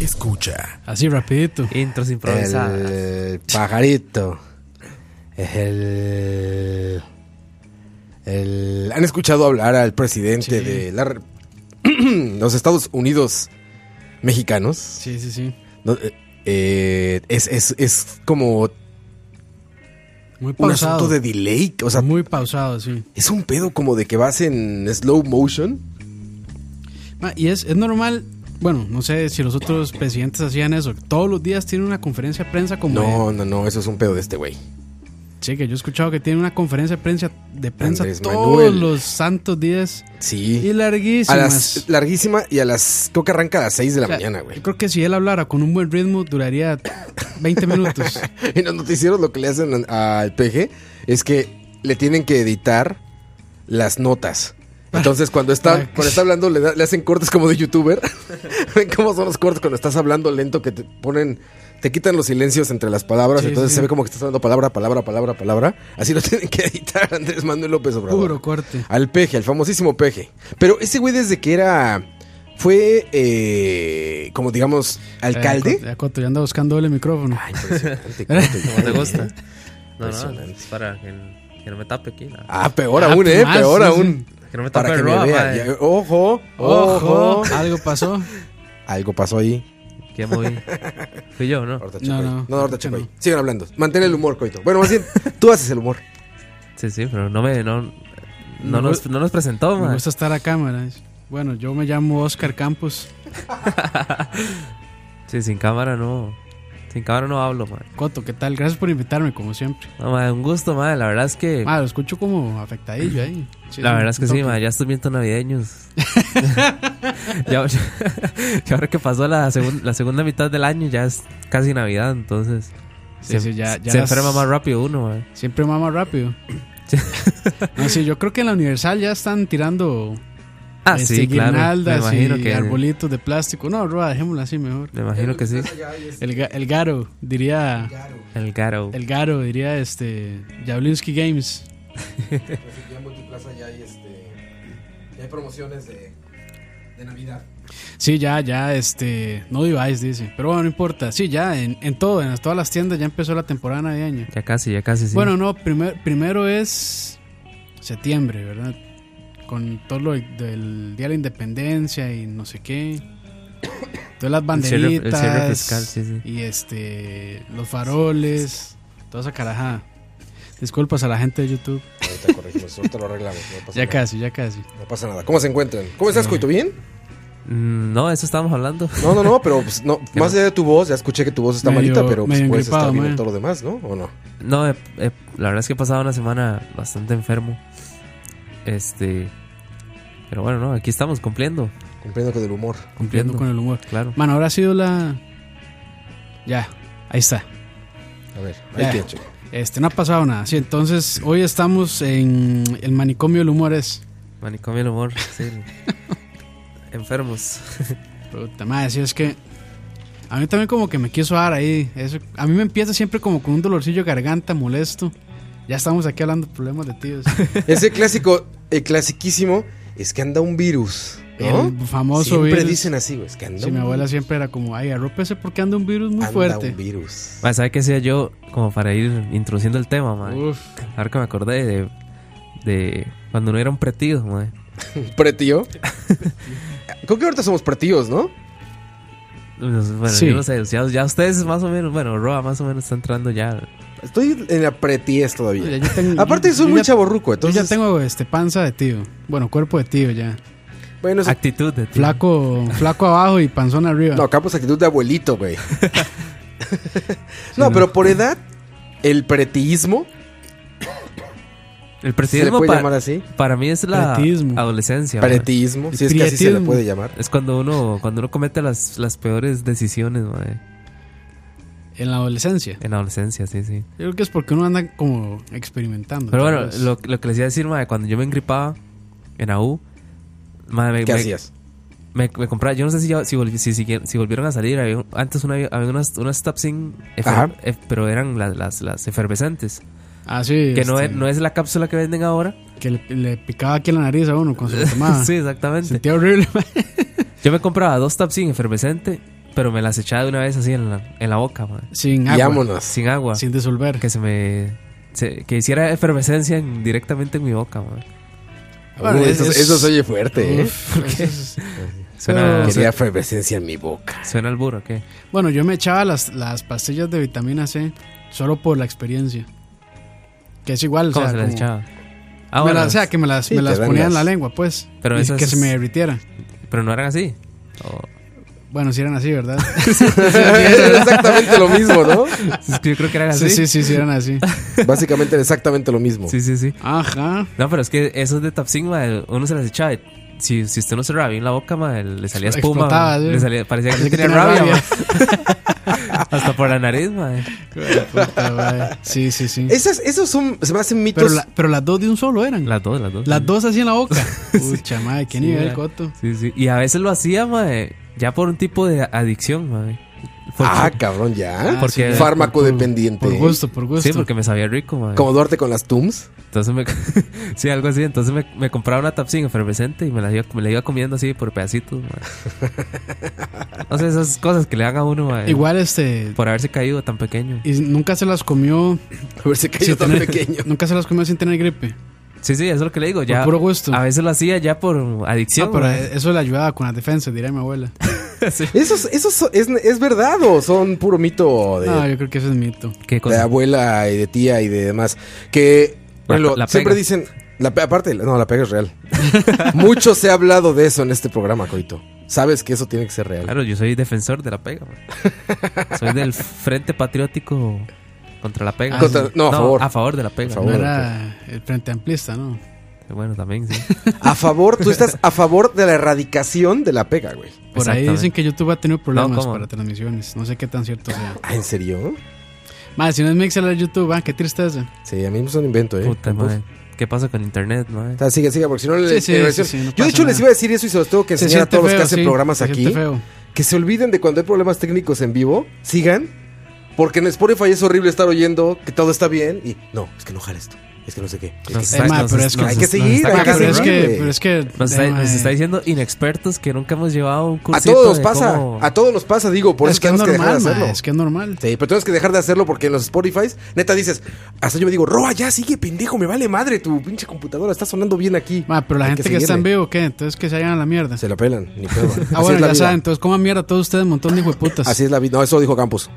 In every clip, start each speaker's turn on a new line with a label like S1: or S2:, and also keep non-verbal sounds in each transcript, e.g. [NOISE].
S1: Escucha.
S2: Así rapidito.
S3: Intros improvisadas.
S4: El pajarito. Es el, el- ¿Han escuchado hablar al presidente
S2: Sí.
S4: de la re- [CLEARS THROAT] los Estados Unidos mexicanos?
S2: Sí, sí, sí.
S4: No, eh, eh, es, es- es como
S2: Muy
S4: un
S2: pausado.
S4: asunto de delay. O sea,
S2: Muy pausado, sí.
S4: es un pedo como de que vas en slow motion.
S2: Ma, Y es, es normal, bueno, no sé si los otros presidentes hacían eso. Todos los días tienen una conferencia de prensa como... de-
S4: No, no, no, eso es un pedo de este güey.
S2: sí, que yo he escuchado que tienen una conferencia de prensa, de prensa
S4: Andrés
S2: todos
S4: Manuel.
S2: los santos días.
S4: Sí.
S2: Y larguísimas.
S4: A las, larguísima y a las. Creo que arranca a las 6 de la
S2: O sea,
S4: mañana, güey.
S2: Yo creo que si él hablara con un buen ritmo duraría 20 minutos.
S4: [LAUGHS] En los noticieros lo que le hacen a- al PG es que le tienen que editar las notas. Entonces, cuando está,
S2: para-
S4: cuando está hablando, le, da- le hacen cortes como de youtuber. [LAUGHS] Ven cómo son los cortes cuando estás hablando lento que te ponen. Te quitan los silencios entre las palabras,
S2: Sí,
S4: entonces
S2: sí.
S4: se ve como que estás hablando palabra, palabra, palabra, palabra. Así lo [LAUGHS] tienen que editar Andrés Manuel López Obrador.
S2: Puro corte.
S4: Al peje, al famosísimo peje. Pero ese güey desde que era... Fue, eh, como digamos,
S2: Eh,
S4: alcalde.
S2: Ya cuando ya anda buscando doble micrófono.
S4: Impresionante, cómo te-
S2: [LAUGHS]
S3: [LAUGHS] Como te gusta. No, no,
S4: Impresionante.
S3: es para que, que no me tape aquí. nada.
S4: Ah, peor
S2: Ah,
S4: aún,
S2: pues
S4: eh,
S2: más,
S4: peor
S2: sí,
S4: aún.
S3: Que no me tape
S4: Para que
S3: el
S4: me
S3: roa,
S4: vean.
S3: mae.
S4: Ya- Ojo, ojo.
S2: Ojo, algo pasó.
S4: Algo pasó ahí.
S3: ¿Qué moví? Fui yo, ¿no?
S4: Ahorita
S2: No,
S4: checo ahí.
S2: no,
S4: no, ahorita
S2: creo que
S4: checo ahí.
S2: no.
S4: Sigan hablando. Mantén el humor, Coito. Bueno, más bien, tú haces el
S2: [LAUGHS]
S4: humor.
S3: Sí, sí, pero no me... No,
S2: Me
S3: no, nos,
S2: gu-
S3: no nos presentó,
S2: Me
S3: man.
S2: gusta estar a cámara. Bueno, yo me llamo Oscar Campos.
S3: Sí, sin cámara no... Sin cámara no hablo, man.
S2: Coto, ¿qué tal? Gracias por invitarme, como siempre.
S3: No, mae, un gusto, man. La verdad es que...
S2: Ah, lo escucho como afectadillo ahí. Sí,
S3: la verdad es que sí,
S2: un toque.
S3: man. Ya estoy
S2: [LAUGHS]
S3: viendo navideños. [LAUGHS] ya, ya ahora que pasó la, segun- la segunda mitad del año, ya es casi Navidad, entonces...
S2: Sí,
S3: se
S2: sí, ya- ya
S3: se
S2: las-
S3: enferma más rápido uno, man.
S2: Siempre más rápido.
S3: Sí.
S2: No, sí, yo creo que en la Universal ya están tirando
S3: Ah,
S2: este,
S3: sí, claro. Me
S2: guirnaldas
S3: imagino
S2: y
S3: que...
S2: arbolitos de plástico. No, Roa, dejémoslo así mejor.
S3: Me imagino
S2: [LAUGHS]
S3: que sí.
S4: este,
S2: El, ga- el Garo, diría.
S3: El Garo.
S2: El Garo, diría este. Jablinski Games.
S4: Ya en Multiplaza ya hay, este, ya hay promociones de, de Navidad.
S2: Sí, ya, ya, este. No device, dice. Pero bueno, no importa. Sí, ya, en, en todo, en las- todas las tiendas ya empezó la temporada navideña.
S3: Ya casi, ya casi, sí.
S2: Bueno, no, primer- primero es. Septiembre, ¿verdad? Con todo lo del- del Día de la Independencia y no sé qué. Todas las
S3: El cierre- el
S2: banderitas.
S3: cierre fiscal, sí, sí.
S2: Y este. Los faroles. Toda esa carajada. Disculpas a la gente de YouTube.
S4: Ahorita corregimos, ahorita lo arreglamos. No pasa
S2: Ya
S4: nada.
S2: casi, ya casi.
S4: No pasa nada. ¿Cómo se encuentran? ¿Cómo estás, Coito? ¿Bien?
S3: Mm, No, eso estábamos hablando. [LAUGHS]
S4: No, no, no, pero pues, no, más allá de tu voz, ya escuché que tu voz está
S2: Medio-
S4: malita, pero pues,
S2: medio
S4: puedes estar
S2: engripado,
S4: bien en
S2: man.
S4: todo lo demás, ¿no? ¿O no?
S3: No, eh, eh, la verdad es que he pasado una semana bastante enfermo. Este. Pero bueno, no, aquí estamos cumpliendo.
S4: Cumpliendo con el humor.
S2: Cumpliendo
S3: Entiendo.
S2: con el humor.
S3: Claro.
S2: Mano, ahora ha sido la. Ya, ahí está.
S4: A ver,
S2: Ya.
S4: ahí tiene, chico.
S2: Este, no ha pasado nada. Sí, entonces hoy estamos en el manicomio del humor. Es.
S3: Manicomio el humor.
S2: [LAUGHS]
S3: sí. Enfermos.
S2: Puta madre, sí, es que. A mí también como que me quiso dar ahí. Eso, a mí me empieza siempre como con un dolorcillo de garganta molesto. Ya estamos aquí hablando de problemas
S4: [LAUGHS]
S2: de tíos.
S4: Ese clásico, el clasiquísimo, es que anda un virus. ¿no?
S2: El famoso
S4: Siempre
S2: virus.
S4: dicen así, güey. Es que anda
S2: Sí,
S4: un
S2: mi abuela
S4: virus.
S2: siempre era como, ay, arrópese porque anda un virus muy
S4: anda
S2: fuerte.
S4: un virus.
S3: Ma, ¿Sabe qué hacía yo? Como para ir introduciendo el tema, man.
S2: Uf,
S3: Ahora que me acordé de. de cuando no era un pretido, man.
S2: [LAUGHS]
S4: ¿Pretío? Creo que ahorita somos pretíos, ¿no?
S3: Bueno,
S2: Sí.
S3: yo no sé, ya, ya ustedes más o menos, bueno, Roa más o menos está entrando ya.
S4: Estoy en la pretíez
S2: Ya
S4: todavía.
S2: yo tengo-
S4: Aparte,
S2: yo-
S4: soy
S2: yo
S4: muy
S2: ya-
S4: chaborruco, entonces.
S2: Yo ya tengo este panza de tío. Bueno, cuerpo de tío ya.
S4: Bueno, eso-
S3: Actitud de tío.
S2: Pues, Flaco, flaco abajo y panzón arriba.
S4: No, acá pues actitud de abuelito,
S2: [LAUGHS]
S4: güey. [LAUGHS] no, pero por edad, el pretismo,
S3: El
S4: ¿se le
S3: pretismo
S4: puede
S3: pa-
S4: llamar así?
S3: para mí es la
S2: Pretismo.
S3: adolescencia. ma.
S4: Pretismo, si es que así se le
S2: Prietismo.
S4: puede llamar.
S3: Es cuando uno, cuando uno comete las, las peores decisiones, ma,
S2: En la adolescencia.
S3: En la adolescencia, sí, sí.
S2: Yo creo que es porque uno anda como experimentando.
S3: Pero bueno,
S2: tal vez.
S3: lo, lo que les iba a decir, madre, cuando yo me engripaba en AU, madre, me,
S4: ¿Qué
S3: me-
S4: hacías?
S3: me- me compraba. Yo no sé si, ya- si, volvi- si, siguieron- si volvieron a salir. había un- antes una, había unas, unas Tapsin, efe-
S4: Ajá.
S3: ef- pero eran las, las, las efervescentes.
S2: Ah, sí.
S3: Que no
S2: este,
S3: es, no es la cápsula que venden ahora. [LAUGHS]
S2: Que le, le picaba aquí en la nariz a uno cuando se lo tomaba.
S3: sí, exactamente.
S2: Sentía horrible. [LAUGHS]
S3: Yo me compraba dos Tapsin efervescente, pero me las echaba de una vez así en la, en la boca, madre,
S2: sin agua.
S4: Y vámonos.
S3: sin agua.
S2: Sin disolver.
S3: Que se me. se- que hiciera efervescencia en- directamente en mi boca, madre.
S2: Bueno,
S4: Uy,
S2: es-
S4: eso,
S2: es-
S4: eso se oye fuerte, ¿eh?
S2: Uf, eso es-
S3: Suena,
S2: Pero-
S4: Quería efervescencia en mi
S2: [LAUGHS]
S4: boca.
S3: suena al burro, ¿qué?
S2: Bueno, yo me echaba las, las pastillas de vitamina C solo por la experiencia. Que es igual.
S3: ¿Cómo
S2: o sea,
S3: se las
S2: como-
S3: echaba? Ah,
S2: me
S3: bueno,
S2: las- o sea, que me las,
S4: Sí,
S2: me
S4: te
S2: las
S4: dan
S2: ponía en
S4: las-
S2: la lengua, pues.
S3: Pero
S2: y
S3: esas-
S2: que se me derritiera.
S3: pero no
S2: [LAUGHS]
S3: eran así. [LAUGHS] O-
S2: Bueno, si eran así,
S3: [LAUGHS]
S2: ¿verdad?
S4: Era exactamente lo mismo, ¿no?
S3: Es que yo creo que eran así.
S2: sí, sí, sí, sí, eran así.
S4: [LAUGHS] Básicamente era exactamente lo mismo.
S3: sí, sí, sí. [LAUGHS]
S2: Ajá.
S3: No, pero es que esos de Top Sigma, el- uno se las echaba. y Si, si usted no cerraba bien la boca, ma, el- le salía espuma.
S2: Explotaba,
S3: ma,
S2: sí.
S3: le salía, parecía que,
S2: Así
S3: tenía,
S2: tenía
S3: rabia. ma. Hasta por la nariz, ma.
S2: [LAUGHS] Puta madre. Sí, sí, sí.
S4: Esas, esos son, se me hacen
S2: Pero,
S4: mitos.
S2: la- pero las dos de un solo eran.
S3: Las dos, las dos.
S2: las dos así en la boca. Pucha madre, qué
S3: [LAUGHS] Sí, ¿Eh?
S2: nivel,
S3: ma.
S2: coto.
S3: Sí, sí. Y a veces lo hacía, ma, ya por un tipo de adicción, ma. Porque-
S4: Ah, cabrón, ya.
S2: Ah,
S3: porque-
S2: sí,
S4: Fármaco
S2: por- por-
S4: dependiente.
S2: Por gusto, por gusto.
S3: Sí, porque me sabía rico, ma.
S4: Como Duarte con las Tums.
S3: Entonces me... [LAUGHS] sí, algo así. Entonces me, me compraba una Tapsin efervescente y me la, iba, me la iba comiendo así por pedacitos,
S4: [LAUGHS]
S3: ma. O sea, esas cosas que le dan a uno, ma,
S2: Igual este.
S3: eh, Por haberse caído tan pequeño.
S2: Y nunca se las comió.
S4: A ver si cayó
S2: sin
S4: tan
S2: tener-
S4: pequeño.
S2: Nunca se las comió sin tener gripe.
S3: Sí, sí, eso es lo que le digo. Ya,
S2: puro gusto.
S3: A veces lo hacía ya por adicción.
S2: Ah, pero
S4: eh,
S3: ma.
S2: eso le ayudaba con las defensas, diría mi abuela.
S4: ¿Esos, esos son- es, es verdad o son puro mito de,
S2: No, yo creo que eso es mito.
S3: ¿Qué
S4: de
S3: cosa?
S4: abuela y de tía y de demás? Que
S3: La-
S4: bueno,
S3: la
S4: siempre
S3: pega.
S4: dicen. La, pe- aparte, no, la pega es
S2: [LAUGHS]
S4: real. Mucho se ha hablado de eso en este programa, Coito. Sabes que eso tiene que ser real.
S3: Claro, yo soy defensor de la pega.
S4: [LAUGHS]
S3: ma. soy del Frente Patriótico contra la pega.
S4: Contra- Ah, no, a favor.
S3: A favor de la pega.
S4: A
S2: No
S4: favor.
S2: era el frente amplista, ¿no?
S3: Bueno, también, sí.
S4: A favor, tú estás a favor de la erradicación de la pega, güey.
S2: Por ahí
S3: Exactamente.
S2: dicen que YouTube ha tenido
S3: No,
S2: problemas
S3: ¿cómo?
S2: para transmisiones. No sé qué tan cierto sea.
S4: Ah, ¿en serio?
S2: Más, si no es Mixer YouTube, ah, qué tristeza.
S4: Sí, a mí me es un invento, ¿eh?
S3: Puta
S4: Pues,
S3: madre. ¿Qué pasa con internet, madre?
S4: o sea, sigue, sigue, porque si no le-
S2: Sí, sí,
S4: le voy a
S2: sí,
S4: decir-
S2: sí, no
S4: Yo, de
S2: pasa
S4: hecho, les
S2: nada.
S4: iba a decir eso y se los tengo que enseñar a
S2: siente
S4: todos los que
S2: feo,
S4: hacen
S2: sí,
S4: programas
S2: se
S4: aquí.
S2: siente feo.
S4: que se olviden de cuando hay problemas técnicos en vivo, sigan, porque en Spotify es horrible estar oyendo que todo está bien y no, es que no jala esto, es que no sé qué. es que-
S3: Nos
S2: Eh, ma,
S3: nos-
S2: pero es que-
S3: nos-
S4: Hay que
S3: nos
S4: seguir,
S3: está
S4: hay que
S2: Pero
S3: cagando,
S2: es
S4: seguir.
S3: ¿verdad?
S2: que,
S4: horrible.
S2: pero es que.
S3: Nos está,
S2: eh,
S3: nos está
S2: ma,
S3: diciendo inexpertos que nunca hemos llevado un
S4: a
S3: cursito
S4: todos nos
S3: de
S4: pasa,
S3: cómo-
S4: a todos nos pasa, digo, por
S2: es
S4: eso tenemos que dejar de
S2: normal, ma,
S4: hacerlo.
S2: Es que es normal.
S4: Sí, pero tenemos que dejar de hacerlo porque en los Spotify, neta dices, hasta yo me digo, Roa, ya sigue, pendejo, me vale madre, tu pinche computadora está sonando bien aquí.
S2: Ma, Ah, pero la
S4: Hay
S2: gente que, está en
S4: seguirle.
S2: vivo, ¿qué? Entonces que se vayan a la mierda.
S4: Se la pelan, ni
S2: [LAUGHS]
S4: pedo.
S2: Ah,
S4: Así
S2: bueno,
S4: es
S2: ya
S4: la vida.
S2: saben, entonces coman mierda todos ustedes, montón de hijueputas. [LAUGHS]
S4: Así es la vida. No, eso dijo Campos.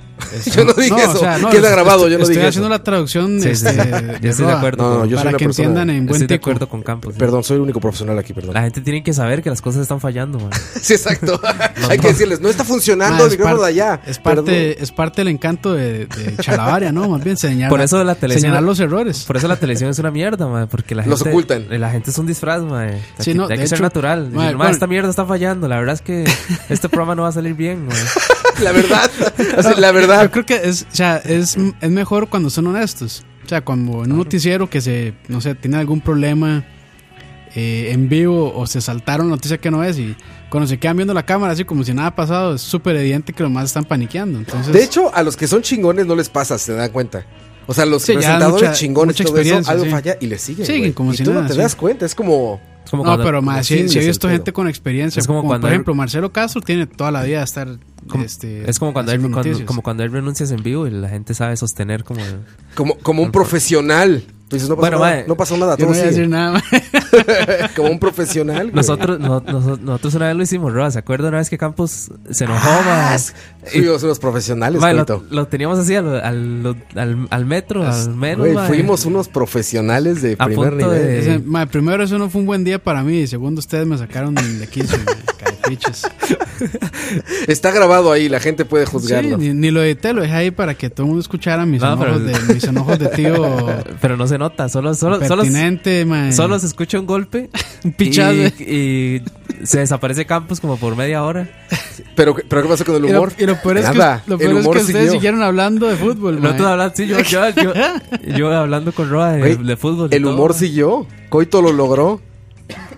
S4: yo no dije eso.
S2: o sea, no,
S4: Queda
S2: es-
S4: grabado,
S2: estoy-
S4: yo no
S2: estoy
S4: dije
S2: haciendo
S4: eso.
S2: la traducción.
S3: Sí, sí,
S2: este,
S3: sí. Yo estoy de
S2: Roa,
S3: acuerdo.
S4: No, no,
S3: con,
S4: yo soy
S2: para
S4: una
S2: que
S4: persona-
S2: entiendan en buen
S3: estoy de
S2: tico.
S3: acuerdo con Campos. sí.
S4: Perdón, soy el único profesional aquí, perdón.
S3: La gente tiene que saber que las cosas están fallando, man.
S4: [LAUGHS] Sí,
S2: [LAUGHS]
S4: exacto. Hay que decirles, no está
S2: Ma,
S4: funcionando el
S2: Ah, es
S4: micrófono de
S2: parte-
S4: allá.
S2: Es
S4: Perdón.
S2: parte, es parte del encanto de, de Chalabaria, ¿no? Más
S4: [LAUGHS]
S2: bien señalar,
S3: Por eso la televisión-
S2: señalar los errores.
S3: Por eso la televisión es una mierda, man. Porque la
S4: Los
S3: gente.
S4: ocultan.
S3: La gente es un disfraz, man. Hay
S2: Sí,
S3: que-
S2: no,
S3: hay
S2: de
S3: que ser
S2: hecho,
S3: natural.
S2: ma,
S3: Decir, "Ma,
S2: bueno.
S3: esta mierda está fallando. La verdad es
S2: [LAUGHS]
S3: que este programa no va a salir bien, man.
S4: [LAUGHS] La verdad. O sea, la
S2: Yo
S4: verdad.
S2: creo que es, o sea, es, es mejor cuando son honestos. O sea, cuando en un noticiero que se, no sé, tiene algún problema eh, en vivo o se saltaron noticia que no es y cuando se quedan viendo la cámara así como si nada ha pasado, es súper evidente que los más están paniqueando. Entonces,
S4: De hecho, a los que son chingones no les pasa, se dan cuenta. O sea, los
S2: Sí, ya
S4: presentadores
S2: mucha-
S4: chingones,
S2: mucha
S4: todo eso,
S2: experiencia,
S4: algo
S2: sí.
S4: falla y le siguen.
S2: Siguen
S4: güey.
S2: como
S4: y
S2: si
S4: tú no
S2: nada,
S4: te
S2: sí.
S4: das cuenta, es como.
S3: Es como
S2: no,
S3: cuando-
S2: pero más, sí,
S4: cuando
S2: sí he
S4: es el
S2: visto
S4: pedo.
S2: gente con experiencia.
S3: Es como
S2: como,
S3: cuando
S2: por
S3: hay-
S2: ejemplo, Marcelo Castro tiene toda la vida de estar.
S3: como-
S2: este,
S3: es como cuando, hay,
S2: haciendo
S3: cuando-
S4: [LAUGHS]
S2: noticias.
S3: como cuando hay renuncias en vivo y la gente sabe sostener como. el-
S4: Como, como un profesional. Tú dices, no pasó
S3: Bueno,
S4: nada,
S3: mae,
S4: no pasó nada,
S2: Yo
S4: todo
S2: no voy a
S4: sigue.
S2: decir nada. mae. [LAUGHS]
S4: [LAUGHS] Como un profesional, güey.
S3: Nosotros, no- noso- nosotros una vez lo hicimos, Roa. ¿Se acuerda una vez que Campos se enojó,
S4: Ah,
S3: mae?
S4: sí, Fuimos unos profesionales,
S3: Mae,
S4: Coito.
S3: lo, lo teníamos así al, al, al- al metro, al menos.
S4: Güey,
S3: mae.
S4: fuimos unos profesionales de
S3: A
S4: primer
S3: punto
S4: nivel.
S3: de-
S2: Ese- mae, primero, eso no fue un buen día para mí. Y segundo, ustedes me sacaron de [LAUGHS] 15. mae, carepichas.
S4: Está grabado ahí, la gente puede
S2: Sí,
S4: juzgarlo.
S2: ni, ni lo edité, lo dejé ahí para que todo el mundo escuchara mis,
S3: No,
S2: enojos,
S3: pero-
S2: de, mis enojos de
S3: [LAUGHS]
S2: tío
S3: Pero no se nota, solo, solo, solo,
S2: pertinente, mae.
S3: solo se escucha un golpe.
S2: [LAUGHS] Un pichazo.
S3: Y, y se desaparece Campos como por media hora.
S4: Pero, pero ¿qué pasó con el
S2: Y lo,
S4: humor?
S2: y lo peor es que,
S4: Nada,
S2: lo
S4: el
S2: peor es que
S4: humor
S2: ustedes
S4: siguió.
S2: siguieron hablando de fútbol. mae.
S3: Nosotros hablando, sí, yo,
S2: [LAUGHS]
S3: yo, yo, yo hablando con Roa de,
S4: Güey,
S3: de fútbol. y
S4: El
S3: todo,
S4: humor
S3: mae.
S4: siguió. Coito lo logró.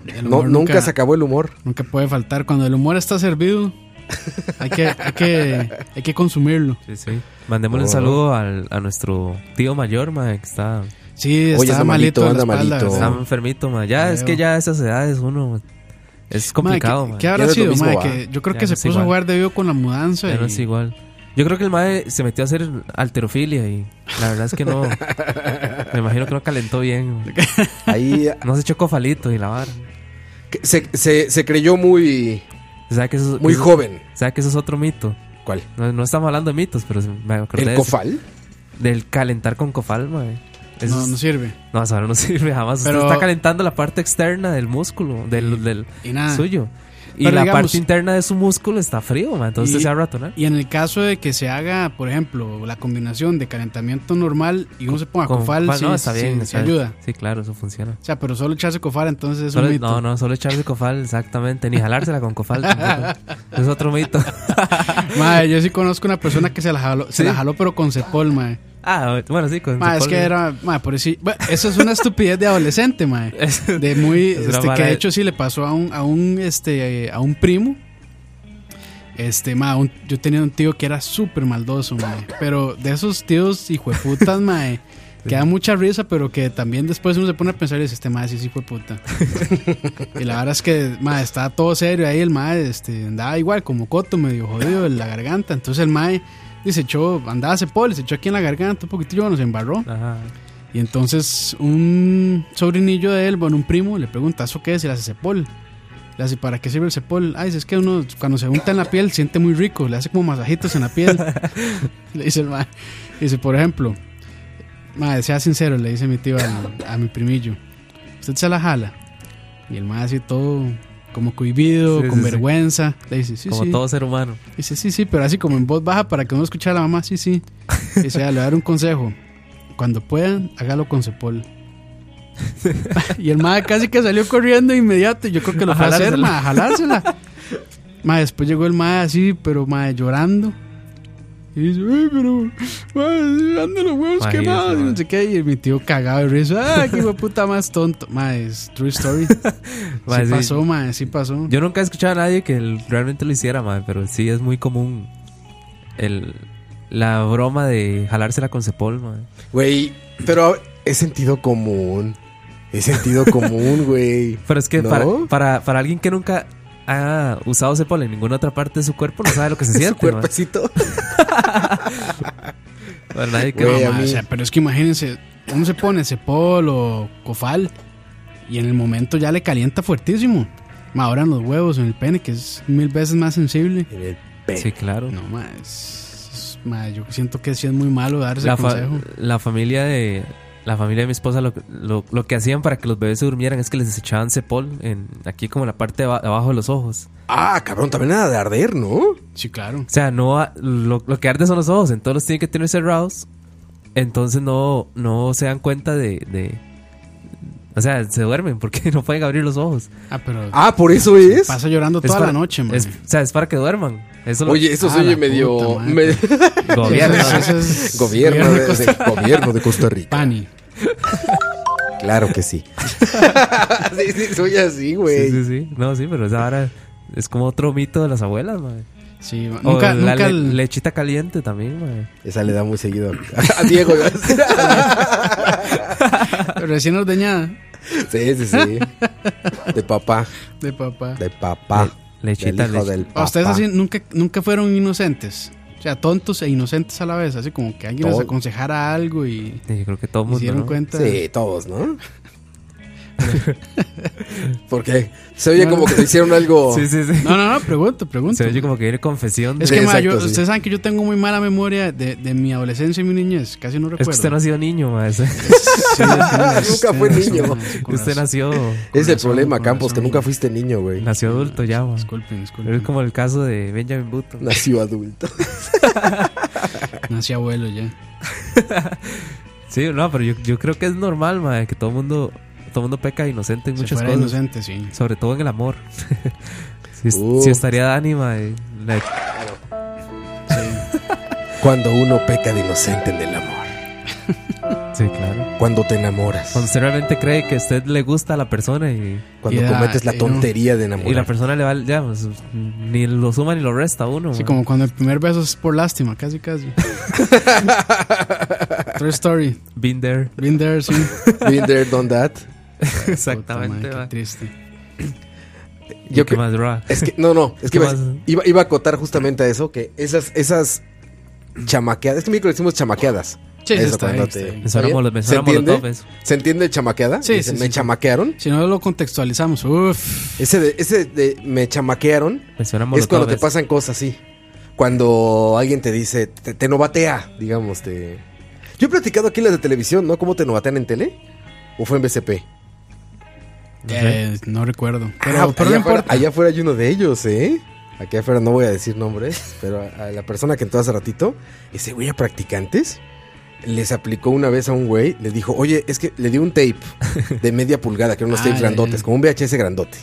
S2: El
S4: No,
S2: humor
S4: nunca, se acabó el humor.
S2: Nunca puede faltar. Cuando el humor está servido, hay que, hay que, hay que consumirlo.
S3: Sí, sí. Mandémosle
S4: Oh.
S3: un saludo al- a nuestro tío mayor, mae, que está,
S4: Oye,
S2: Sí, está
S4: anda malito,
S2: malito, de la
S4: anda
S2: espalda,
S4: malito.
S3: está
S2: ¿verdad?
S4: Oh.
S3: enfermito, mae. Ya es que ya a esas edades uno es complicado,
S2: oh. Mae, ¿qué-
S3: mae.
S2: ¿Qué
S4: Ya
S2: habrá
S4: no es lo
S2: sido,
S4: mismo,
S2: mae?
S4: va.
S2: Que yo creo
S3: Ya
S2: que
S3: no
S2: se
S3: es
S2: puso a
S3: igual.
S2: jugar debido con la mudanza.
S3: Ya no
S2: y-
S3: es igual. Yo creo que el mae se metió a hacer alterofilia y la verdad es que no. me imagino que no calentó bien.
S4: Ahí
S2: [LAUGHS]
S3: No se echó cofalito y la vara.
S4: que- se, se- se creyó muy,
S3: ¿Sabe que eso,
S4: muy
S3: eso-
S4: joven.
S3: ¿Sabe que eso es otro mito?
S4: ¿Cuál?
S3: No, no estamos hablando de mitos, pero me acordé de
S4: ¿El
S3: eso.
S4: cofal?
S3: Del calentar con cofal, mae. Eso
S2: No,
S3: es-
S2: no sirve.
S3: No, eso ahora no [LAUGHS] sirve jamás.
S2: Pero-
S3: Usted está calentando la parte externa del músculo, del, del
S2: y nada.
S3: suyo. Y
S2: Pero
S3: la
S2: digamos-
S3: parte interna de su músculo está frío, man. Entonces
S2: Y-
S3: se va a ratonar.
S2: Y en el caso de que se haga, por ejemplo, la combinación de calentamiento normal y uno se ponga
S3: Con
S2: cofal,
S3: cofal,
S2: sí,
S3: no, está
S2: sí,
S3: bien.
S2: sí
S3: está bien.
S2: ayuda.
S3: Sí, claro, eso funciona.
S2: O sea, pero solo echarse cofal entonces es
S3: Solo-
S2: un mito.
S3: no, no, solo echarse cofal, exactamente. Ni jalársela con cofal. tampoco. es otro mito.
S2: [LAUGHS]
S3: [LAUGHS]
S2: Mae, yo sí conozco una persona que se la jaló, se
S3: ¿Sí?
S2: la jaló pero con cepol, mae.
S3: ah, bueno, sí, con
S2: Mae, es que era, mae, por eso, bueno, eso es una estupidez de adolescente, mae. De muy,
S3: [LAUGHS] Es una
S2: este, que
S3: vara
S2: de
S3: de-
S2: hecho sí le pasó a un, a un, este, eh, a un primo. Este, mae, un- yo tenía un tío que era súper maldoso, mae. Pero de esos tíos hijueputas, [LAUGHS] mae, que da mucha risa, pero que también después uno se pone a pensar y dice, este mae sí es hijueputa. y la verdad es que, mae, estaba todo serio ahí, el mae, este, andaba igual, como coto, medio jodido en la garganta. Entonces el mae, dice, echó, andaba hace pol, se echó aquí en la garganta un poquitillo, bueno, se embarró.
S3: Ajá.
S2: Y entonces un sobrinillo de él, bueno, un primo, le pregunta, ¿eso qué es? Y le hace cepol. Le hace, ¿para qué sirve el cepol? Ay, dice, es que uno cuando se unta en la piel siente muy rico, le hace como masajitos en la
S3: [LAUGHS]
S2: piel. le dice el ma. Dice, por ejemplo, madre, sea sincero, le dice mi tío al- a mi primillo, ¿usted se la jala? Y el ma así todo como cohibido,
S3: Sí,
S2: con
S3: sí, sí.
S2: vergüenza. Le dice, sí,
S3: Como
S2: sí.
S3: todo ser humano.
S2: Dice, sí, sí, pero así como en voz baja para que no escuche a la mamá, sí, sí. Dice, "Ah, le voy a dar un consejo. Cuando puedan, hágalo con Cepol. [LAUGHS] y el madre casi que salió corriendo de inmediato. y Yo creo que lo
S3: A
S2: fue a hacer,
S3: jalársela.
S2: ma, a jalársela. ma, después llegó el madre así, pero madre llorando. Y dice, uy, pero, madre, anda los huevos
S3: Imagínese,
S2: quemados. Y no
S3: madre.
S2: sé qué. Y mi tío cagado de risa, ah, qué hijo de puta más tonto. Madre, es true
S3: [LAUGHS]
S2: story.
S3: Mae,
S2: sí,
S3: sí.
S2: pasó, madre, sí pasó.
S3: Yo nunca he escuchado a nadie que el- realmente lo hiciera, man. Pero sí es muy común el, la broma de jalársela con cepol, man.
S4: Güey, pero es sentido común. Es sentido común, güey.
S3: Pero es que
S4: ¿No?
S3: para, para, para alguien que nunca ha usado cepol en ninguna otra parte de su cuerpo, no sabe lo que
S4: [LAUGHS]
S3: se
S4: Su
S3: siente. mae.
S4: cuerpecito.
S3: Para nadie que
S4: Güey,
S3: no-
S4: a
S2: ma,
S4: mí-
S2: o sea, pero es que imagínense, uno se pone cepol o cofal y en el momento ya le calienta fuertísimo. Ma, ahora en los huevos, en el pene, que es mil veces más sensible.
S4: En el pe-
S3: Sí, claro.
S2: No, ma, es- es- ma, yo siento que sí es muy malo dar ese
S3: La, fa-
S2: Pues, consejo.
S3: la familia de la familia de mi esposa lo, lo- lo que hacían para que los bebés se durmieran es que les echaban cepol en, aquí como en la parte de aba- abajo de los ojos.
S4: Ah, cabrón, también nada de arder, ¿no?
S2: Sí, claro.
S3: O sea, no a- lo, lo que arde son los ojos, entonces los tienen que tener cerrados. Entonces no, no se dan cuenta de, de- o sea, se duermen porque [LAUGHS] no pueden abrir los ojos.
S2: Ah, pero
S4: Ah, por eso es.
S2: pasa llorando
S3: Es
S2: toda
S3: para-
S2: la noche, ma.
S3: es- o sea, es para que duerman. Eso lo-
S4: Oye, eso
S2: Ah,
S4: se oye
S2: la
S4: medio.
S2: puta madre.
S4: me-
S2: Sí,
S4: [LAUGHS]
S3: gobierno.
S2: eso- eso es-
S4: gobierno, de,
S2: de Costa-
S4: de- gobierno de Costa
S2: [LAUGHS]
S4: Rica.
S2: Pani.
S4: Claro que sí. [LAUGHS] sí, sí, soy así, güey.
S3: Sí, sí, sí. No, sí, pero esa ahora es como otro mito de las abuelas, man.
S2: Sí, ma.
S3: O
S2: nunca,
S3: la
S2: nunca
S3: le-
S2: el-
S3: lechita caliente también, man.
S4: Esa le da muy seguido a Diego. iba a decir.
S2: recién ordeñada
S4: [LAUGHS] sí, sí, sí. De papá.
S2: de papá.
S4: De papá.
S3: Lechita,
S4: del hijo
S3: leche.
S4: del
S2: ¿A
S4: papá.
S2: ustedes así nunca, nunca fueron inocentes. O sea, tontos e inocentes a la vez, así como que alguien
S4: Todo.
S2: les aconsejara algo y
S3: Sí, Yo creo que todo
S2: se
S3: el mundo.
S2: dieron
S3: ¿no?
S2: cuenta.
S4: Sí, todos, ¿no? [LAUGHS] ¿Por qué? Se oye como que te hicieron algo.
S3: Sí, sí, sí.
S2: No, no, no, pregunto, pregunto.
S3: [LAUGHS] Se oye como que viene confesión. de-
S2: Es
S3: Es,
S4: Sí,
S2: que, ma, yo-
S4: exacto, sí.
S2: ustedes saben que yo tengo muy mala memoria de, de mi adolescencia y mi niñez, casi no recuerdo.
S3: que usted no ha sido niño, ma. ese-
S4: [LAUGHS]
S2: Sí,
S4: Nunca fue
S2: razón,
S4: niño.
S2: ma, sí, con
S3: Usted
S2: razón.
S3: nació,
S4: Es el
S2: razón,
S4: problema,
S2: con
S4: Campos, que
S2: razón.
S4: nunca fuiste niño, güey.
S3: nació adulto ya, ma.
S2: Disculpen,
S3: Es
S2: disculpen.
S3: como el caso de Benjamin Button.
S4: Nació adulto.
S2: Nací abuelo ya.
S3: Sí, no, pero yo, yo creo que es normal, ma, que todo mundo, todo mundo peca de inocente en
S2: Se
S3: muchas
S2: fuera
S3: cosas.
S2: inocente, sí.
S3: Sobre todo en el amor. [LAUGHS] si, es-
S4: Uh.
S3: si estaría Dani, ma, eh, la-
S2: sí.
S4: Cuando uno peca de inocente en el amor.
S3: sí, claro.
S4: Cuando te enamoras.
S3: Cuando usted realmente cree que a usted le gusta a la persona y,
S4: Cuando
S2: Y era-
S4: cometes la
S2: era un-
S4: tontería de
S3: y la
S4: enamorar.
S3: persona le va, ya, pues, ni lo suma ni lo resta a uno.
S2: Sí,
S3: ma.
S2: como cuando el primer beso es por lástima, casi,
S3: [LAUGHS]
S2: casi. True story.
S3: Been there.
S2: Been there, sí.
S4: Been there, done that.
S3: [LAUGHS] Exactamente,
S2: Puta madre,
S3: ma.
S2: qué triste.
S4: Yo
S3: ¿Y qué
S4: que-
S3: más, Roa?
S4: Es que, no,
S2: [LAUGHS]
S4: no, es que
S3: ¿Qué
S4: iba,
S3: más?
S4: iba- iba a acotar justamente a eso, que esas, esas chamaqueadas, es que en México le decimos chamaqueadas.
S2: Sí, sí,
S4: Eso,
S2: está
S4: cuando
S2: ahí,
S4: te-
S2: está ahí.
S3: Me suena
S4: ¿Está
S3: molo-
S4: bien?
S3: me
S4: ¿Se
S3: suena
S4: entiende?
S3: molotov eso.
S4: ¿Se entiende el chamaqueada?
S2: Sí,
S4: Dicen,
S2: sí,
S4: me
S2: sí.
S4: chamaquearon.
S2: Si no lo contextualizamos, uff.
S4: Ese de, ese de me chamaquearon
S3: Me suena
S4: es cuando
S3: molotov
S4: te
S3: eso.
S4: pasan cosas así. Cuando alguien te dice, te, te novatea, digamos, te... Yo he platicado aquí en las de televisión, ¿no? ¿Cómo te novatean en tele? ¿O fue en BCP?
S2: Eh, no recuerdo.
S4: Ah,
S2: Pero, pero no
S4: allá, afuera,
S2: importa.
S4: allá afuera hay uno de ellos, ¿eh? Aquí afuera no voy a decir nombres, [LAUGHS] pero a, a la persona que entró hace ratito, ese güey a practicantes, les aplicó una vez a un güey, le dijo, oye, es que le dio un
S2: [LAUGHS]
S4: tape de media pulgada, que eran unos
S2: Ah,
S4: tapes
S2: ya, ya.
S4: grandotes, como un VHS grandote.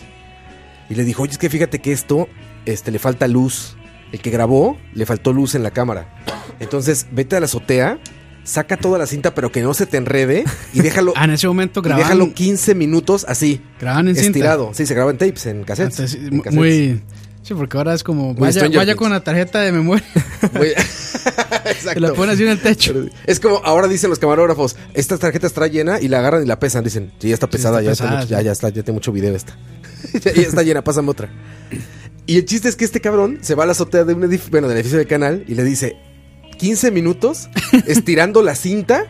S4: Y le dijo, oye, es que fíjate que esto, este, le falta luz. El que grabó, le faltó luz en la cámara. Entonces, vete a la azotea, saca toda la cinta, pero que no se te enrede, y déjalo,
S2: [LAUGHS] Ah, en ese momento
S4: y déjalo
S2: grababan,
S4: 15 minutos así
S2: grababan en cinta.
S4: estirado. Sí, se graba en tapes, en cassettes.
S2: Entonces,
S4: en
S2: mu-
S4: cassettes.
S2: muy. Sí, porque ahora es como. Vaya,
S4: Stranger
S2: vaya
S4: Things.
S2: con la tarjeta de memoria. [LAUGHS]
S4: [LAUGHS] Muy-
S2: Te
S4: Exacto.
S2: la pones así en el techo.
S4: Pero Es como ahora dicen los camarógrafos, esta tarjeta está llena y la agarran y la pesan. Dicen, sí, ya está pesada,
S2: está
S4: ya, está
S2: pesada,
S4: mucho-
S2: sí.
S4: ya, ya está, ya tiene mucho video esta. [LAUGHS] ya, ya está llena, pásame otra. Y el chiste es que este cabrón se va a la azotea de un edificio, bueno, del edificio del canal y le dice 15
S2: [LAUGHS]
S4: minutos estirando la cinta.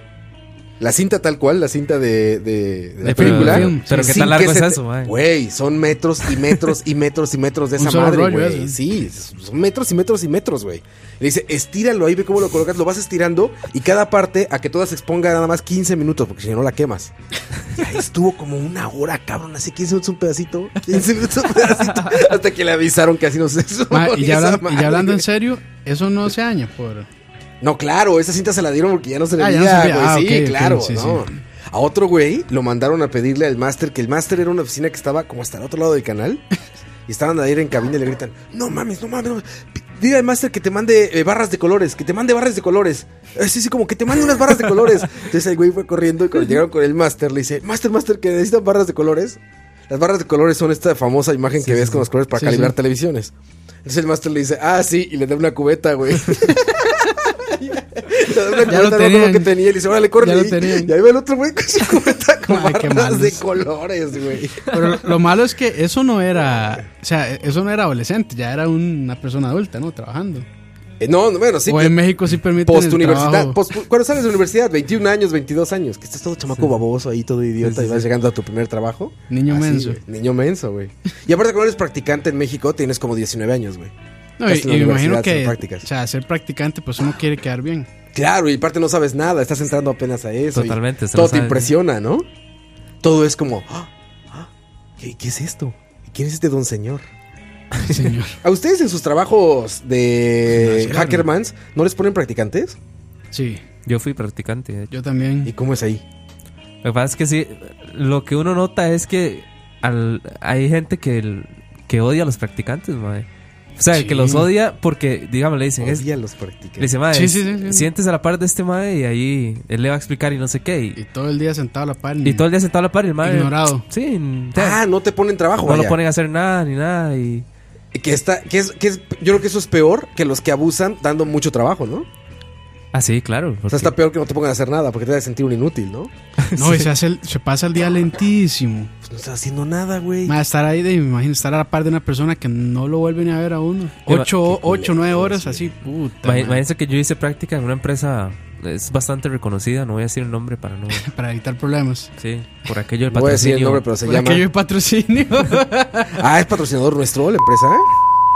S4: La cinta tal cual, la cinta de, de- de la
S3: De
S4: película.
S3: film. Pero ¿qué
S4: sin
S3: tan
S4: que
S3: largo
S4: se
S3: es
S4: te-
S3: eso, man?
S4: Güey, son metros y metros y metros y metros
S2: [LAUGHS]
S4: de
S2: Un
S4: esa
S2: solo
S4: madre,
S2: rollo
S4: güey.
S2: ese.
S4: Sí, son metros y metros y metros, güey. Le dice, estíralo ahí, ve cómo lo colocas, lo vas estirando y cada parte a que todas se exponga nada más 15 minutos, porque si no la quemas. Y ahí estuvo como una hora, cabrón, así 15 minutos un pedacito, 15 minutos un
S2: [LAUGHS]
S4: pedacito, hasta que le avisaron que así no se
S2: [LAUGHS] Ma, y, ya
S4: esa
S2: hablan- y
S4: madre.
S2: ya hablando en serio, eso no se daña por.
S4: No, claro, esa cinta se la dieron porque ya no se le
S2: Ah, ya
S4: veía,
S2: no se veía.
S4: güey.
S2: Ah,
S4: sí,
S2: ok, ok,
S4: claro,
S2: sí,
S4: ¿no? A otro güey lo mandaron a pedirle al máster, que el máster era una oficina que estaba como hasta el otro lado del canal. Y estaban ahí en cabina y le gritan, no mames, no mames, no mames. P- Dile al máster que te mande eh, barras de colores, que te mande barras de colores. Eh, sí, sí, como que te mande unas barras de colores. Entonces el güey fue corriendo y
S2: [LAUGHS]
S4: cuando llegaron con el máster le dice, máster, máster, que necesitan barras de colores. Las barras de colores son esta famosa imagen que ves con los colores para
S2: Sí,
S4: calibrar
S2: sí.
S4: televisiones. Entonces el máster le dice, ah, sí, y le da una cubeta, güey. [LAUGHS] Le da una
S2: Ya
S4: cubeta,
S2: lo
S4: no creo
S2: tenían.
S4: que tenía, y le dice, órale, corre.
S2: Ya lo
S4: Y-
S2: tenían.
S4: Y ahí va el otro güey con su
S2: [LAUGHS]
S4: cubeta con
S2: Ay, qué
S4: barras de
S2: malos.
S4: colores, güey.
S2: Pero lo- lo malo es que eso no era. O sea, eso no era adolescente, ya era una persona adulta, ¿no? Trabajando.
S4: Eh, no, no, bueno, sí.
S2: o
S4: pero-
S2: en México sí permiten. el
S4: Post-universidad.
S2: trabajo.
S4: Post, cuando sales de universidad, 21 años, 22 años, que estás todo chamaco baboso ahí, todo idiota,
S3: Sí, sí,
S4: y vas
S3: sí.
S4: llegando a tu primer trabajo.
S2: Niño menso.
S4: güey, niño menso, güey. Y aparte, cuando eres practicante en México, tienes como 19 años, güey.
S2: No, y,
S4: Estás en la
S2: y
S4: universidad
S2: me imagino
S4: haciendo
S2: que.
S4: prácticas.
S2: O sea, ser practicante, pues uno quiere
S4: [LAUGHS]
S2: quedar bien.
S4: Claro, y aparte no sabes nada, estás entrando apenas a eso. y
S3: Totalmente, se
S4: Todo
S3: lo
S4: te
S3: sabe.
S4: impresiona, ¿no? Todo es como, "Ah, ah, ¿qué, qué es esto? ¿Quién es este don señor?
S2: Señor.
S4: ¿A ustedes en sus trabajos
S3: Pues
S4: de
S2: No, sí,
S4: hackermans no les ponen practicantes?
S2: Sí,
S3: Yo fui practicante. de hecho.
S2: yo
S4: ¿Y
S2: también.
S4: cómo es ahí?
S3: Lo que pasa es que sí, lo que uno nota es que al- hay gente que, el- que odia a los practicantes, madre. O sea,
S2: Sí.
S3: que los odia porque, digamos, le dicen, es, le
S4: Odia a los practicantes.
S3: dice, madre,
S2: Sí, sí, sí, sí.
S3: siéntese a la par de este madre y ahí él le va a explicar y no sé qué.
S2: Y
S3: Y,
S2: todo el día sentado a la par.
S3: y todo el día sentado a la par y el madre.
S2: Ignorado.
S3: Sí, o sea,
S4: Ah, no te ponen trabajo,
S3: no lo
S4: vaya.
S3: ponen a hacer nada ni nada. Y,
S4: Que está, que es, que es, yo creo que eso es peor que los que abusan dando mucho trabajo, ¿no?
S3: Ah, sí, claro.
S4: O
S3: porque-
S4: sea, está peor que no te pongan a hacer nada porque te vas a sentir un inútil, ¿no?
S2: No,
S3: [LAUGHS]
S2: y se, hace el- se pasa el día lentísimo.
S4: Pues no estás haciendo nada, güey.
S2: Ma, estar ahí, de, me imagino, estar a la par de una persona que no lo vuelven a ver a uno.
S3: Pero-
S2: Ocho, ocho nueve horas así, puta.
S3: Imagi-
S2: ma,
S3: Imagínense que yo hice práctica en una empresa, es bastante reconocida, no voy a decir el nombre para no...
S2: Para evitar problemas.
S3: Sí, por aquello del
S4: No voy a decir el
S3: patrocinio.
S4: nombre, pero se
S2: Por
S4: llama.
S2: aquello de patrocinio.
S4: Ah, es patrocinador nuestro la empresa. ¿eh?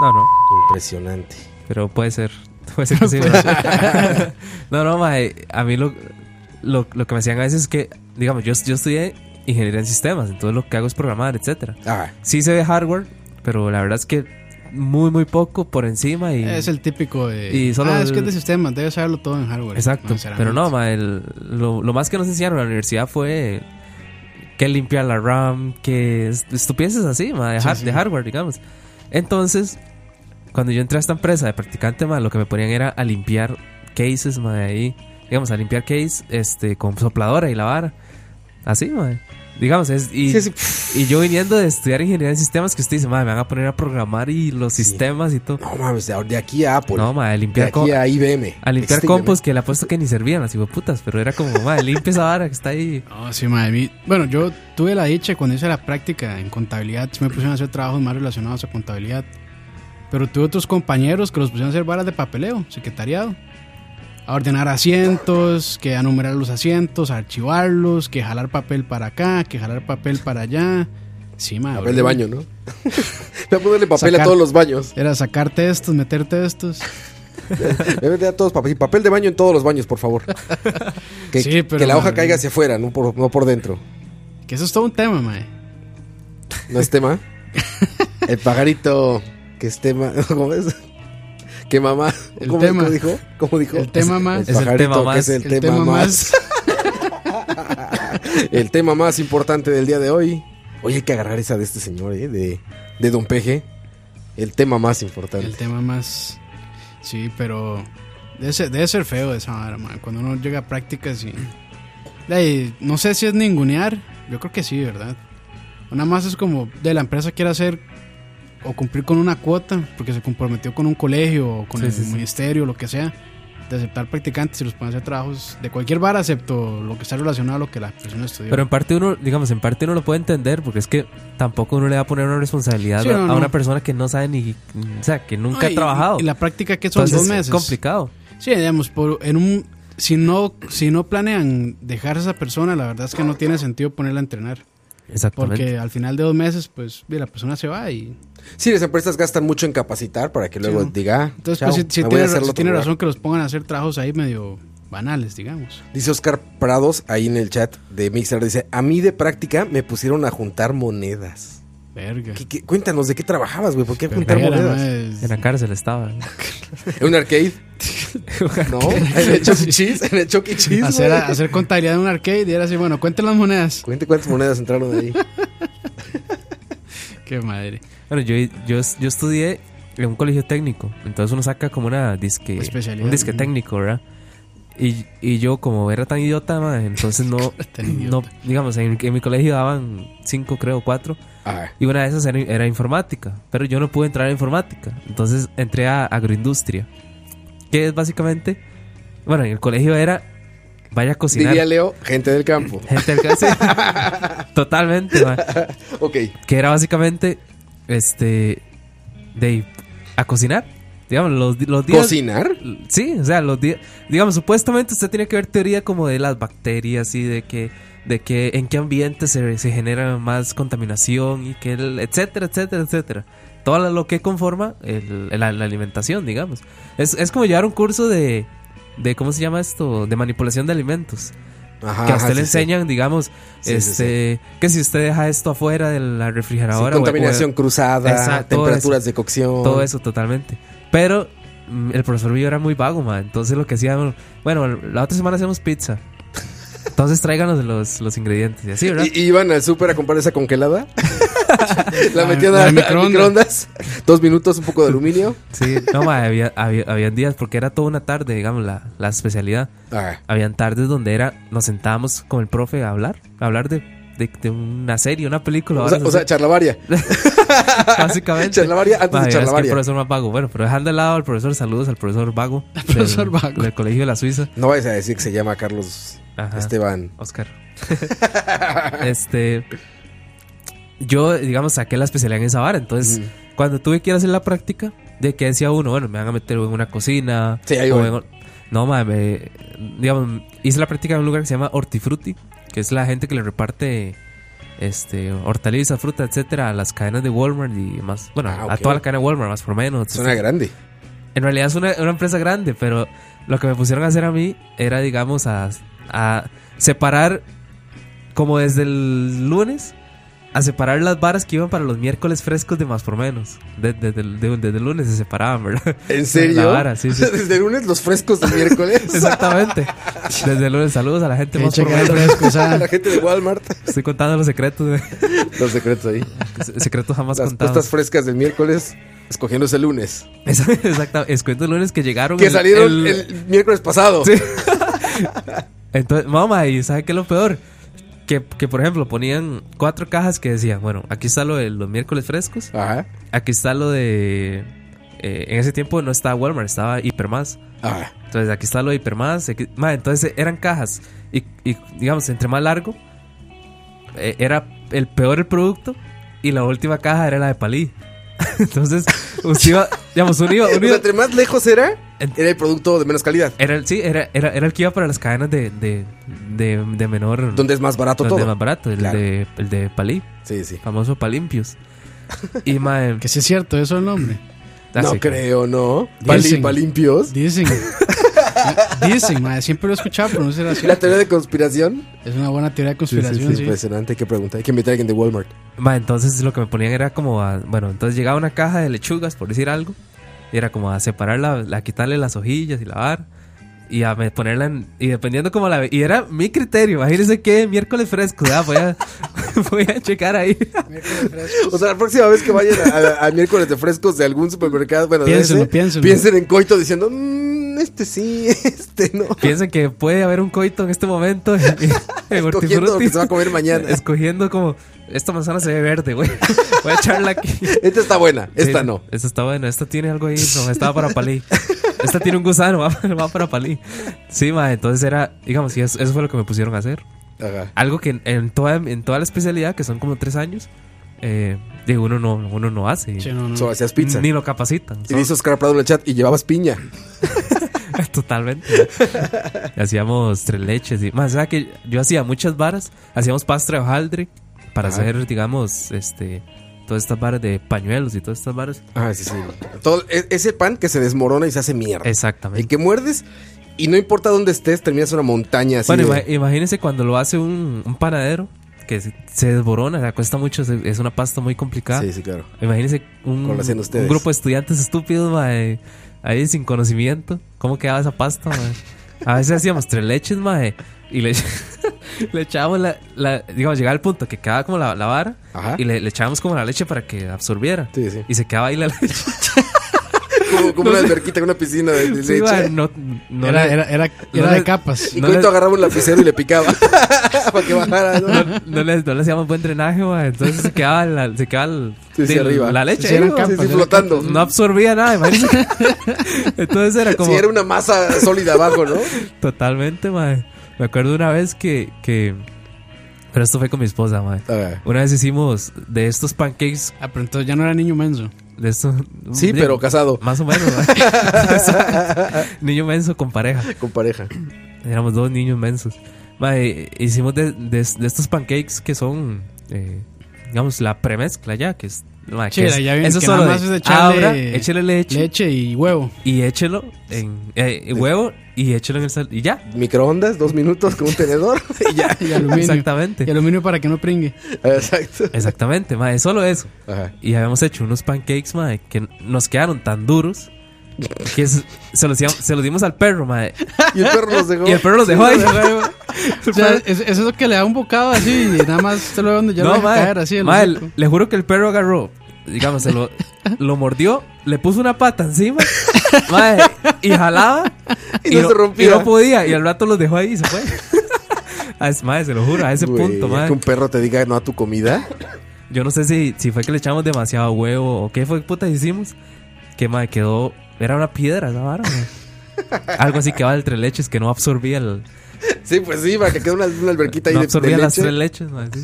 S3: No, no,
S4: Impresionante.
S3: pero puede ser. [LAUGHS] Puede ser que sí.
S4: [LAUGHS]
S3: ¿verdad? no, no, mae, a mí lo, lo, lo que me hacían a veces es que, digamos, yo, yo estudié ingeniería en sistemas, entonces lo que hago es programar, etcétera.
S4: Ah,
S3: Sí se ve hardware, pero la verdad es que muy, muy poco por encima y...
S2: [LAUGHS] es el típico de.
S3: Y solo
S2: ah, es que es
S3: el-
S2: de sistemas, debe saberlo todo en hardware.
S3: Exacto.
S2: sinceramente.
S3: pero no, ma, el- lo, lo más que nos enseñaron en la universidad fue que limpiar la RAM, que est- estupideces así, ma, de,
S2: Sí,
S3: har-
S2: sí.
S3: de hardware, digamos. Entonces, cuando yo entré a esta empresa de practicante, ma, lo que me ponían era a limpiar cases, ma, de ahí. Digamos, a limpiar case este, con sopladora y la vara. Así, ma. Digamos, es, y,
S4: Sí, sí.
S3: y yo viniendo de estudiar ingeniería en sistemas, que usted dice, ma, me van a poner a programar y los sistemas y todo.
S4: No mames, de de aquí a Apple.
S3: No, ma, de
S4: de
S3: limpiar co-
S4: aquí a IBM.
S3: a
S2: Este,
S3: limpiar
S4: Extíngame.
S3: compos que le apuesto que ni servían las putas, pero era como, madre, limpia esa vara que está ahí.
S2: No, sí, madre mí- Bueno, yo tuve la dicha cuando hice la práctica en contabilidad, sí me pusieron a hacer trabajos más relacionados a contabilidad. Pero tuve otros compañeros que los pusieron a hacer varas de papeleo, secretariado. A ordenar asientos, que a numerar los asientos, a archivarlos, que jalar papel para acá, que jalar papel para allá. Sí, madre.
S4: Papel de baño, ¿no? [LAUGHS] Voy a ponerle papel a
S2: Sacar-
S4: todos los
S3: [LAUGHS]
S4: baños.
S2: Era sacarte estos, meterte estos.
S4: Voy a meter a todos papel. Papel de baño en todos los baños, por
S3: [LAUGHS]
S4: favor. Que,
S2: Sí, pero
S4: que la hoja
S2: madre.
S4: caiga hacia afuera, no por, no por dentro.
S2: Que eso es todo un tema, madre.
S4: No es
S3: [LAUGHS]
S4: tema. El pajarito que es tema. [LAUGHS] ¿Cómo es? Que mamá.
S2: El
S4: ¿Cómo,
S2: tema.
S4: cómo dijo? ¿Cómo dijo?
S2: El tema más.
S4: El
S3: Es el
S4: pajarito
S3: tema más.
S4: que es el, tema, más. El tema más importante del día de hoy. Oye, hay que agarrar esa de este señor, ¿eh? De, de Don Peje. El tema más importante.
S2: El tema más. Sí, pero. Debe ser, debe ser feo esa vara, man. Cuando uno llega a prácticas y. Ey, no sé si es ningunear. Yo creo que sí, ¿verdad? Nada más es como de la empresa quiere hacer o cumplir con una cuota porque se comprometió con un colegio o con
S3: Sí,
S2: el
S3: sí, sí.
S2: ministerio o lo que sea de aceptar practicantes y los pueden hacer trabajos de cualquier vara excepto lo que está relacionado a lo que la persona estudió.
S3: Pero en parte uno, digamos, en parte uno lo puede entender, porque es que tampoco uno le va a poner una responsabilidad
S2: Sí,
S3: a,
S2: no,
S3: a
S2: no.
S3: una persona que no sabe ni, o sea, que nunca
S2: Ay,
S3: ha trabajado.
S2: Y la práctica que son
S3: Entonces,
S2: dos meses.
S3: Es complicado.
S2: Sí, digamos, por, en un, si, no, si no planean dejar a esa persona, la verdad es que no tiene sentido ponerla a entrenar.
S3: Exactamente.
S2: Porque al final de dos meses, pues, mira, la persona se va y...
S4: Sí, las empresas gastan mucho en capacitar para que luego
S2: ¿no?
S4: diga. ah,
S2: Entonces,
S4: chao,
S2: pues, sí, sí
S4: me voy a
S2: tiene,
S4: hacerlo
S2: sí
S4: otro
S2: tiene
S4: lugar.
S2: razón que los pongan a hacer trabajos ahí medio banales, digamos.
S4: Dice Oscar Prados ahí en el chat de Mixer. Dice: A mí de práctica me pusieron a juntar monedas.
S2: Verga.
S4: ¿Qué- qué- cuéntanos, ¿de qué trabajabas, güey? ¿Por qué juntar
S2: Verga,
S4: monedas?
S2: madre.
S3: En la cárcel estaba.
S4: ¿En un
S2: [LAUGHS]
S4: arcade? no, en el Chucky Cheese, en el Chucky Cheese.
S2: Hacer,
S4: güey.
S2: hacer contabilidad en un arcade y era así, bueno, cuenten las monedas.
S4: Cuente cuántas monedas entraron
S2: [LAUGHS]
S4: ahí.
S2: Qué madre.
S3: bueno, yo, yo, yo estudié en un colegio técnico, entonces uno saca como una disque,
S2: Especialidad.
S3: un disque técnico, ¿verdad? Y, y yo como era tan idiota, ma,
S2: [LAUGHS]
S3: entonces no,
S2: Tan idiota.
S3: no digamos, en, en mi colegio daban cinco, creo, cuatro,
S4: Ah,
S3: Y una de esas era, era informática, pero yo no pude entrar a informática. Entonces entré a agroindustria, que es básicamente, bueno, en el colegio era, vaya a cocinar.
S4: diría Leo, gente del campo.
S3: Gente del [LAUGHS] sí. Totalmente, ma.
S4: Ok.
S3: que era básicamente, este, de a cocinar. Digamos, los, di- los días...
S4: ¿Cocinar?
S3: Sí, o sea, los días... Digamos, supuestamente usted tiene que ver teoría como de las bacterias y de que... De que en qué ambiente se, se genera más contaminación y que... el- etcétera, etcétera, etcétera. Todo lo- lo que conforma el- la, la alimentación, digamos. Es, es como llevar un curso de... De, ¿Cómo se llama esto? De manipulación de alimentos.
S4: Ajá,
S3: que a
S4: ajá,
S3: usted
S4: sí,
S3: le
S4: sí.
S3: enseñan, digamos,
S4: Sí, sí,
S3: este, que si usted deja esto afuera de la
S4: Sí,
S3: refrigeradora, o-
S4: contaminación
S3: o-
S4: cruzada,
S3: pues, Exacto,
S4: temperaturas
S3: eso.
S4: de cocción.
S3: todo eso totalmente. Pero mm, el profesor Villo era muy vago, man. Entonces lo que hacíamos, bueno, la otra semana hacemos pizza. Entonces tráiganos los, los ingredientes y así, ¿verdad?
S4: ¿Y, y iban al súper a comprar esa
S3: [LAUGHS]
S4: congelada. la metían al-
S2: La- la
S4: al
S2: microondas.
S4: microondas. Dos minutos, un poco de
S3: [LAUGHS]
S4: aluminio.
S3: Sí, no, man, había, había, habían días, porque era toda una tarde, digamos, la, la especialidad.
S4: Ah,
S3: Habían tardes donde era, nos sentábamos con el profe a hablar, a hablar de, de, de una serie, una
S4: O
S3: película.
S4: sea,
S3: varas
S4: o sea,
S3: así.
S4: charlavaria.
S3: [LAUGHS] Básicamente.
S4: Charlavaria antes de
S3: Madre, es que el
S4: charlavaria.
S3: profesor más vago. Bueno, pero dejando de lado al profesor, saludos al
S4: [LAUGHS]
S3: profesor vago. Al
S2: profesor vago.
S3: Del Colegio de la Suiza.
S4: No vayas a decir que se llama Carlos
S3: Ajá.
S4: Esteban. [LAUGHS]
S3: Oscar. este. Yo, digamos, saqué la especialidad en esa vara. Entonces,
S4: Mm.
S3: cuando tuve que ir a hacer la práctica, de que decía uno, bueno, me van a meter en una cocina.
S4: Sí, ahí
S3: o
S4: voy.
S3: en o- No, mames. Digamos, hice la práctica en un lugar que se llama Hortifruti, que es la gente que le reparte. Este, hortalizas, fruta, etcétera, a las cadenas de Walmart y más. Bueno,
S4: Ah,
S3: a
S4: ok.
S3: toda la cadena de Walmart, más por menos.
S4: Suena grande.
S3: En realidad es una, una empresa grande, pero lo que me pusieron a hacer a mí era, digamos, a, a separar, como desde el lunes, a separar las varas que iban para los miércoles frescos de más por menos. De- de- de- de- Desde el lunes se separaban, ¿verdad?
S4: ¿En serio?
S3: [LAUGHS] La vara, sí, sí.
S4: [LAUGHS] Desde el lunes los frescos de
S3: [LAUGHS]
S4: miércoles.
S3: Exactamente. Desde el lunes, saludos a la gente
S2: Que
S3: más por
S2: chequen el
S3: menos.
S2: fresco, o
S4: [LAUGHS]
S2: sea,
S4: la gente de Walmart.
S3: Estoy contando los secretos, [LAUGHS] de-
S4: Los secretos ahí.
S3: secretos jamás
S4: Las
S3: contados.
S4: puestas frescas del miércoles, escogiéndose el lunes.
S3: [LAUGHS] Exactamente. Escuento el lunes que llegaron.
S4: Que
S3: el-
S4: salieron el, miércoles pasado.
S3: Sí. Entonces, mamá, y ¿sabes qué es lo peor? Que, que, por ejemplo, ponían cuatro cajas que decían, bueno, aquí está lo de los miércoles frescos,
S4: Ajá.
S3: aquí está lo de... eh, en ese tiempo no estaba Walmart, estaba Hipermás.
S4: Ajá.
S3: Entonces, aquí está lo de Hipermás. aquí- ma, entonces, eran cajas. Y, y, digamos, entre más largo, eh, era el peor el producto y la última caja era la de Palí. [LAUGHS] entonces, usted iba, digamos, uno
S4: [LAUGHS]
S3: iba-
S4: O
S3: uno
S4: sea,
S3: iba-
S4: entre más lejos era, era el producto de menos calidad.
S3: era el, sí, era, era, era el que iba para las cadenas de, de, de, de menor.
S4: Donde es más barato
S3: donde
S4: todo.
S3: más barato, el,
S4: Claro.
S3: de, el de Palí,
S4: Sí, sí.
S3: famoso Palimpios.
S4: [LAUGHS]
S3: Y mae,
S2: que sí es cierto, eso es el nombre.
S3: ah,
S4: no
S3: sí,
S4: creo, ¿no?
S2: Dicen.
S4: Para limpios. [LAUGHS]
S2: Dicen. Dicen, madre, siempre lo he escuchado, pero no será
S4: La
S2: cierto.
S4: teoría de conspiración.
S2: Es una buena teoría de conspiración, sí.
S4: Impresionante, hay que preguntar. Hay que invitar a alguien de Walmart.
S3: mae, entonces lo que me ponían era como a- bueno, entonces llegaba una caja de lechugas, por decir algo, y era como a separarla, a quitarle las hojillas y lavar. Y a me- ponerla en, Y dependiendo como la... ve- Y era mi criterio. Imagínense que miércoles fresco. ¿verdad? Voy a, [LAUGHS] voy a checar ahí. [LAUGHS]
S4: O sea, la próxima vez que vayan a, a- a miércoles de frescos de algún supermercado, bueno, de
S2: Piénsenlo,
S4: ese,
S2: piénsenlo.
S4: piensen en coito diciendo, "Mm, este sí, [LAUGHS] este no.
S3: Piensen que puede haber un coito en este momento. [LAUGHS] en- en
S4: [LAUGHS] Escogiendo lo
S3: Hortifruti.
S4: que se va a comer mañana.
S3: Escogiendo como, esta manzana se ve verde, güey. [LAUGHS] Voy a echarla aquí.
S4: Esta está buena, esta
S3: Sí,
S4: no.
S3: Esta está buena, esta tiene algo ahí, no, estaba para palí. Esta tiene un gusano, [LAUGHS] va, va para palí. Sí, ma, entonces era, digamos, y eso, eso fue lo que me pusieron a hacer.
S4: Ajá.
S3: Algo que en, en toda, en toda la especialidad, que son como tres años, eh, digo, uno no, uno no hace.
S2: Sí, no, no.
S4: So, hacías pizza.
S3: Ni lo capacitan.
S4: Y dice Oscar Prado en el chat, y llevabas piña.
S3: [LAUGHS] Totalmente. hacíamos tres leches. Y, más, o sea que yo hacía muchas varas. Hacíamos pastra de hojaldre para
S4: Ajá.
S3: hacer, digamos, este todas estas varas de pañuelos y todas estas varas.
S4: Ah, sí, sí. Todo, e- ese pan que se desmorona y se hace mierda. El
S3: Exactamente.
S4: que muerdes y no importa dónde estés, terminas una montaña así.
S3: bueno,
S4: de-
S3: ima- imagínense cuando lo hace un, un panadero que se, se desborona, le cuesta mucho, se- es una pasta muy complicada.
S4: Sí, sí,
S3: [LAUGHS]
S4: claro.
S3: Imagínense un,
S4: ¿Cómo lo hacían ustedes?
S3: un grupo de estudiantes estúpidos, mae, ahí sin conocimiento. ¿Cómo quedaba esa pasta, mae? A veces hacíamos tres leches, mae, y le, [LAUGHS] le echábamos la, la- Digamos, llegaba el punto que quedaba como la, la vara
S4: Ajá.
S3: y le, le echábamos como la leche para que absorbiera.
S4: Sí, sí.
S3: Y se quedaba ahí la [LAUGHS] leche.
S4: Como, como una alberquita, una piscina de, de
S3: Sí,
S4: leche.
S3: mae, no, no
S2: era,
S3: le-
S2: era, era,
S3: no
S2: era de
S3: le-
S2: capas.
S4: Y
S3: no
S4: Coito
S3: le-
S4: agarraba un lapicero y le
S3: [LAUGHS]
S4: picaba. para que bajara. ¿no?
S3: no le, no le hacíamos buen drenaje, mae, entonces se quedaba la, se quedaba el-
S4: Sí, sí,
S3: de-
S4: arriba.
S3: la leche.
S2: Sí,
S3: ahí,
S2: eran
S3: mae.
S4: Sí,
S2: capas.
S4: sí, flotando.
S3: no absorbía
S4: [LAUGHS]
S3: nada, imagínense. Entonces era como...
S4: Sí, era una masa sólida abajo,
S3: [LAUGHS]
S4: ¿no?
S3: Totalmente, mae. Me acuerdo una vez que, que. Pero esto fue con mi esposa, mae.
S4: A ver.
S3: Una vez hicimos de estos pancakes.
S2: Ah, pero entonces ya no era niño menso.
S3: De estos,
S4: Sí, pero casado.
S3: Más
S4: [LAUGHS]
S3: o menos, mae. [LAUGHS] Niño menso con pareja.
S4: Con pareja.
S3: Éramos dos niños mensos. Mae, hicimos de, de- de estos pancakes que son. eh, digamos, la premezcla ya, que es. mae,
S2: Sí,
S3: que es-
S2: ya bien,
S3: eso
S2: que
S3: solo
S2: nada más
S3: de,
S2: es echarle-
S3: abra, échele leche,
S2: Leche y huevo.
S3: y échelo en eh, huevo y échelo en el sal. Y ya.
S4: Microondas, dos minutos con un
S3: [LAUGHS]
S4: tenedor y ya.
S2: Y aluminio.
S3: Exactamente.
S2: Y aluminio para que no pringue.
S4: [LAUGHS] Exacto.
S3: Eh. Exactamente, mae, solo eso.
S4: Ajá.
S3: Y habíamos hecho unos pancakes, mae, que nos quedaron tan duros que es- se, los, íbamos- se los dimos al perro, mae.
S4: Y el perro los dejó.
S3: Y el perro los dejó ahí.
S2: O sea, es- eso es lo que le da un bocado así y nada más usted lo ve donde ya lo
S3: no,
S2: deja
S3: mae,
S2: caer así. el
S3: mae,
S2: hocico.
S3: le juro que el perro agarró,
S4: [LAUGHS]
S3: digamos, se lo, lo mordió, le puso una pata encima, mae, y jalaba.
S4: [LAUGHS] Y no se rompía. [LAUGHS]
S3: Y no podía, y al rato los dejó ahí y se fue. A ese, Ah, mae, se lo juro, a ese
S4: Güey,
S3: punto,
S4: ya
S3: mae.
S4: Que un perro te diga no a tu comida.
S3: Yo no sé si, si fue que le echamos demasiado huevo o qué fue que puta hicimos. Que madre quedó. Era una piedra esa vara,
S4: [LAUGHS]
S3: mae. Algo así que va de tres leches que no absorbía el,
S4: [LAUGHS] Sí, pues sí, para que quede una, una alberquita ahí
S3: no
S4: de- de,
S3: absorbía las
S4: leche.
S3: tres leches, mae,
S4: [LAUGHS]
S3: sí.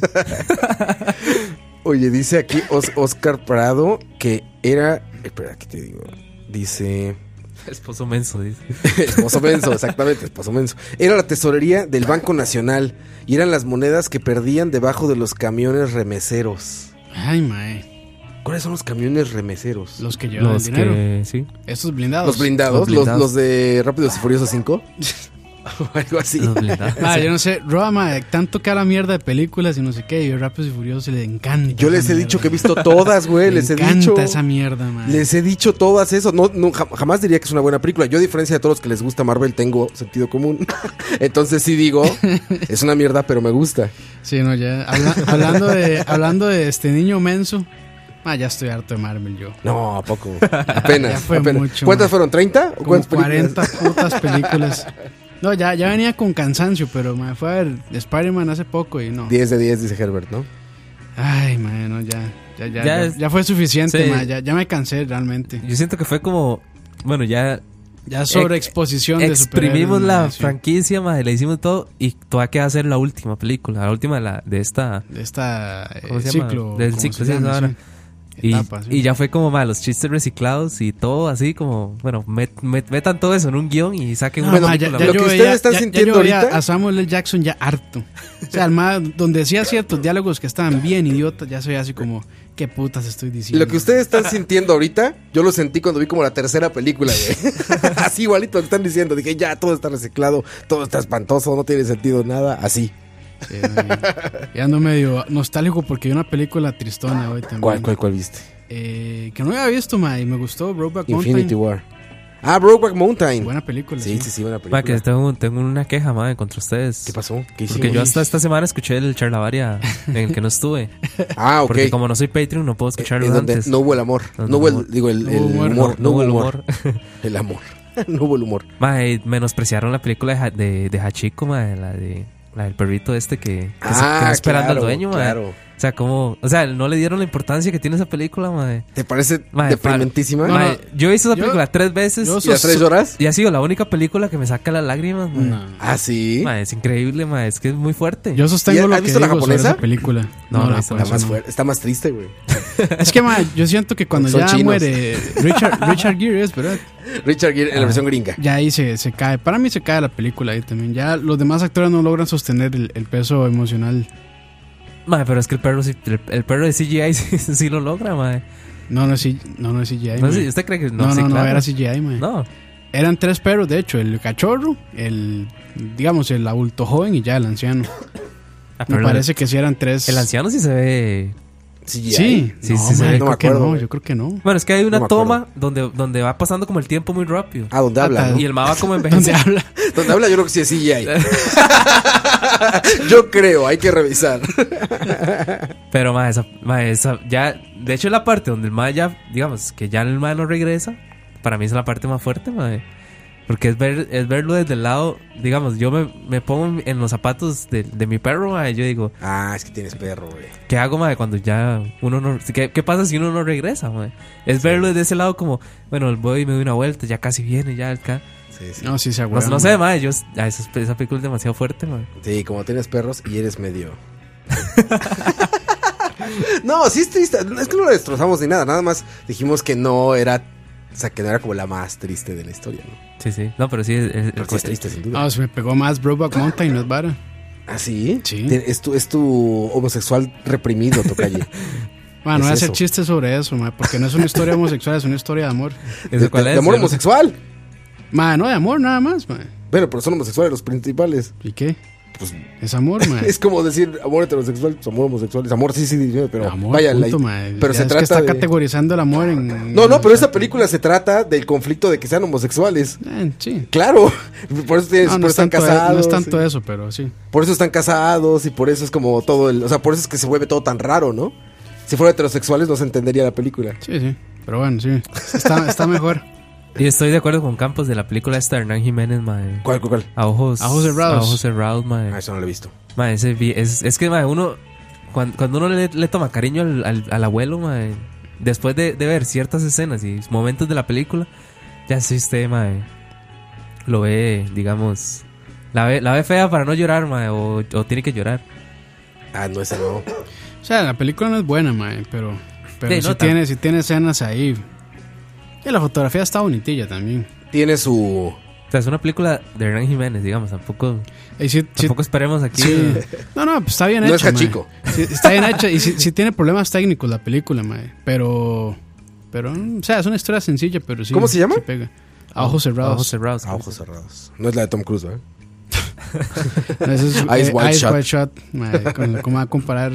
S4: Oye, dice aquí Os- Oscar Prado que era. Espera, ¿qué te digo? Dice. [LAUGHS]
S3: Esposo menso, dice.
S4: Esposo Menso, exactamente, esposo Menso. Era la tesorería del Banco Nacional y eran las monedas que perdían debajo de los camiones remeseros.
S2: Ay, mae.
S4: ¿Cuáles son los camiones remeseros?
S2: Los que llevan
S3: Los
S2: el dinero.
S3: que. Sí.
S2: Estos blindados.
S4: Los blindados, los,
S3: Los blindados.
S4: los de Rápidos y Furiosos [LAUGHS] 5. o algo así.
S3: Los blindados.
S2: Mae, yo no sé. Roa, mae, tanto que a la mierda de películas y no sé qué. Y Rápidos y Furiosos le encanta.
S4: Yo les
S2: esa
S4: he
S2: mierda.
S4: dicho que he visto todas, güey.
S2: Le
S4: Les he
S2: encanta
S4: dicho.
S2: esa mierda, mae.
S4: Les he dicho todas eso. No, no, jam- jamás diría que es una buena película. Yo, a diferencia de todos los que les gusta Marvel, tengo sentido común. [LAUGHS] Entonces sí
S2: [LAUGHS]
S4: digo, es una mierda, pero me gusta.
S2: Sí, no, ya. habla- hablando, de, hablando de este niño menso. Ah, ya estoy harto de Marvel yo.
S4: No, ¿a poco. Apenas.
S2: [LAUGHS] Ya fue
S4: apenas.
S2: mucho,
S4: ¿Cuántas
S2: man.
S4: fueron? ¿30? ¿O
S2: Como
S4: cuántas películas?
S2: 40 putas películas. No, ya, ya venía con cansancio, pero me fue a ver Spider-Man hace poco y no.
S4: 10 de 10, dice Herbert, ¿no?
S2: Ay, mae, no, ya. Ya, ya,
S3: Ya
S2: ya,
S3: es-
S2: ya fue suficiente,
S3: Sí.
S2: mae, ya, ya me cansé realmente.
S3: Yo siento que fue como. Bueno, ya
S2: Ya sobre exposición de
S3: exprimimos
S2: superhéroes,
S3: la
S2: mae, sí.
S3: franquicia, madre, le hicimos todo y todavía queda hacer la última película, la última de, la- de esta
S2: de esta eh,
S3: ¿Cómo se llama?
S2: ciclo
S3: Del
S2: como se
S3: ciclo, sí,
S2: llama,
S3: ahora.
S2: sí.
S3: y,
S2: Etapa, sí.
S3: y ya fue como más los chistes reciclados y todo así como, bueno, met- met- metan todo eso en un guión y saquen
S2: No,
S3: una
S4: Bueno,
S2: ma,
S3: película.
S2: ya- ya
S4: lo
S2: yo
S4: que ustedes
S2: veía-
S4: están
S2: ya- ya
S4: sintiendo
S2: yo veía
S4: ahorita-
S2: a Samuel L. Jackson ya harto o sea el ma- donde decía ciertos diálogos que estaban bien idiotas ya soy así como qué putas estoy diciendo
S4: Lo que ustedes
S2: [LAUGHS]
S4: están sintiendo ahorita, yo lo sentí cuando vi como la tercera película, güey.
S2: [LAUGHS]
S4: así igualito lo que están diciendo. Dije, ya, todo está reciclado, todo está espantoso, no tiene sentido nada. Así.
S2: Sí, no, Este, y ando medio nostálgico porque vi una película tristona hoy también
S4: ¿Cuál, cuál, cuál viste?
S2: Eh, que no había visto ma, y me gustó Brokeback
S4: Infinity
S2: Mountain
S4: War. Ah, Brokeback Mountain.
S2: buena película
S4: sí, sí, sí, buena película.
S3: Ma, que tengo, tengo una queja, madre, contra ustedes.
S4: ¿Qué pasó? ¿Qué
S3: Porque
S4: hicimos?
S3: yo hasta esta semana escuché el charlavaria en el que no estuve.
S4: [LAUGHS] Ah, [LAUGHS] ok.
S3: Porque como no soy Patreon, no puedo
S4: Es
S3: escucharlo
S4: donde
S3: antes.
S4: no hubo el amor.
S3: No,
S4: No hubo
S3: no
S4: el, digo, el,
S2: No
S4: el
S2: hubo humor.
S4: humor.
S3: no hubo el humor.
S4: El amor. [LAUGHS] no hubo el humor.
S3: Mae, menospreciaron la película de, Ha- de, de Hachiko, mae, la de la del perrito este que, que se- que
S4: Ah,
S3: va esperando
S4: claro,
S3: al dueño, mae.
S4: claro.
S3: O sea, como, o sea, no le dieron la importancia que tiene esa película, mae.
S4: ¿Te parece
S3: Mae,
S4: deprimentísima?
S3: pa- mae, yo he visto esa
S2: yo-
S3: película tres veces
S2: yo
S4: ¿Y las tres horas?
S3: y ha sido la única película que me saca las lágrimas, mae.
S2: No.
S4: Ah, sí.
S3: Mae, es increíble, mae, es que es muy fuerte.
S2: yo
S4: ¿Y
S2: sostengo
S4: has
S2: lo que
S4: visto la
S2: digo sobre
S4: japonesa?
S2: esa película
S3: No, no he
S2: la
S3: visto la
S4: Está
S2: japonesa
S4: más,
S2: no.
S4: fuerte, está más triste, [LAUGHS] güey.
S2: Es que, ma, yo siento que cuando
S4: Son
S2: ya
S4: chinos.
S2: muere Richard, Richard Gere, es verdad,
S4: Richard Gere en
S3: Ah.
S4: la versión gringa.
S2: ya ahí se, se cae. Para mí se cae la película ahí también. Ya los demás actores no logran sostener el, el peso emocional.
S3: Mae, pero es que el perro, sí- el, el perro de CGI [LAUGHS] sí, sí lo logra, mae.
S2: No, no es, C- no, no es CGI.
S3: No
S2: man.
S3: sé, ¿Usted cree que
S2: no,
S3: no?
S2: no,
S3: sí,
S2: no,
S3: claro.
S2: era CGI, man.
S3: No, ah,
S2: Eran tres perros, de hecho. El cachorro, el, digamos, el adulto joven y ya el anciano.
S3: Ah, [LAUGHS] pero
S2: Me
S3: el-
S2: parece que sí eran tres.
S3: el anciano sí se ve
S4: Sí,
S2: Sí,
S3: Sí,
S2: no,
S3: sí, sí,
S4: no
S2: man, yo
S4: me
S2: creo que
S4: acuerdo,
S2: no,
S4: güey.
S2: yo creo que
S3: [LAUGHS]
S2: no.
S3: Bueno, es que hay una
S4: No me
S3: toma donde, donde va pasando como el tiempo muy rápido.
S4: Ah, donde habla, ¿no?
S3: Y el mapa
S4: [LAUGHS]
S3: como
S2: ¿Dónde
S3: envejece.
S2: habla?
S4: Donde habla yo creo que sí es
S3: [LAUGHS]
S4: CGI. [LAUGHS] yo creo, hay que revisar. [LAUGHS]
S3: Pero ma, esa, ma, esa, ya, de hecho la parte donde el ma ya, digamos, que ya el ma no regresa, para mí es la parte más fuerte, ma. Porque es ver, es verlo desde el lado, digamos, yo me, me pongo en los zapatos de, de mi perro, ma, y yo digo,
S4: Ah, es que tienes perro, güey.
S3: ¿qué hago, ma, cuando ya uno no, qué, qué pasa si uno no regresa, ma? Es verlo desde ese lado como, bueno, voy y me doy una vuelta, ya casi viene, ya acá.
S4: Sí, sí.
S2: No, sí se
S3: Pues No,
S2: acuerda.
S3: no sé, ma, yo, ah, esa, esa película es demasiado fuerte, ma.
S4: Sí, como tienes perros y eres medio. [LAUGHS] no, sí es triste. Es que no la destrozamos ni nada. Nada más dijimos que no era. O sea, que no era como la más triste de la historia, ¿no?
S3: Sí, sí. No, pero sí, es, es-
S4: Pero sí Ah, es triste, sin duda.
S2: No, se me pegó más Brokeback
S3: [LAUGHS]
S2: Mountain, no es vara.
S4: ¿Ah, sí?
S2: Sí.
S4: Te- Es tu, es tu homosexual reprimido, [LAUGHS] Tocalle.
S2: Bueno, no voy a
S4: Es
S2: hacer
S4: eso.
S2: chistes sobre eso, ma, porque no es una historia homosexual, es una historia de amor.
S3: ¿Eso
S4: De-
S3: cuál
S4: de-
S3: es?
S4: de amor
S3: Yo no sé.
S4: homosexual.
S2: Ma, no de amor, nada más, ma.
S4: Bueno, pero son homosexuales los principales.
S2: ¿Y qué?
S4: Pues
S2: Es amor, ma.
S4: [LAUGHS] es como decir amor heterosexual, pues amor homosexual. es amor, sí, sí, sí, pero
S2: amor,
S4: vaya, la-
S2: punto, ma.
S4: pero
S2: Ya
S4: se
S2: es
S4: trata
S2: que está
S4: de-
S2: categorizando el amor en...
S4: No, no, pero esa película se trata del conflicto de que sean homosexuales.
S2: Eh, sí.
S4: Claro, [LAUGHS] por eso, tienes-
S2: No, no
S4: por
S2: es
S4: eso están
S2: tanto,
S4: casados.
S2: no es tanto
S4: sí.
S2: eso, pero sí.
S4: Por eso están casados y por eso es como todo el. O sea, por eso es que se vuelve todo tan raro, ¿no? Si fueran heterosexuales no se entendería la película.
S2: Sí, sí. Pero bueno, sí. Está, está mejor.
S3: Y estoy de acuerdo con Campos de la película esta de Hernán Jiménez, madre.
S4: ¿Cuál, cuál, cuál?
S3: A ojos,
S2: A ojos cerrados.
S3: A ojos cerrados, madre.
S4: Ah, eso no lo he visto.
S3: Mae, ese vi- es, es que mae, uno cuan- cuando, uno le, le toma cariño al, al- al abuelo, mae, después de, de ver ciertas escenas y momentos de la película, ya sí usted mae, lo ve, digamos, la ve, la ve fea para no llorar, mae, o, o tiene que llorar.
S4: Ah, no, esa no.
S2: O sea, la película no es buena, mae, pero, pero
S3: Sí,
S2: sí,
S3: no tan-
S2: tiene, sí tiene escenas ahí. Y la fotografía está bonitilla también.
S4: Tiene su.
S3: O sea, es una película de Hernán Jiménez, digamos, tampoco,
S2: Y sí- sí-
S3: tampoco esperemos aquí.
S2: sí. No, no, pues está bien
S4: No
S2: hecho.
S4: es
S2: mae.
S4: cachico.
S2: Sí, está bien hecho y sí, sí tiene problemas técnicos la película, mae. Pero, pero, mm, o sea, es una historia sencilla, pero sí.
S4: ¿Cómo se llama?
S2: sí pega. A ojos cerrados.
S3: A ojos cerrados.
S4: A ojos cerrados. No es la de Tom Cruise, ¿verdad?
S2: No, ese es,
S4: [LAUGHS] Eyes
S2: eh,
S4: Wide
S2: Eyes
S4: Shut.
S2: Wide Shut, mae, con- ¿Cómo va a comparar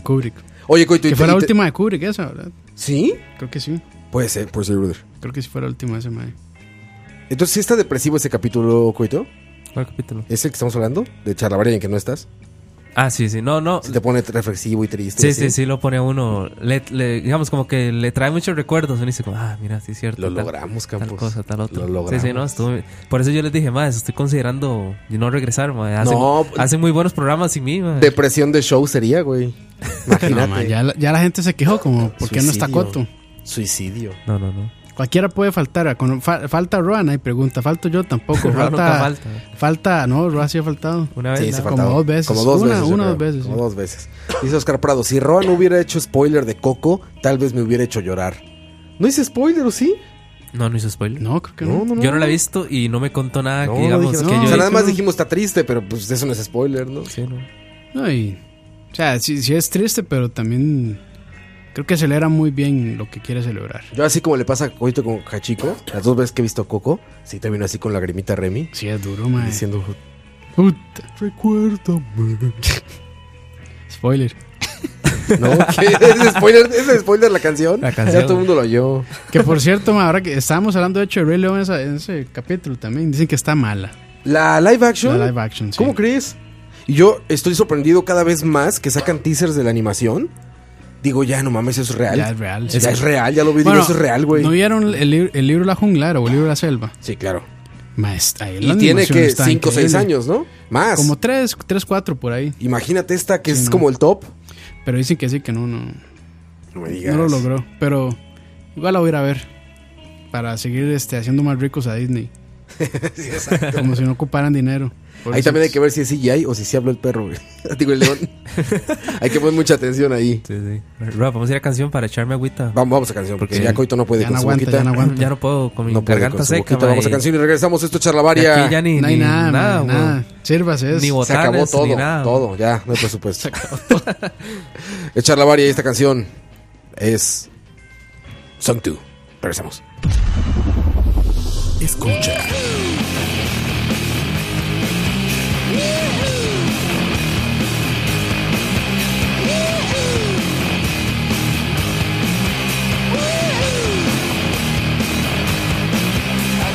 S4: [LAUGHS]
S2: Kubrick?
S4: Oye, Coito, y
S2: Que
S4: te-
S2: fue la
S4: y te-
S2: última de Kubrick esa, ¿verdad?
S4: ¿Sí?
S2: Creo que sí.
S4: Puede ser, puede ser, brother.
S2: Creo que sí fue la última esa, mae.
S4: Entonces, ¿sí está depresivo ese capítulo, Coito?
S3: ¿Cuál capítulo?
S4: ¿Ese que estamos hablando? De Charlavaria en que no estás.
S3: Ah, sí, sí, no, no.
S4: Se te pone reflexivo y triste.
S3: Sí,
S4: así.
S3: sí, sí, lo pone a uno. Le, le- digamos, como que le trae muchos recuerdos. Uno dice, como, ah, mira, sí es cierto.
S4: Lo
S3: tal-
S4: logramos, Campos.
S3: Tal cosa, tal otra.
S4: Lo pues. logramos.
S3: Sí, sí, no, estuvo- Por eso yo les dije, más, estoy considerando no regresar, ma. Hacen,
S4: No.
S3: hacen muy buenos programas sin mí, ma.
S4: Depresión de show sería, güey.
S2: No,
S4: Imagínate.
S2: mae, Ah, ya, la, ya la gente se quejó, como, ¿por qué no está
S4: Suicidio.
S2: Coto?
S4: Suicidio.
S3: No, no, no.
S2: Cualquiera puede faltar. ah, Con, fa- falta Roa, nadie pregunta. Falto yo tampoco.
S3: Roa
S2: Falta,
S3: nunca falta.
S2: falta- no, Roa sí ha faltado.
S3: Una vez.
S4: Sí,
S3: ¿no?
S4: se
S2: como
S4: faltaba.
S2: dos veces.
S4: Como dos
S2: Una-
S4: veces. yo
S2: una o
S4: creo.
S2: dos veces,
S4: Como
S2: sí.
S4: dos veces. Dice Oscar Prado: si Roa no hubiera hecho spoiler de Coco, tal vez me hubiera hecho llorar. ¿No hice spoiler o sí?
S3: No, no hizo spoiler.
S2: No, creo que no.
S3: Yo no la he visto y no me contó nada
S4: No,
S3: que
S4: no
S3: digamos
S4: dije
S3: que
S4: nada.
S3: yo.
S4: o sea, nada
S3: dije,
S4: más
S3: no.
S4: dijimos está triste, pero pues eso no es spoiler, ¿no?
S3: Sí, no.
S2: No, y- o sea, sí, sí es triste, pero también creo que celebra muy bien lo que quiere celebrar.
S4: Yo así como le pasa a Coito con Cachico, las dos veces que he visto a Coco, sí termino así con lagrimita Remy,
S2: Sí, es duro, mae.
S4: diciendo,
S2: Puta.
S4: recuérdame.
S2: [LAUGHS] Spoiler.
S4: No, [LAUGHS] ¿qué? ¿Es spoiler, ¿Es spoiler la canción?
S3: La canción.
S4: Ya todo el mundo lo oyó.
S2: Que por cierto, mae, ahora que estábamos hablando de hecho de Ray León en, esa- en ese capítulo también, dicen que está mala.
S4: ¿La live action?
S2: La live action, sí.
S4: ¿Cómo crees? Y yo estoy sorprendido cada vez más que sacan teasers de la animación. Digo, ya no mames, eso es real.
S2: Ya es real.
S4: Ya es real, ya lo vi, digo,
S2: Bueno,
S4: eso es real, güey.
S2: ¿No vieron el, lib- el libro La Jungla o el libro La Selva?
S4: Sí, claro.
S2: Maestra, ahí la
S4: Y tiene
S2: animación
S4: que
S2: está
S4: 5 o 6
S2: increíble.
S4: años, ¿no? Más.
S2: Como 3, 3, 4 por ahí.
S4: Imagínate esta que
S2: Sí,
S4: es
S2: no.
S4: como el top.
S2: Pero dicen que sí, que no, no,
S4: No me digas.
S2: no lo logró. Pero igual la voy a ir a ver. Para seguir este, haciendo más ricos
S4: [LAUGHS]
S2: a Disney. Como si no ocuparan dinero.
S4: Ahí también hay que ver si es CGI o si sí habló el perro, güey. [LAUGHS] Digo,
S2: [LAUGHS]
S4: el león. hay que poner mucha atención ahí.
S3: Sí, sí. Rob, vamos a ir a canción para echarme agüita.
S4: Vamos, vamos a canción, porque
S3: Porque
S4: ya Coito no puede
S2: Ya
S4: con
S2: no
S4: su
S2: aguanta,
S4: boquita.
S2: ya no aguanta.
S3: Ya no puedo con mi
S4: No puede
S3: garganta
S4: con su
S3: seca.
S4: boquita. Vamos a
S3: mae.
S4: canción y regresamos. Esto es
S3: Y
S4: charlavaria.
S3: aquí ya ni,
S2: No hay
S3: ni
S2: nada, nada,
S3: güey.
S2: nada. Sirvas es.
S3: Ni
S4: Se acabó
S3: botanes, ni
S4: todo,
S3: nada.
S4: todo, ya, no hay presupuesto. [LAUGHS] Echar la varia y esta canción es Song 2. Regresamos.
S5: Escucha.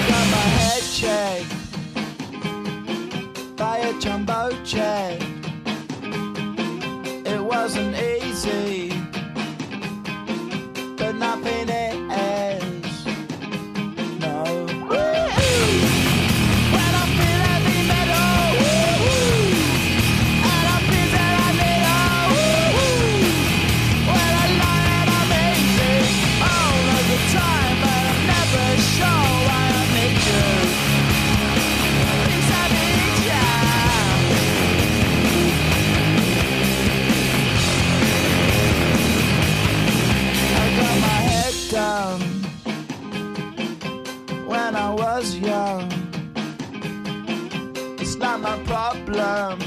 S6: got my head shaved by a jumbo jet. It wasn't easy, but nothing is. No. When I feel heavy metal, and I feel that I need a, when I lie and I'm easy all of the time, but I'm never sure why I need you. Things I need ya. I got my head down when I was young. It's not my problem.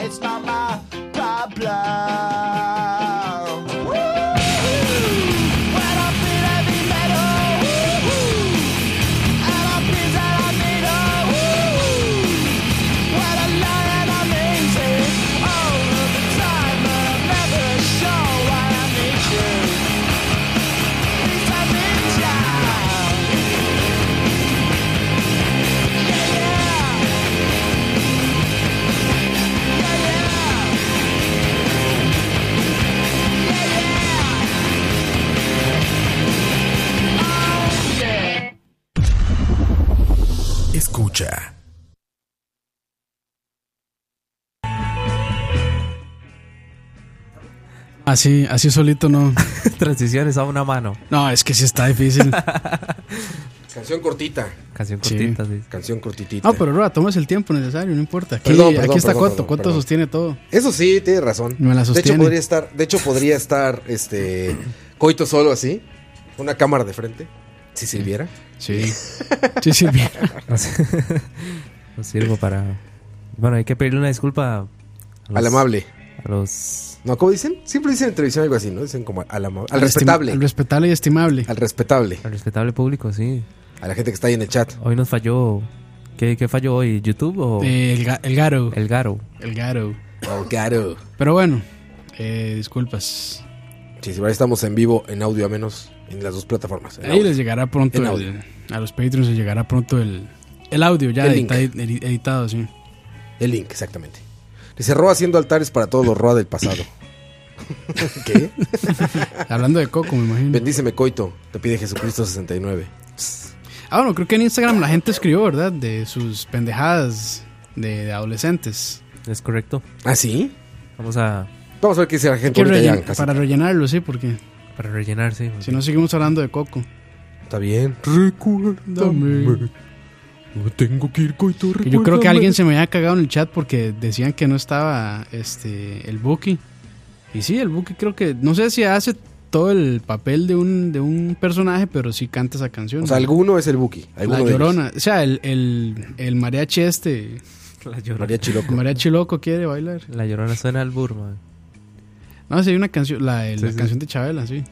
S6: It's not my problem. Woo! When I feel heavy metal, and I feel that I need a When I lie and I'm easy all of the time, but I'm never sure why I need you. Please I need ya. Yeah, yeah.
S2: Así, así solito no.
S3: [LAUGHS] Transiciones a una mano.
S2: No, es que sí
S4: [LAUGHS]
S2: está difícil.
S4: Canción cortita.
S3: Canción
S2: Sí.
S3: cortita, sí.
S4: Canción cortitita.
S2: No, pero Roa, tomes el tiempo necesario, no importa. Aquí,
S4: Perdón, perdón,
S2: aquí está
S4: perdón,
S2: Coto,
S4: perdón,
S2: Coto
S4: perdón.
S2: sostiene todo.
S4: Eso sí, tiene razón.
S2: Me la
S4: de hecho
S2: sostiene.
S4: podría estar, de hecho podría estar este coito solo así, una cámara de frente, si sirviera. [LAUGHS]
S2: Sí. Sí, sí, bien.
S3: No sé. [LAUGHS] No sirvo para. Bueno, hay que pedirle una disculpa a los-
S4: Al amable.
S3: A los.
S4: No, ¿cómo dicen? Siempre dicen en televisión algo así, ¿no? Dicen como al amable, al respetable,
S2: Al respetable y estimable.
S4: al respetable,
S3: Al respetable público, sí.
S4: a la gente que está ahí en el chat.
S3: Hoy nos falló. ¿Qué, qué falló hoy? ¿YouTube o
S2: Eh, el, ga- el Garo.
S3: el Garo?
S2: El Garo.
S4: Oh, claro.
S2: Pero bueno, eh, disculpas.
S4: Sí, sí, ahora estamos en vivo, en audio a menos, en las dos plataformas. en
S2: Ahí
S4: audio.
S2: les llegará pronto.
S4: El
S2: el- a los Patreons les llegará pronto el, el audio ya
S4: El link.
S2: edita- edi- editado, sí.
S4: El link, exactamente. Dice Roa haciendo altares para todos los Roa del
S2: [LAUGHS]
S4: pasado. ¿Qué?
S2: Hablando de Coco, me imagino.
S4: Bendíceme coito, te pide Jesucristo 69.
S2: Ah, bueno, creo que en Instagram la gente escribió, ¿verdad? De sus pendejadas de, de adolescentes.
S3: Es correcto.
S4: ¿Ah, sí?
S3: Vamos a.
S4: Vamos a ver qué dice la gente
S2: Que
S4: ahorita ya
S2: rellen-
S4: en casa.
S2: para rellenarlo, sí, porque
S3: Para rellenar, sí.
S2: si no seguimos hablando de Coco.
S4: Está bien. Recuérdame. Tengo que ir coito,
S2: Que yo creo que alguien se me había cagado en el chat porque decían que no estaba este el Buki. Y sí, el Buki creo que no sé si hace todo el papel de un de un personaje, pero sí canta esa canción.
S4: O sea, alguno es el Buki.
S2: la
S4: Alguno de ellos.
S2: llorona, o sea, el, el, el mariachi este,
S3: [LAUGHS] La llorona.
S4: María Chiloco.
S2: el mariachi loco quiere bailar.
S3: La llorona suena al Burma.
S2: No, sí, hay una canción, la, la
S3: Sí, sí.
S2: canción de Chabela, sí.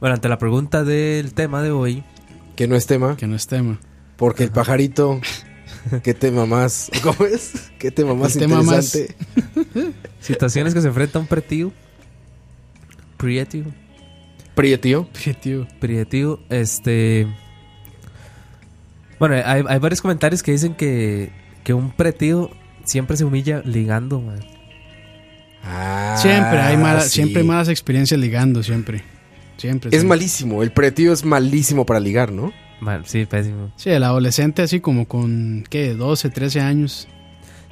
S3: Bueno, ante la pregunta del tema de hoy,
S4: Que no es tema.
S2: Que no es tema.
S4: Porque el pajarito. ¿Qué tema más? ¿Cómo es? ¿Qué tema más
S2: El tema más-
S4: interesante?
S3: situaciones que se enfrenta un pretío. Prietio.
S4: Prietio.
S2: Sí, tío.
S3: Prietio, este. Bueno, hay, hay varios comentarios que dicen que, que un pretío siempre se humilla ligando, man.
S4: Ah,
S2: Siempre hay malas,
S4: sí.
S2: siempre hay malas experiencias ligando, siempre. Siempre.
S4: Es
S2: sí.
S4: malísimo. El pretío es malísimo para ligar, ¿no?
S3: Man, Sí, pésimo.
S2: Sí, el adolescente así como con, ¿qué? 12, 13 años.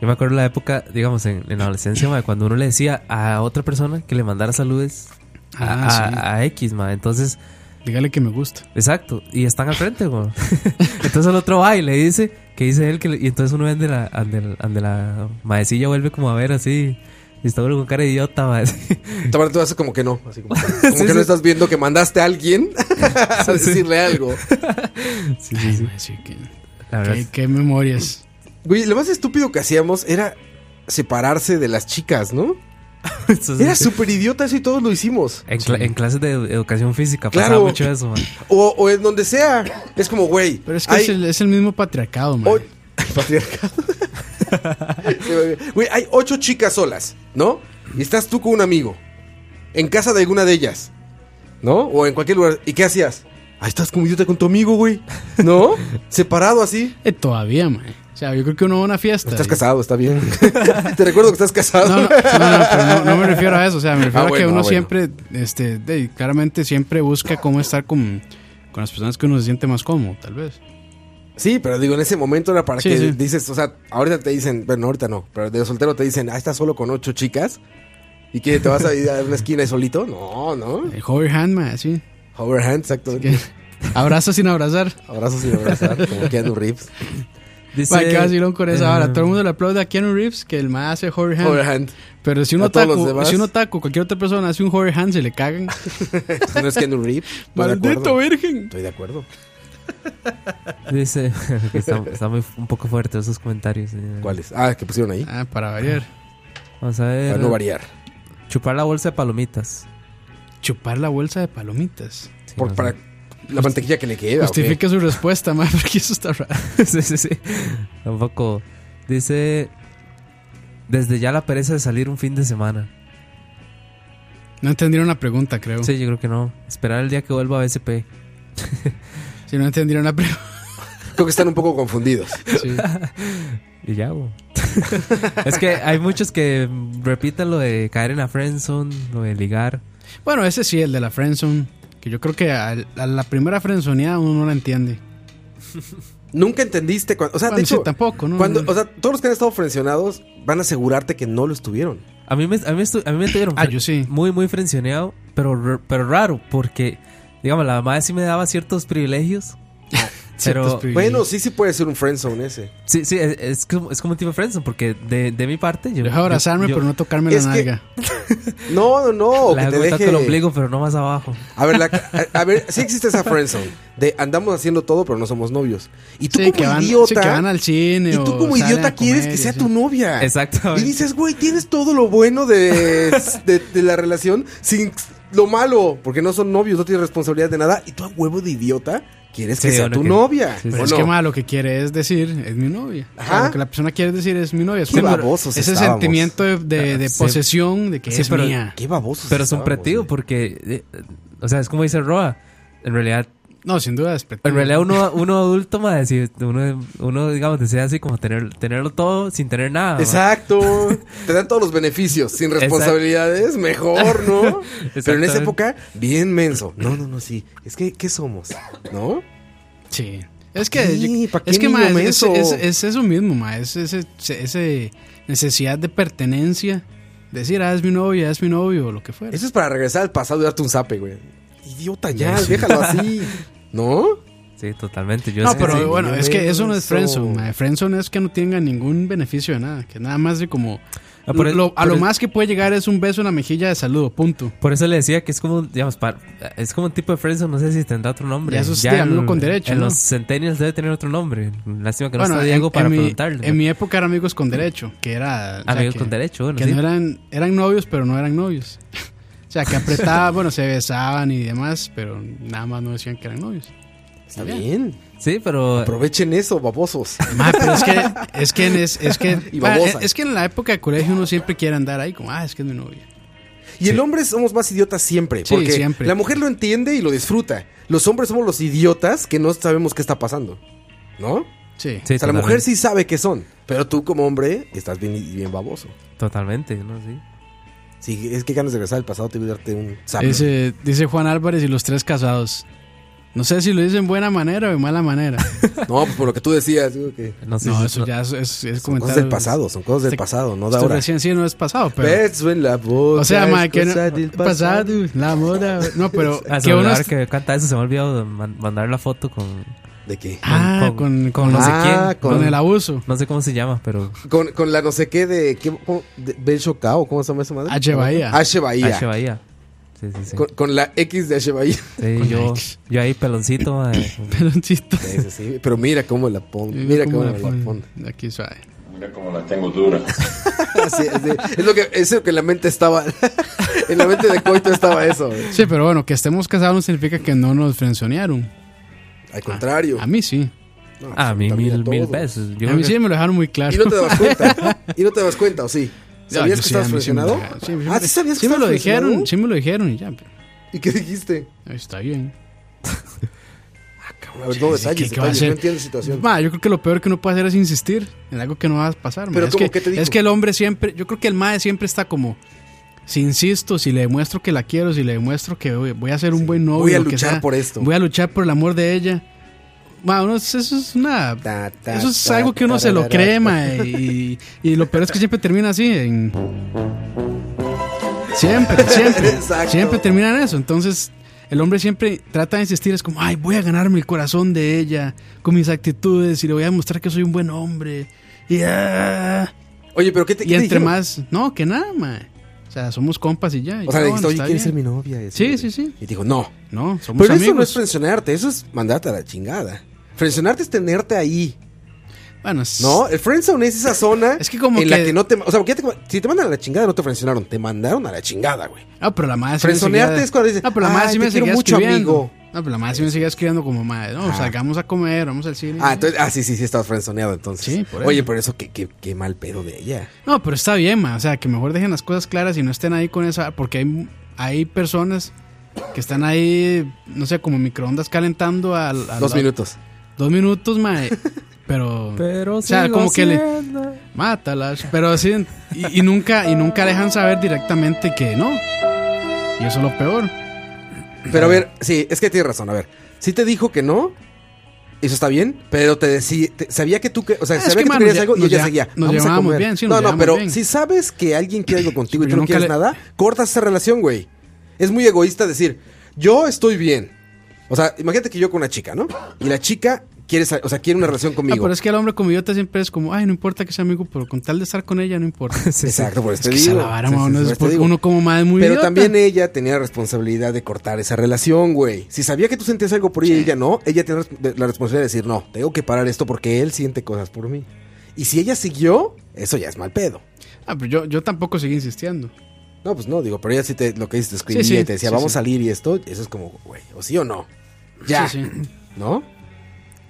S3: Yo me acuerdo la época, digamos, en, en la adolescencia, man, cuando uno le decía a otra persona que le mandara saludes a,
S2: Ah,
S3: a-
S2: sí.
S3: a X, man. Entonces,
S2: Dígale que me gusta.
S3: exacto, y están al frente, man. [LAUGHS] entonces el otro va y le dice, que dice él, que le- y entonces uno ande la, ande, la- ande la maecilla, vuelve como a ver así, y está uno con cara de idiota, man. [LAUGHS]
S4: Tamara, tú haces como que no. Así como como
S2: [LAUGHS]
S3: Sí,
S4: que no
S3: sí.
S4: estás viendo que mandaste a alguien [LAUGHS] a decirle algo.
S3: Sí,
S2: Ay,
S3: sí, sí.
S2: mae, sí, qué,
S3: La verdad.
S2: qué- qué memorias.
S4: Güey, lo más estúpido que hacíamos era separarse de las chicas, ¿no?
S3: [LAUGHS] Eso sí.
S4: Era súper idiota eso y todos lo hicimos.
S3: En, cla- en clases de edu- educación física
S4: Claro.
S3: pasaba mucho eso, man.
S4: O, o en donde sea. Es como, güey.
S2: Pero es que
S4: hay-
S2: es, el, es el mismo patriarcado, man.
S4: o- [LAUGHS] Patriarcado. Sí, güey. Güey, hay ocho chicas solas, ¿no? Y estás tú con un amigo. En casa de alguna de ellas. ¿No? O en cualquier lugar. ¿Y qué hacías? Ahí estás como idiota con tu amigo, güey.
S2: [LAUGHS]
S4: ¿No? Separado así.
S2: Eh, todavía, man. O sea, yo creo que uno va a una fiesta.
S4: Estás
S2: y-
S4: casado, está bien. [LAUGHS] Te recuerdo que estás casado.
S2: No, no, no, no, pero no, no me refiero a eso. O sea, me refiero
S4: Ah,
S2: a que
S4: bueno,
S2: uno
S4: ah, bueno.
S2: siempre, este, de- claramente siempre busca cómo estar con, con las personas que uno se siente más cómodo, tal vez.
S4: Sí, pero digo, en ese momento era para
S2: Sí,
S4: que
S2: sí.
S4: dices, o sea, ahorita te dicen, bueno, ahorita no, pero de soltero te dicen, ah, estás solo con ocho chicas y que te vas a ir a una esquina y solito. No, no.
S2: El hover Eh, hand, man, así.
S4: Overhand, exacto. [LAUGHS]
S2: Que abrazo sin abrazar.
S4: Abrazos sin abrazar,
S2: [LAUGHS]
S4: como Keanu Reeves.
S3: [LAUGHS] Dice-
S2: Man, qué vacilón con esa
S3: eh,
S2: vara. Todo el mundo le aplaude a Keanu Reeves que el más hace hover hand.
S4: Overhand.
S2: Pero si
S4: A
S2: uno
S4: todos los
S2: taco,
S4: demás.
S2: si uno taco, cualquier otra persona hace un hover hand, se le cagan.
S4: No es Keanu Reeves. Estoy de
S2: Maldito
S4: acuerdo.
S2: virgen.
S4: Estoy de acuerdo.
S3: Dice [LAUGHS] que está, está muy, un poco fuerte esos comentarios. eh.
S4: ¿Cuáles? Ah, que pusieron ahí.
S2: Ah, para variar.
S3: Vamos a ver.
S4: Para no variar.
S3: Chupar la bolsa de palomitas.
S2: Chupar la bolsa de palomitas.
S3: Sí,
S4: Por,
S3: no sé.
S4: para la mantequilla que le queda. ¿o qué?
S2: Justifique su respuesta, man, [LAUGHS] porque eso está raro.
S3: [LAUGHS] sí, [LAUGHS] sí, sí. Tampoco. Dice. Desde ya la pereza de salir un fin de semana.
S2: No entendieron la pregunta, creo.
S3: Sí, yo creo que no. Esperar el día que vuelva a BSP.
S2: Si no entendieron la pregunta.
S4: Creo que están un poco confundidos.
S2: sí.
S3: Y ya, bo. [LAUGHS] Es que hay muchos que repiten lo de caer en la friendzone, lo de ligar.
S2: [LAUGHS] Bueno, ese sí, el de la friendzone. Que yo creo que al- a, la primera friendzoneada uno no la entiende.
S4: Nunca entendiste cuando. O sea,
S2: Bueno,
S4: de
S2: sí,
S4: hecho.
S2: tampoco, ¿no?
S4: Cuando, o sea, todos los que han estado frencionados van a asegurarte que no lo estuvieron.
S3: A mí me, a mí me estu- a mí me tuvieron
S2: Ah,
S3: fre-
S2: yo sí.
S3: muy, muy frencioneado, pero, r- pero raro, porque, digamos, la madre sí me daba ciertos privilegios. pero
S2: [LAUGHS] Ciertos privilegios.
S4: Bueno, sí, sí puede ser un friendzone ese.
S3: sí, sí, es, es como, es como un tipo de friendzone, porque de, de mi parte yo...
S2: Deja de abrazarme,
S3: yo-
S2: pero no tocarme la
S4: Es que-
S2: nalga.
S4: No, no, no. o
S3: la
S4: que te
S3: hago
S4: deje... Pues
S3: tanto el ombligo, pero no más abajo.
S4: A ver, la- a, a ver, sí existe esa friendzone de andamos haciendo todo, pero no somos novios. Y tú
S2: Sí,
S4: como
S2: que van, sí,
S4: idiota,
S2: que van al cine.
S4: y tú
S2: o
S4: como
S2: salen
S4: idiota
S2: a
S4: quieres
S2: comer
S4: que
S2: y
S4: sea
S2: así.
S4: tu novia.
S3: Exactamente.
S4: Y dices, güey, tienes todo lo bueno de, [LAUGHS] de, de la relación sin lo malo, porque no son novios, no tienes responsabilidad de nada. Y tú a huevo de idiota quieres que
S3: Sí,
S4: sea
S3: uno
S4: tu
S3: que-
S4: novia.
S3: sí, sí.
S2: Pero
S4: ¿o
S2: es
S4: no?
S2: que más lo que quiere es decir, es mi novia. O sea,
S4: Ajá.
S2: lo que la persona quiere decir es mi novia. Es
S4: Qué
S2: como-
S4: babosos
S2: Ese
S4: estábamos.
S2: sentimiento de, de-
S3: Ah,
S2: de
S3: sí.
S2: posesión, de que
S3: Sí,
S2: es
S3: pero-
S2: mía.
S4: Qué babosos.
S3: Pero es un
S4: estábamos,
S3: preteo,
S4: güey.
S3: porque, eh, eh, o sea, es como dice Roa, en realidad
S2: No, sin duda, es
S3: En realidad uno, uno adulto, madre, si uno, uno, digamos, desea así como tener, tenerlo todo sin tener nada. madre. [LAUGHS]
S4: Exacto. Te dan todos los beneficios sin
S3: Exacto.
S4: responsabilidades, mejor,
S3: [LAUGHS]
S4: ¿no? Pero en esa
S3: Exactamente.
S4: época, bien menso. No, no, no, sí. Es que, ¿qué somos? ¿No?
S2: Sí. Es
S4: ¿Pa'
S2: que,
S4: qué? ¿Pa'
S2: es
S4: qué
S2: que ma,
S4: niño
S2: es,
S4: menso?
S2: es- es eso mismo, ma, es ese, ese necesidad de pertenencia. Decir, ah, es mi novia, es mi novio, o lo que fuera.
S4: Eso es para regresar al pasado y darte un zape, güey. Idiota, ya,
S2: No, sí.
S4: déjalo
S3: [LAUGHS]
S4: así. ¿No?
S3: Sí, totalmente. Yo
S2: no,
S3: sé-
S2: pero
S4: sí,
S2: bueno,
S4: niño
S2: es que eso no es
S4: menso.
S2: friendzone, ma. Friendzone es que no tenga ningún beneficio de nada, que nada más de como...
S3: Ah, por el-
S2: lo- a
S3: por
S2: lo
S3: el-
S2: más que puede llegar es un beso en la mejilla de saludo, punto.
S3: Por eso le decía que es como, digamos, pa- es como un tipo de friendzone, no sé si tendrá otro nombre.
S2: Ya eso es de amigo con derecho,
S3: En
S2: ¿no?
S3: los centennials debe tener otro nombre. Lástima que no está
S2: en-
S3: Diego
S2: en
S3: para
S2: mi-
S3: preguntarle.
S2: En mi época eran amigos con derecho, que era... o sea,
S3: Amigos
S2: que-
S3: con derecho, bueno,
S2: que
S3: sí.
S2: no eran, eran novios, pero no eran novios. [LAUGHS] O sea, que apretaban, bueno, se besaban y demás, pero nada más no decían que eran novios.
S4: Está bien.
S3: Sí, pero
S4: Aprovechen eso,
S2: [LAUGHS]
S4: babosos.
S2: Ma, pero es que, es que, en es, es que,
S4: Y
S2: ma,
S4: babosa.
S2: es, es que en la época de colegio uno siempre quiere andar ahí como, ah, es que es mi novia.
S4: Y el hombre somos más idiotas siempre.
S2: Sí,
S4: porque
S2: siempre.
S4: la mujer lo entiende y lo disfruta. Los hombres somos los idiotas que no sabemos qué está pasando. ¿No?
S2: Sí.
S3: Sí,
S4: o sea, la
S3: totalmente.
S4: mujer sí sabe qué son. Pero tú, como hombre, estás bien, bien baboso.
S3: totalmente, ¿no? Sí.
S4: Sí, es que ganas de regresar al pasado, te voy a darte un zape.
S2: Dice, dice Juan Álvarez y los tres casados. No sé si lo dicen en buena manera o de mala
S3: [LAUGHS]
S2: manera.
S4: No, pues por lo que tú decías. digo que
S3: No sé
S2: No,
S3: si-
S2: eso
S3: no-
S2: ya es, es, es
S4: son
S2: comentario.
S4: cosas del pasado, son cosas del
S2: Este-
S4: pasado, no de
S2: Esto
S4: ahora.
S2: recién sí no es pasado, pero...
S4: Beso en la boca.
S2: O sea, ma,
S4: es
S2: que no,
S4: cosa del
S2: pasado, la moda. No,
S4: [LAUGHS]
S2: pero
S3: Ah, se
S2: que
S3: me
S2: uno
S3: olvidaba
S2: est-
S3: que canta eso, se me ha olvidado de man- mandar la foto con,
S4: ¿De qué?
S2: Ah, con,
S3: con- con
S2: con,
S3: no sé
S4: Ah,
S3: quién.
S4: con-
S2: con el abuso.
S3: No sé cómo se llama, pero
S4: Con, con la no sé qué de. ¿qué, cómo- de Belcho Cao, ¿cómo se llama esa madre?
S2: H. Bahía. [LAUGHS]
S4: H. Bahía.
S3: H. Bahía. Sí, sí, sí.
S4: Con, con la X de H. Bahía.
S3: Sí,
S2: Con
S3: yo,
S2: likes.
S3: yo ahí peloncito,
S2: [COUGHS]
S3: madre.
S2: Peloncito.
S4: Sí, sí, sí, [LAUGHS] Pero mira cómo la pon. Mira cómo, la,
S2: ponen.
S4: pon. [LAUGHS]
S2: Aquí suave.
S7: Mira cómo la tengo dura.
S4: Así, así. es, lo que, es lo que en la mente estaba. [LAUGHS] en la mente de Coito estaba eso. güey.
S2: Sí, pero bueno, que estemos casados no significa que no nos frenzonearon.
S4: Al contrario.
S2: A mí sí.
S4: No,
S3: Ah, a mí
S4: también a
S3: mil, mil
S4: todos.
S3: veces. Yo
S2: a
S3: creo
S2: mí
S3: que-
S2: sí me lo dejaron muy claro.
S4: Y no
S2: [LAUGHS]
S4: te dabas cuenta. y no te dabas cuenta, ¿o sí? ¿Sabías
S2: No, yo
S4: que
S2: sí,
S4: estabas
S2: a mí sí me lo
S4: presionado?
S2: dejaron. Sí, sí
S4: ah, ¿sí sabías que
S2: sí me lo
S4: estabas presionado?
S2: dijeron, sí me lo dijeron y ya. pero,
S4: ¿Y qué dijiste?
S2: ahí está bien.
S4: A ver, no
S2: Sí, sí, ¿qué-
S4: detalles,
S2: qué va a
S4: detalles.
S2: hacer?
S4: No entiendo la
S2: [LAUGHS]
S4: situación.
S2: Ma, yo creo que lo peor que uno puede hacer es insistir en algo que no va a pasar. ma.
S4: Pero
S2: es,
S4: ¿cómo?
S2: que,
S4: ¿Qué te dijo?
S2: es que el hombre siempre, yo creo que el mae siempre está como, si insisto, si le demuestro que la quiero, si le demuestro que voy, voy a ser un buen novio.
S4: Voy a
S2: lo que
S4: luchar
S2: sea,
S4: por esto.
S2: Voy a luchar por el amor de ella. Ma, uno, eso es una...
S4: Ta, ta,
S2: Eso es
S4: ta,
S2: algo que uno se lo
S4: tararara.
S2: cree, ma, Y, y lo peor es que siempre termina así. en- Siempre,
S4: [LAUGHS]
S2: siempre.
S4: Exacto.
S2: Siempre termina en eso. Entonces, el hombre siempre trata de insistir. Es como, ay, voy a ganarme el corazón de ella con mis actitudes y le voy a demostrar que soy un buen hombre. Y, ah,
S4: Oye, pero ¿qué te
S2: y
S4: qué te
S2: entre
S4: dijeron?
S2: más, no, que nada, ma. O sea, somos compas y ya. Y
S4: O sea, le
S2: ah,
S4: dijiste,
S2: bueno,
S4: oye,
S2: está
S4: ¿quieres ser mi
S2: bien".
S4: novia? Y así,
S2: Sí,
S4: güey.
S2: sí, sí.
S4: Y te dijo, no.
S2: No, somos
S4: Pero eso no
S2: amigos.
S4: es frencionarte, eso es mandarte a la chingada. Frencionarte es tenerte ahí,
S2: bueno, es-
S4: ¿no? El friendzone es esa zona
S2: Es que como
S4: en la
S2: que-
S4: que no te... O sea, porque ya te- si te mandan a la chingada no te frencionaron, te mandaron a la chingada, güey.
S2: Ah, pero la madre sí
S4: Frenzonearte
S2: me seguía-
S4: es cuando dices,
S2: Ah, pero la madre
S4: "Ay,
S2: sí
S4: te
S2: me
S4: quiero
S2: seguía
S4: mucho,
S2: escribiendo.
S4: amigo.
S2: No, pero la madre sí me seguía escribiendo como madre. No,
S4: Ah.
S2: salgamos a comer, vamos al cine.
S4: Ah, entonces, ah, sí, sí, sí, estabas frenzoneado entonces.
S2: Sí, por eso.
S4: Oye, pero eso, qué, qué, qué mal pedo de ella.
S2: No, pero está bien, ma. O sea, que mejor dejen las cosas claras y no estén ahí con esa. Porque hay, hay personas que están ahí, no sé, como microondas calentando al. al-
S4: Dos
S2: al-
S4: minutos.
S2: Dos minutos, ma. eh,
S4: [LAUGHS]
S2: Pero.
S3: Pero
S2: o sea,
S3: sigo
S2: como que le.
S3: siendo-
S2: Mátalas. Pero sí. Y, y nunca, y nunca dejan saber directamente que no. Y eso es lo peor. Ah, [CLEARS THROAT]
S4: Pero a ver, sí, es que tienes razón, a ver. Si te dijo que no, Eso está bien, pero te decía, te- sabía que tú, que, o sea,
S2: Es
S4: sabía
S2: que,
S4: que, tú
S2: mano,
S4: querías
S2: ya-
S4: algo y
S2: nos
S4: ella
S2: ya-
S4: seguía.
S2: nos
S4: Vamos a
S2: llevábamos
S4: comer.
S2: bien, sí, nos
S4: no, no,
S2: llevábamos
S4: pero
S2: bien.
S4: si sabes que alguien quiere
S2: [CLEARS THROAT]
S4: algo contigo y tú
S2: Pero yo
S4: no
S2: nunca
S4: quieres
S2: le-
S4: nada, cortas esa relación, güey. Es muy egoísta decir, yo estoy bien. O sea, imagínate que yo con una chica, ¿no? Y la chica quiere, sa- o sea, quiere una relación
S2: Ah,
S4: conmigo.
S2: pero es que el hombre como idiota siempre es como, ay, no importa que sea amigo, pero con tal de estar con ella, no importa.
S4: [LAUGHS]
S3: Sí, sí.
S4: Exacto, por eso
S2: Es
S4: te
S2: que se
S4: digo.
S2: la vara,
S4: Sí, sí,
S2: mano,
S4: sí,
S2: es
S4: por eso te
S2: porque
S4: digo.
S2: uno como madre es muy
S4: Pero
S2: idiota.
S4: también ella tenía la responsabilidad de cortar esa relación, güey. Si sabía que tú sentías algo por ella y ella no, ella tenía res- de- la responsabilidad de decir, no, tengo que parar esto porque él siente cosas por mí. Y si ella siguió, eso ya es mal pedo.
S2: Ah, pero yo, yo tampoco seguí insistiendo.
S4: No, pues no, digo, pero ella sí te, lo que dices, te escribía
S2: Sí, sí,
S4: y te decía,
S2: sí,
S4: vamos
S2: sí.
S4: a salir y esto, eso es como, güey, o sí o no. Ya.
S2: Sí, sí.
S4: ¿No?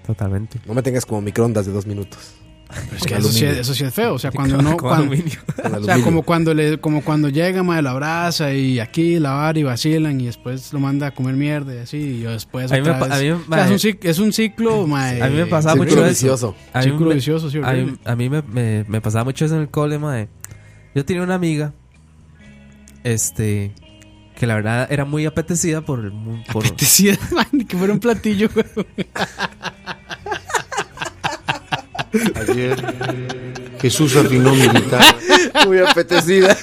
S3: Totalmente.
S4: No me tengas como microondas de dos
S2: [LAUGHS]
S4: minutos.
S2: Pero es Pues que
S4: Con
S2: eso sí, es-
S4: aluminio.
S2: eso sí es feo. O
S3: [LAUGHS]
S2: sea, cuando no.
S3: Con
S2: cuando-
S3: aluminio.
S4: Con
S2: [LAUGHS] o sea,
S4: aluminio.
S2: como cuando, le, como cuando llega, madre, la abraza y aquí la vara y vacilan y después lo manda a comer mierda y así. Y yo después.
S3: A mí me
S2: otra
S3: pa-
S2: vez.
S3: a mí me-
S2: O sea, es, un cic- es un ciclo, madre.
S3: A mí me pasaba
S4: Círculo
S3: mucho
S4: vicioso.
S3: eso. A mí,
S2: Círculo
S3: me-
S2: Eh, vicioso, sí,
S3: a mí-
S2: horrible.
S3: a mí me, me- me pasaba mucho eso en el cole, mae. Yo tenía una amiga, este, que la verdad era muy apetecida por el mu- por-
S2: [LAUGHS] Apetecida, man, que fuera un platillo, güey.
S7: Ayer Jesús afinó mi guitarra.
S2: [LAUGHS]
S4: Muy apetecida.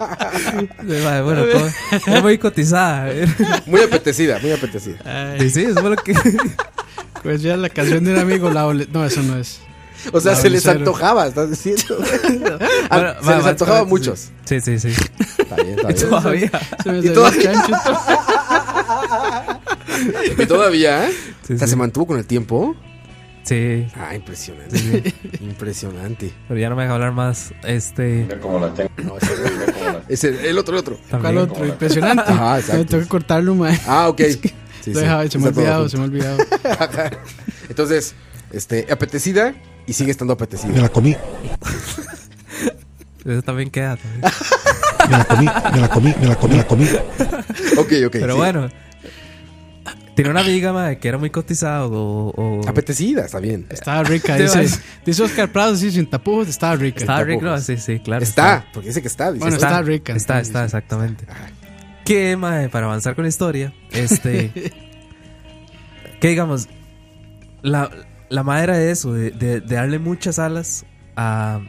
S3: [LAUGHS] Mae, bueno, todo- era muy
S2: [LAUGHS]
S3: cotizada.
S4: muy apetecida, muy apetecida.
S3: Y sí, eso fue lo que. [LAUGHS]
S2: Pues ya la canción de un amigo, la ole- No, eso no es.
S4: O sea,
S2: La
S4: se les
S2: dulcera.
S4: antojaba, ¿estás
S2: [LAUGHS]
S4: diciendo? [LAUGHS] Ah,
S3: Bueno,
S4: se
S3: mae,
S4: les
S3: mae,
S4: antojaba a
S3: todo-
S4: muchos.
S3: Sí, sí, sí.
S4: Está bien, está bien.
S3: Todavía.
S2: Se me
S4: Y
S2: salió
S4: todavía-
S2: el chancho.
S4: Y todavía, ¿eh?
S3: Sí,
S4: o sea,
S3: sí.
S4: se mantuvo con el tiempo.
S3: Sí,
S4: Ah, impresionante. impresionante.
S3: pero ya no me deja hablar más.
S4: No, ese, güey,
S3: Este.
S4: ve cómo la- ese- el otro, el otro.
S2: ¿Cuál
S3: También,
S2: otro? Impresionante.
S4: Ajá, exacto.
S2: Me tengo que cortarlo, man.
S4: Ah,
S2: [LAUGHS]
S4: ok. Sí, sí.
S2: Lo dejaba, se me ha
S4: Está todo
S2: olvidado,
S4: junto.
S2: se me ha olvidado.
S4: Entonces, este, apetecida y sigue estando
S7: Me
S4: apetecida.
S7: la comí,
S3: eso también queda. también.
S7: me la comí, me la comí, me la comí, me la comí.
S4: Ok, ok.
S3: Pero
S4: sí.
S3: bueno. Tenía una amiga, mae, que era muy cotizada o- o
S4: Apetecida, está bien.
S2: Estaba [LAUGHS] rica,
S3: Te
S2: dice,
S3: vas.
S2: dice Oscar Prado, sí, sin tapujos, estaba rica.
S3: Está
S4: Tampoco.
S3: rico, no, sí, sí, claro.
S4: Está, porque dice que está. dice,
S2: Bueno,
S4: está.
S2: está rica,
S3: Está,
S2: entonces,
S3: está, exactamente. Que, mae, para avanzar con la historia,
S2: [LAUGHS]
S3: este. que digamos, la, la madera de eso, de, de- de darle muchas alas a,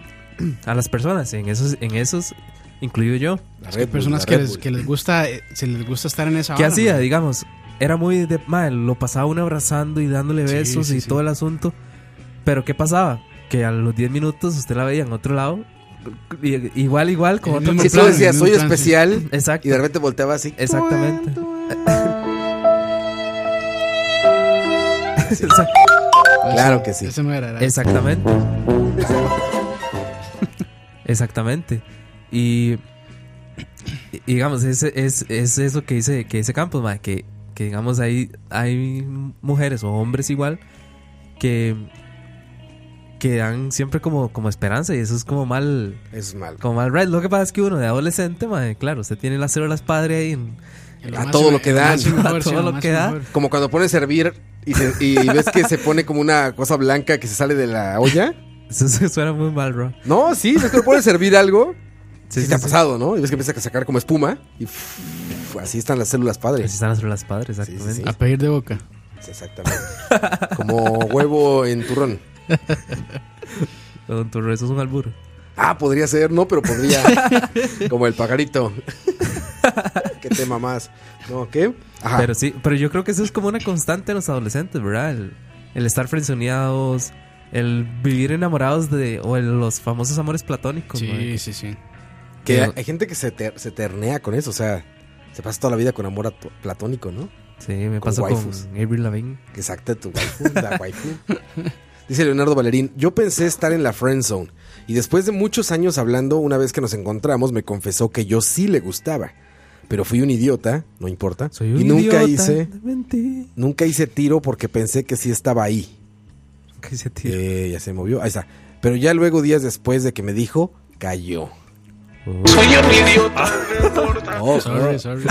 S3: a las personas, en esos, en esos incluido yo.
S4: La
S2: Es
S4: Red
S2: que
S4: Bull,
S2: personas
S4: la
S2: que
S4: Red
S2: les,
S4: Bull.
S2: que les gusta, eh, se les gusta estar en esa
S3: ¿Qué
S2: vara,
S3: hacía?
S2: man.
S3: Digamos, era muy de. Mae, lo pasaba uno abrazando y dándole
S2: Sí,
S3: besos
S2: sí,
S3: y
S2: sí.
S3: todo el asunto. Pero, ¿qué pasaba? Que a los 10 minutos usted la veía en otro lado. i- Igual, igual, como
S2: El
S3: otro
S4: Si
S2: mismo
S4: tú
S2: plan,
S4: decías,
S2: en un
S4: soy
S2: plan, sí.
S4: especial,
S3: Exacto.
S4: y de repente volteaba así.
S3: Exactamente.
S4: Sí.
S3: Exact-
S4: Claro que sí.
S2: pues, Ese no era, era-
S3: Exactamente. Exactamente. Y, y digamos, ese es, es eso que dice, que dice Campos, mae, que, que digamos hay, hay mujeres o hombres igual que, que dan siempre como, como esperanza y eso es como mal,
S4: Eso es malo.
S3: como mal red. Lo que pasa es que uno de adolescente, mae, claro, usted tiene las células padre ahí [LAUGHS] en,
S2: el
S4: a
S2: más
S4: todo
S2: y-
S4: lo que
S2: el
S4: dan, [LAUGHS]
S2: más y
S3: a
S2: mejor, sí,
S3: todo
S2: el
S3: lo
S2: más
S3: que
S2: y
S3: da.
S2: mejor.
S4: Como cuando pones a hervir y, se-
S3: [LAUGHS]
S4: y ves que se pone como una cosa blanca que se sale de la olla.
S3: Eso se- suena muy mal, bro.
S4: No, sí, ves que lo pones a hervir algo. Sí,
S3: Sí, sí,
S4: te ha
S3: sí.
S4: pasado, ¿no? Y ves que empieza a sacar como espuma. Y uf, así están las células
S3: Así
S4: padres.
S3: están las células padres,
S4: sí, sí.
S3: exactamente.
S2: A pedir de boca.
S4: Exactamente. Como huevo en turrón.
S3: Ah, Don Turro, eso es un albur.
S4: Ah, podría ser, no, pero
S3: [LAUGHS]
S4: podría. Como el pajarito. ¿Qué tema más? No, ¿qué? Ajá.
S3: Pero sí, pero yo creo que eso es como una constante en los adolescentes, ¿verdad? El, el estar frenzoneados, el vivir enamorados de. o el- los famosos amores platónicos,
S2: Sí,
S3: mae.
S2: sí, sí.
S4: que hay, hay gente que se, ter- se ternea con eso, o sea, se pasa toda la vida con amor a tu- platónico, ¿no?
S3: Sí, me
S4: Con
S3: pasó con
S4: waifus.
S3: Avril Lavigne.
S4: Exacto, tu waifu, la waifu. Dice Leonardo Valerín, yo pensé estar en la friend zone y después de muchos años hablando, una vez que nos encontramos, me confesó que yo sí le gustaba, pero fui un idiota, no importa,
S3: Soy un
S4: y nunca
S3: idiota.
S4: hice,
S3: Mentí.
S4: nunca hice tiro porque pensé que sí estaba ahí.
S3: Nunca hice tiro.
S4: Eh, ya se movió, ahí está. Pero ya luego días después de que me dijo, cayó.
S3: Oh.
S4: [LAUGHS] Oh,
S2: Sorry, sorry.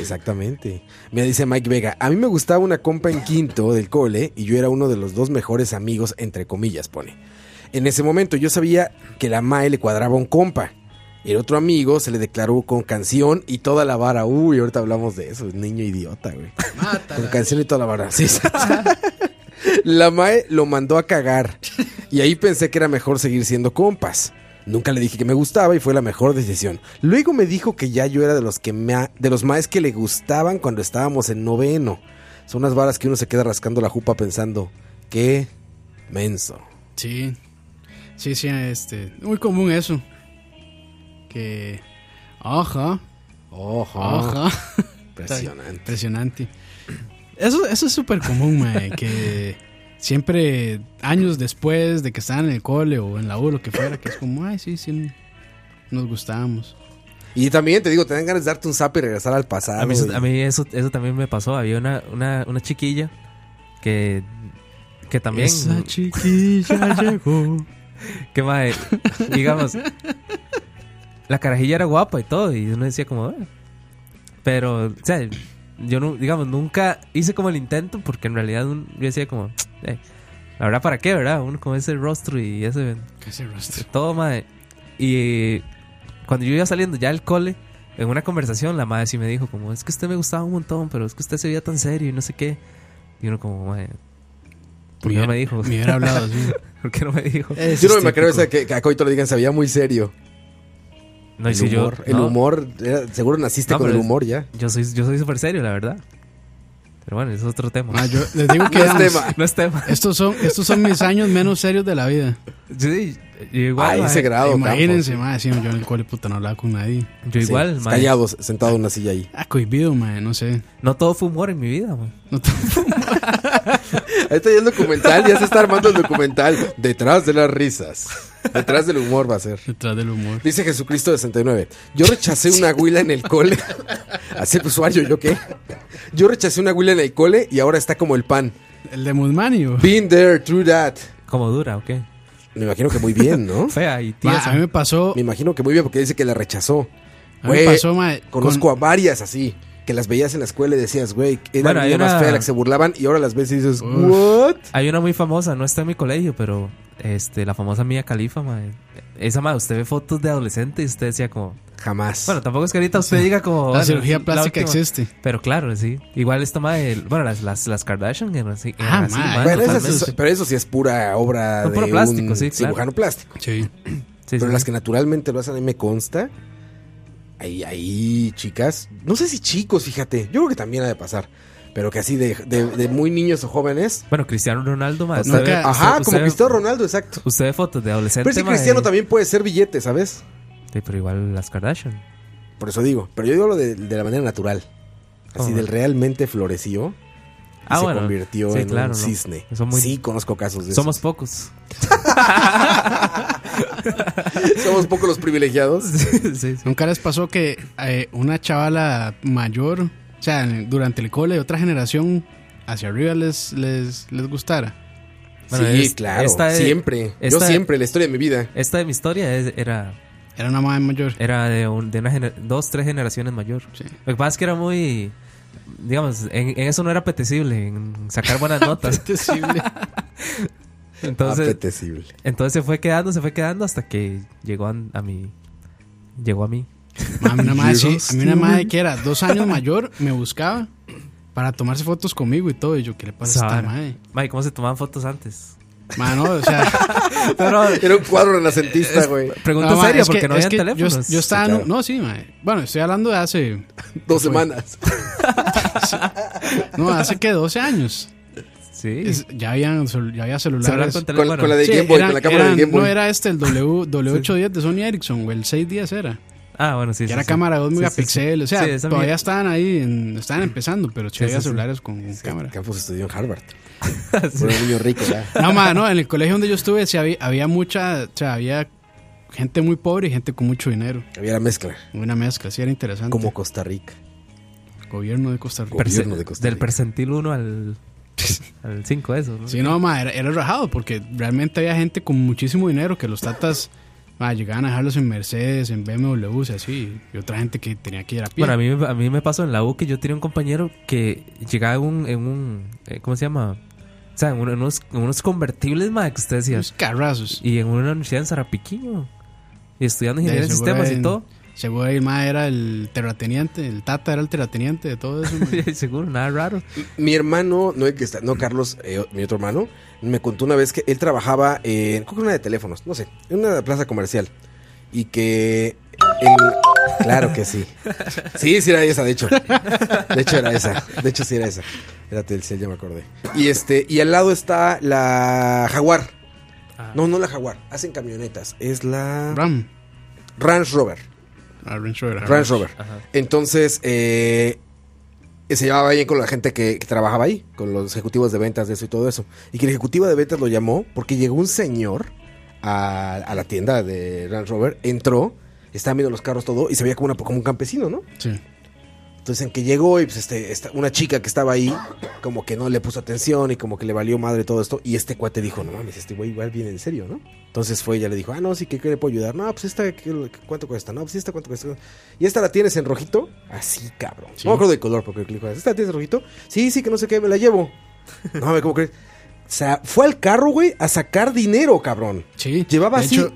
S4: Exactamente. Mira, dice Mike Vega, a mí me gustaba una compa en quinto del cole y yo era uno de los dos mejores amigos, entre comillas, pone. En ese momento yo sabía que la Mae le cuadraba un compa. El otro amigo se le declaró con canción y toda la vara. Uy, ahorita hablamos de eso, niño idiota, güey. Con canción y toda la vara. Sí, [LAUGHS] sí. La Mae lo mandó a cagar. Y ahí pensé que era mejor seguir siendo compas. Nunca le dije que me gustaba y fue la mejor decisión. Luego me dijo que ya yo era de los que me ha- de los maes que le gustaban cuando estábamos en noveno. Son unas varas que uno se queda rascando la jupa pensando, qué menso.
S2: Sí. Sí, sí, este. Muy común eso. Que. Ajá.
S4: Ojo.
S2: Ajá.
S4: Impresionante.
S2: Impresionante. Eso, eso es súper común, mae, que siempre, años después de que estaban en el cole o en la U, lo que fuera, que es como, ay, sí, sí, nos gustábamos.
S4: Y también te digo, te dan ganas de darte un zap y regresar al pasado.
S3: A mí, eso,
S4: güey.
S3: a mí eso, eso también me pasó. Había una, una, una chiquilla que, que también.
S2: Esa chiquilla
S3: [LAUGHS]
S2: llegó.
S3: Que mae, digamos. La carajilla era guapa y todo. Y uno decía como. "Eh". Pero, o sea, yo no, digamos, nunca hice como el intento. Porque en realidad un- yo decía como. "Eh, la verdad, ¿para qué, verdad? Uno con ese rostro y ese
S2: Casi rostro.
S3: todo, madre. Y cuando yo iba saliendo ya del cole, en una conversación, la madre sí me dijo, como, es que usted me gustaba un montón, pero es que usted se veía tan serio y no sé qué. Y uno, como, madre, ¿por qué no
S2: Mira,
S3: me dijo?
S2: Me hubiera hablado así.
S3: [LAUGHS] ¿Por qué no me dijo? Este,
S4: Yo no me creo esa que, que a Coito le digan, se veía muy serio.
S3: No, y
S4: el
S3: si yo-
S4: humor, el
S3: no,
S4: humor, era- seguro naciste
S3: No,
S4: con el
S3: pero es-
S4: humor ya.
S3: Yo soy yo soy súper serio, la verdad. Pero bueno, es otro tema.
S2: Ma, Ah,
S3: [LAUGHS]
S2: yo les digo que
S4: No es
S2: digamos,
S4: tema.
S3: no es tema.
S2: estos, son, estos son mis años menos serios de la vida.
S3: [LAUGHS] Sí, yo igual, eh,
S4: a
S3: mae.
S4: ese grado, Campos.
S2: Imagínense, mae, sí, yo en el cole puta no hablaba con nadie.
S3: Yo
S4: Sí,
S3: igual, mae.
S4: Callados, sentado en una silla ahí.
S2: Ah, cohibido, mae, no sé.
S3: No todo fue humor en mi vida, mae.
S2: No [LAUGHS] te-
S4: Ahí está ya el documental, ya se está armando el documental. Detrás de las risas. Detrás del humor va a ser.
S2: detrás del humor.
S4: Dice Jesucristo 69. Yo rechacé una huila en el cole. [LAUGHS] Así el usuario, ¿yo qué? Yo rechacé una huila en el cole y ahora está como el pan.
S2: El de Musmanio.
S4: Been there, true that.
S3: Como dura, ¿o qué?
S4: Me imagino que muy bien, ¿no?
S3: Fea y
S2: Ma,
S3: tía.
S2: a mí me pasó.
S4: Me imagino que muy bien porque dice que la rechazó.
S2: A mí me
S4: Güey,
S2: pasó, mae,
S4: Conozco
S2: con-
S4: a varias así, que las veías en la escuela y decías, güey, era
S3: Bueno,
S4: la
S3: hay
S4: niña más
S3: una-
S4: fea de la que se burlaban y ahora las ves y dices,
S2: Uf.
S4: ¿what?
S3: Hay una muy famosa, no está en mi colegio, pero este, la famosa Mía Califa, mae. Esa madre, usted ve fotos de adolescente y usted decía como.
S4: Jamás.
S3: Bueno, tampoco es que ahorita usted diga como.
S2: La
S3: bueno,
S2: cirugía plástica
S3: última-
S2: existe.
S3: Pero claro, sí. Igual esta madre. Bueno, las, las, las Kardashian eran así.
S2: Ah,
S3: eran así,
S2: mae.
S3: mae,
S4: Bueno, esas
S3: totalmente.
S4: es- pero eso sí es pura obra
S3: No,
S4: de
S3: puro plástico,
S4: un
S3: sí, claro.
S4: cirujano plástico.
S2: Sí.
S3: Sí,
S4: pero
S3: sí,
S4: las
S3: sí.
S4: que naturalmente lo hacen, a mí me consta. Ahí, ahí, chicas. No sé si chicos, fíjate. Yo creo que también ha de pasar. Pero que así de, de- de muy niños o jóvenes.
S3: Bueno, Cristiano Ronaldo, mae.
S2: Nunca-
S3: usted ve-
S4: Ajá,
S3: usted-
S4: como
S3: usted-
S4: Cristiano Ronaldo, exacto.
S3: Usted ve fotos de adolescente.
S4: Pero sí,
S3: mae.
S4: Cristiano también puede ser billete, ¿sabes?
S3: Sí, pero igual las Kardashian.
S4: Por eso digo. Pero yo digo lo de, de la manera natural. Así
S3: Oh.
S4: del realmente floreció. y
S3: Ah,
S4: se
S3: bueno.
S4: convirtió
S3: Sí,
S4: en
S3: claro,
S4: un
S3: no.
S4: cisne.
S3: Son muy-
S4: Sí, conozco casos de
S3: Somos
S4: esos.
S3: pocos.
S4: [LAUGHS]
S3: [LAUGHS]
S4: Somos poco los
S3: [LAUGHS]
S4: privilegiados.
S3: sí, sí.
S2: Nunca les pasó que eh, una chavala mayor, o sea, en- durante el cole de otra generación hacia arriba les, les, les gustara.
S3: Bueno,
S4: sí,
S3: es-
S4: claro.
S3: esta de-
S4: siempre. Yo
S3: esta-
S4: siempre, la historia de mi
S3: [LAUGHS]
S4: vida.
S3: Esta de mi historia es- era.
S2: Era una
S4: [LAUGHS]
S2: madre mayor.
S3: Era de, un- de una gener- dos, tres generaciones mayor.
S2: Sí.
S3: Lo que pasa es que era muy. Digamos, en, en eso no era apetecible, en
S4: [LAUGHS]
S3: sacar buenas notas. entonces,
S4: Apetecible.
S3: entonces se fue quedando, se fue quedando hasta que llegó a, a mi. Llegó a mí.
S2: Ma, A mí una madre, sí, a mí una madre que era dos
S3: [LAUGHS]
S2: años mayor me buscaba para tomarse fotos conmigo y todo. Y yo, ¿qué le pasa a esta
S3: Sara.
S2: madre?
S3: Mae, ¿cómo se tomaban fotos antes? [LAUGHS]
S2: Ma, no, o sea,
S3: Pero,
S4: Era un cuadro renacentista, güey.
S3: [LAUGHS] pregunta
S2: no, ma,
S3: seria,
S2: es que-
S3: porque no
S2: es
S3: había
S2: que yo-
S3: teléfonos.
S2: Yo, estaba,
S4: Sí,
S2: en un-
S4: claro.
S2: no, sí, madre. Bueno, estoy hablando de hace,
S4: Dos
S3: [LAUGHS]
S4: semanas.
S2: no, hace que 12 años.
S3: Sí.
S2: Es- ya, habían, cel- ya había celulares.
S3: Se hablaban con
S4: Con,
S3: teléfono.
S4: con la de
S2: Sí,
S4: Game Boy,
S2: era-
S4: con la cámara
S2: era-
S4: de Game Boy.
S2: No era este el
S3: [LAUGHS]
S2: W, W810 de Sony Ericsson, o el 610 era.
S3: Ah, bueno, sí.
S2: Que
S3: sí,
S2: era
S3: sí.
S2: cámara de 2
S3: Sí, sí, sí.
S2: megapíxeles. O
S3: Sí,
S2: sea,
S3: esa
S2: todavía
S3: mía-
S2: estaban ahí, en- estaban empezando, pero sí,
S3: Sí,
S2: había
S3: sí, sí.
S2: celulares con con cámara.
S4: Campos estudió en
S3: [LAUGHS]
S4: Harvard.
S3: Sí.
S4: Fue un niño rico, ya.
S2: No, ma, no, en el colegio donde yo estuve sí había, había mucha, o sea, había gente muy pobre y gente con mucho dinero.
S4: Había la mezcla.
S2: Una mezcla, sí era interesante.
S4: Como Costa Rica.
S2: gobierno de Costa Rica.
S4: Como-
S3: Perce-
S4: gobierno de Costa
S3: del
S4: Rica.
S3: percentil
S2: [LAUGHS]
S3: 1 al, al 5, eso. ¿no?
S2: Sí, no, ma, era, era rajado porque realmente había gente con muchísimo dinero que los tatas ma, llegaban a dejarlos en Mercedes, en BMWs, así. Y otra gente que tenía que ir a pie.
S3: Bueno, a mí, me- a mí me pasó en la U que yo tenía un compañero que llegaba en un. En un eh, ¿Cómo se llama? O sea, en un- en unos, en unos convertibles, más que usted decía.
S2: Unos carrazos.
S3: Y en una universidad en Zarapiquiño. y estudiando ingeniería de
S2: seguro
S3: sistemas
S2: el-
S3: y todo. [LAUGHS]
S2: Seguro el ma era el terrateniente, el tata era el terrateniente de todo
S3: [LAUGHS]
S2: eso. mae.
S3: Seguro, nada raro.
S4: Mi hermano, no el que está, no Carlos, eh, mi otro hermano, me contó una vez que él trabajaba en creo que una de teléfonos, no sé, en una plaza comercial. Y que el- claro que sí. Sí, sí era esa, de hecho. De hecho era esa. De hecho sí era esa. Era Telcel, ya me acordé. Y este, y al lado está la Jaguar. No, no la Jaguar, hacen camionetas. Es la
S2: Ram.
S4: Range Rover.
S2: Ah, Range Rover. ajá.
S4: Range Rover. Entonces, eh, se llevaba bien con la gente que, que trabajaba ahí, con los ejecutivos de ventas de eso y todo eso. Y que el ejecutivo de ventas lo llamó porque llegó un señor a, a la tienda de Range Rover, entró, estaba viendo los carros todo y se veía como, una, como un campesino, ¿no?
S2: Sí.
S4: Entonces en que llegó y pues este, esta- una chica que estaba ahí como que no le puso atención y como que le valió madre todo esto y este cuate dijo, no mames, este güey igual viene en serio, ¿no? Entonces fue y ya le dijo, ah, no, sí, ¿qué, qué le puedo ayudar? No, pues esta, ¿qué- ¿cuánto cuesta? No, pues esta, ¿cuánto cuesta? Y esta la tienes en rojito, así, cabrón. No me acuerdo del color porque le dijo, ¿esta la tienes en rojito? Sí, sí, que no sé qué, me la llevo. No, mames, ¿cómo crees? O sea, fue al carro, güey, a sacar dinero, cabrón.
S2: Sí.
S4: Llevaba
S2: De
S4: así
S2: hecho,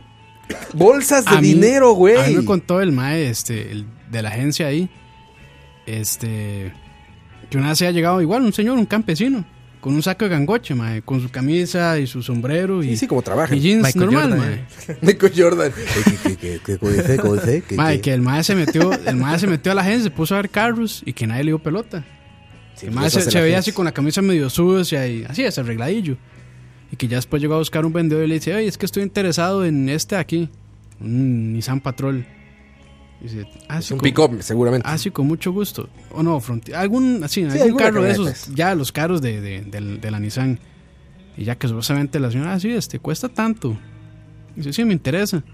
S4: bolsas de
S2: a mí-
S4: dinero, güey.
S2: A mí me contó el mae este, el de la agencia ahí. Este. Que una vez se ha llegado igual un señor, un campesino. Con un saco de gangoche, mae. Con su camisa y su sombrero y,
S4: Sí, sí, como trabaja.
S2: y jeans
S3: Michael
S2: normal,
S3: Jordan,
S2: mae.
S3: eh.
S4: Michael [LAUGHS] Jordan. ¿Qué, qué, qué, qué, qué, qué,
S2: Mae, que el mae se metió, el mae se metió a la agencia, se puso a ver carros y que nadie le dio pelota.
S4: Sí,
S2: el
S4: pues
S2: mae
S4: eso
S2: se,
S4: hace
S2: se
S4: la
S2: veía
S4: gente.
S2: así con la camisa medio sucia y así, desarregladillo. Y que ya después llegó a buscar un vendedor y le dice, oye, es que estoy interesado en este de aquí, un Nissan Patrol. Y dice, ah,
S4: Es
S2: sí,
S4: un
S2: con-
S4: pick-up, seguramente.
S2: Ah, sí, con mucho gusto. O no, Frontier. Algún, así, algún
S4: alguna
S2: carro de
S4: camioneta
S2: esos. Ya los carros de, de, del- de la Nissan. Y ya que supuestamente la señora, ah, sí, este, cuesta tanto. Dice, sí, me interesa.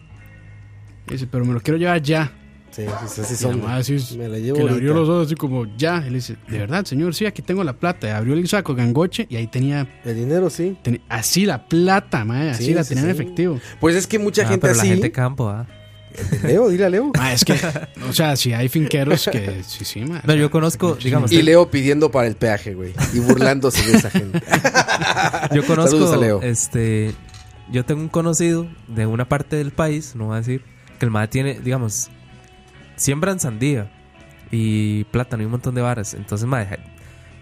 S2: Dice, pero me lo quiero llevar ya.
S4: sí, sí, sí, sí,
S2: Y la
S4: son-
S2: madre así,
S4: me la llevo
S2: que le abrió
S4: ahorita.
S2: los ojos así como, ya. Y le dice, de verdad, señor, sí, aquí tengo la plata. Y abrió el saco gangoche y ahí tenía,
S4: El dinero, sí.
S2: ten- así la plata, madre. Así
S4: Sí,
S2: la
S4: sí,
S2: tenía en
S4: sí.
S2: efectivo.
S4: Pues es que mucha
S3: Ah,
S4: gente
S3: pero
S4: así.
S3: la
S4: [LAUGHS]
S3: gente campo, ah.
S4: Leo, dile a Leo.
S2: Ah, es que, [LAUGHS] o sea, si hay finqueros que, sí, sí, madre.
S3: No, yo conozco,
S2: pues
S3: digamos,
S4: Y Leo pidiendo para el peaje, güey. Y burlándose de esa gente.
S3: yo
S4: [LAUGHS] Saludos a
S3: conozco,
S4: Leo.
S3: este, yo tengo un conocido de una parte del país, no voy a decir, que el madre tiene, digamos, siembran sandía y plátano y un montón de varas. Entonces, madre,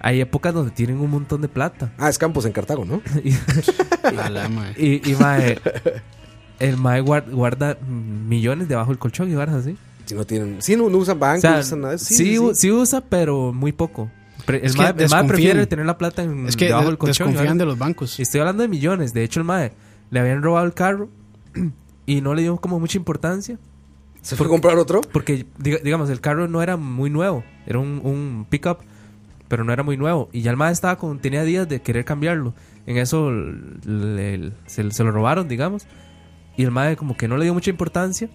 S3: hay épocas donde tienen un montón de plata. [LAUGHS]
S4: Ah, es Campos en Cartago, ¿no?
S3: Y-
S2: A la madre.
S3: Y, y mae, el mae guar- guarda, millones debajo del colchón y varas así.
S4: Si no tienen. Sí, no, no usan
S3: O
S4: bancos,
S3: sea,
S4: no usan nada.
S3: sí,
S4: Sí, sí,
S3: u-
S4: sí.
S3: sí usa, pero muy poco. Pre- el
S2: Es que
S3: mae, el mae
S2: desconfían.
S3: prefiere tener la plata en-
S2: Es que
S3: debajo
S2: de-
S3: del colchón. y
S2: desconfían
S3: varas.
S2: de los bancos.
S3: Y Estoy hablando de millones. De hecho, el mae le habían robado el carro [CLEARS THROAT] y no le dio como mucha importancia.
S4: ¿Se fue a comprar otro?
S3: Porque, diga- digamos, el carro no era muy nuevo. Era un, un pickup, pero no era muy nuevo. Y ya el mae estaba con, tenía días de querer cambiarlo. En eso le- le- se, se lo robaron, digamos. Y el mae como que no le dio mucha importancia.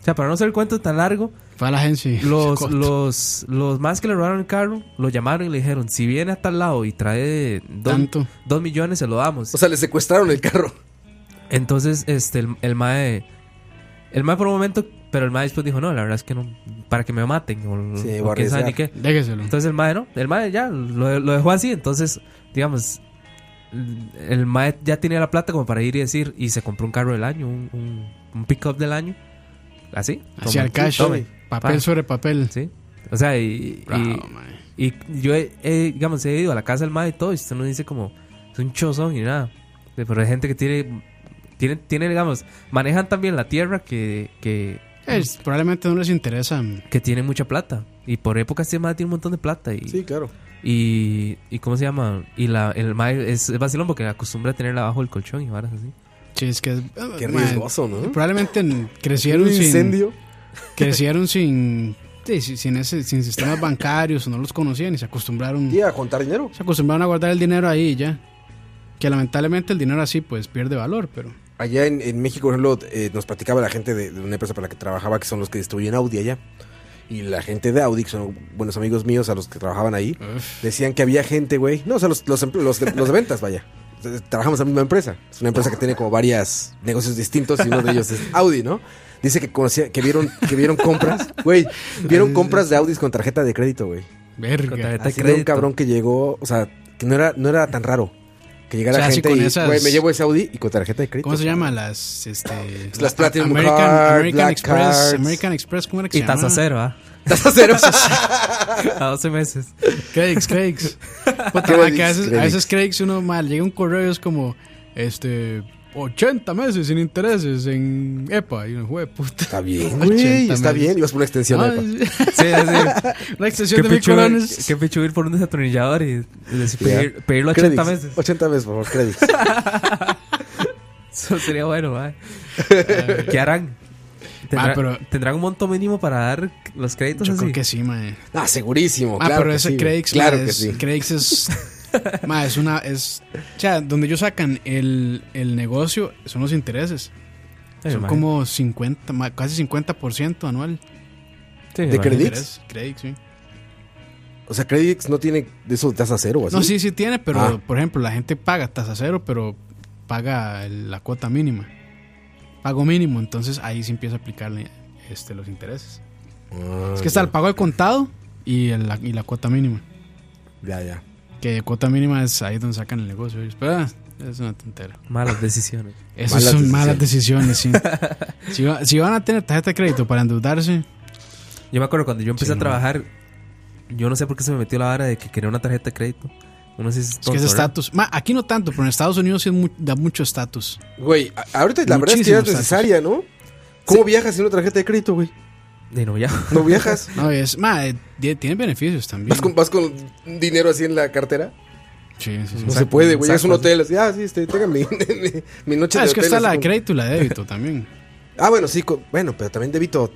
S3: O sea, para no hacer el cuento
S2: [LAUGHS]
S3: tan largo,
S2: Fue a la agencia.
S3: los,
S2: Corto.
S3: los, los más que le robaron el carro lo llamaron y le dijeron, si viene a tal lado y trae dos,
S2: Tanto.
S3: dos millones, se lo damos.
S4: O sea, le secuestraron el carro.
S3: Entonces, este, el, el mae. El mae por un momento, pero el mae después dijo, no, la verdad es que no, para que me maten, o,
S4: Sí,
S3: o
S4: voy a
S3: quién sabe
S4: arriesgar.
S3: ni qué.
S2: Déjeselo.
S3: Entonces el mae no, el mae ya lo, lo dejó así, entonces, digamos, el mae ya tenía la plata como para ir y decir, y se compró un carro del año, un, un, un pickup del año, así.
S2: Hacia el
S3: tome,
S2: cash.
S3: tome,
S2: papel
S3: pa,
S2: sobre papel.
S3: Sí, o sea, y, y,
S2: Bravo, mae.
S3: y yo, he- he, digamos, he ido a la casa del mae y todo, y usted no dice como, es un chozón y nada. De- Pero hay gente que tiene, tiene, tiene digamos, manejan también la tierra que, que,
S2: Es- probablemente no les interesa. mm,
S3: que tiene mucha plata. Y por épocas este mae tiene un montón de plata. Y,
S4: Sí, claro.
S3: y, y ¿cómo se llama? Y la, el mae es, es vacilón porque acostumbra a tenerla abajo del colchón y varas así.
S2: Sí, es que.
S4: Qué
S2: mae,
S4: riesgoso, ¿no?
S2: Probablemente n-
S4: Un
S2: crecieron sin.
S4: incendio.
S2: Crecieron sin. sí, sí, sin, ese, sin sistemas bancarios, no los conocían y se acostumbraron.
S4: ¿Y a contar dinero?
S2: Se acostumbraron a guardar el dinero ahí y ya. Que lamentablemente el dinero así, pues pierde valor, pero.
S4: Allá en, en México, por ejemplo, eh, nos platicaba la gente de, de una empresa para la que trabajaba, que son los que distribuyen Audi allá. Y la gente de Audi, que son buenos amigos míos a los que trabajaban ahí,
S2: Uf.
S4: decían que había gente, güey. No, o sea, los, los, empl- los de, los de ventas, vaya. O sea, Trabajamos en la misma empresa. Es una empresa que tiene como varios negocios distintos y uno de ellos es Audi, ¿no? Dice que conocía, que vieron, que vieron compras, güey, vieron compras de Audis con tarjeta de crédito, güey.
S3: Con
S2: Verga.
S3: tarjeta de
S4: Así de un
S3: crédito.
S4: cabrón que llegó, o sea, que no era, no era tan raro. Que llegara
S2: O sea, así
S4: gente
S2: con
S4: y,
S2: esas-
S4: güey, me llevo ese Audi y con tarjeta de crédito.
S2: ¿Cómo se llama? Las, este,
S4: Las Platinum
S2: American,
S4: Card,
S2: American
S4: Black
S2: Express.
S4: Cards.
S2: American Express, ¿cómo era que
S3: Y
S2: se llama?
S3: tasa cero, ¿ah?
S4: Tasa cero.
S2: [LAUGHS]
S3: A 12 meses.
S2: Craigs, Craigs. Puta,
S4: Qué
S2: ma,
S4: buenos
S2: que a veces, a
S4: Craigs.
S2: veces Craigs uno mal, llega un correo y es como, este, 80 meses sin intereses en EPA. Y uno, "Jue de puta.
S4: Está bien,
S2: 80
S4: güey. Está
S2: meses.
S4: bien. Ibas por una extensión.
S2: Ah,
S4: Epa.
S3: [LAUGHS] Sí,
S2: [LAUGHS]
S3: así.
S2: Una
S3: Que
S2: extensión de mil
S3: pichu,
S2: colones.
S3: que pichu ir por un desatornillador y decir,
S4: Ya.
S3: pedir, pedirlo 80
S4: Credits.
S3: veces.
S4: 80 veces, por favor, créditos.
S2: [LAUGHS]
S3: Eso sería bueno, mae. ¿Qué harán? ¿Tendrá-
S2: Ah, pero-
S3: ¿Tendrán un monto mínimo para dar los créditos
S2: Yo
S3: así?
S2: creo que sí, mae.
S4: ah, segurísimo.
S2: Ah,
S4: claro
S2: pero
S4: que
S2: ese
S4: sí, güey.
S2: Craigs,
S4: Claro
S2: ma,
S4: que
S2: es,
S4: sí.
S2: Craigs es.
S4: [LAUGHS]
S2: ma, es una. Es, o sea, donde ellos sacan el, el negocio son los intereses.
S3: Sí,
S2: son
S3: mae.
S2: como 50, ma, casi 50% anual.
S3: Sí,
S4: de
S3: mae.
S4: crédito.
S2: Interés, Craigs, sí.
S4: O sea, Credits no tiene de eso de tasa cero o así.
S2: No, sí, sí tiene, pero
S4: Pues Ah.
S2: por ejemplo, la gente paga tasa cero, pero paga el- la cuota mínima. Pago mínimo, entonces ahí se empieza a aplicarle este, los intereses.
S4: Ah,
S2: es que está el pago al contado y, el- la, y la cuota mínima.
S4: Ya, ya.
S2: Que cuota mínima es ahí donde sacan el negocio. ellos, pero, ah, es una tontera.
S3: Malas decisiones.
S2: Esas
S4: Malas
S2: son malas decisiones, sí.
S4: [LAUGHS]
S2: si, va- si van a tener tarjeta de crédito para endeudarse,
S3: Yo me acuerdo cuando yo empecé
S2: Sí,
S3: a trabajar, yo no sé por qué se me metió la vara de que quería una tarjeta de crédito. Uno sí
S2: es que es estatus. Ma, Aquí no tanto, pero en Estados Unidos sí es mu- da mucho estatus.
S4: Güey, a- ahorita la verdad es que ya es
S2: Muchísimos
S4: necesaria, ¿no? ¿Cómo viajas sin una tarjeta de crédito, güey?
S3: De no, ya.
S4: No
S2: [LAUGHS]
S4: viajas. [LAUGHS]
S2: No, es, ma, eh, tie- tiene beneficios también.
S4: ¿Vas con, vas con dinero así en la cartera?
S2: Sí, sí, sí.
S4: No se puede, güey. Es un
S3: exacto.
S4: hotel. Así, ah, sí, este, tengan mi, [LAUGHS] mi- mi noche
S2: Ah,
S4: de
S2: es que
S4: hotel,
S2: está
S4: así
S2: la de
S4: como-
S2: crédito y la de
S4: [LAUGHS]
S2: débito también.
S4: Ah, bueno, sí. co- Bueno, pero también débito.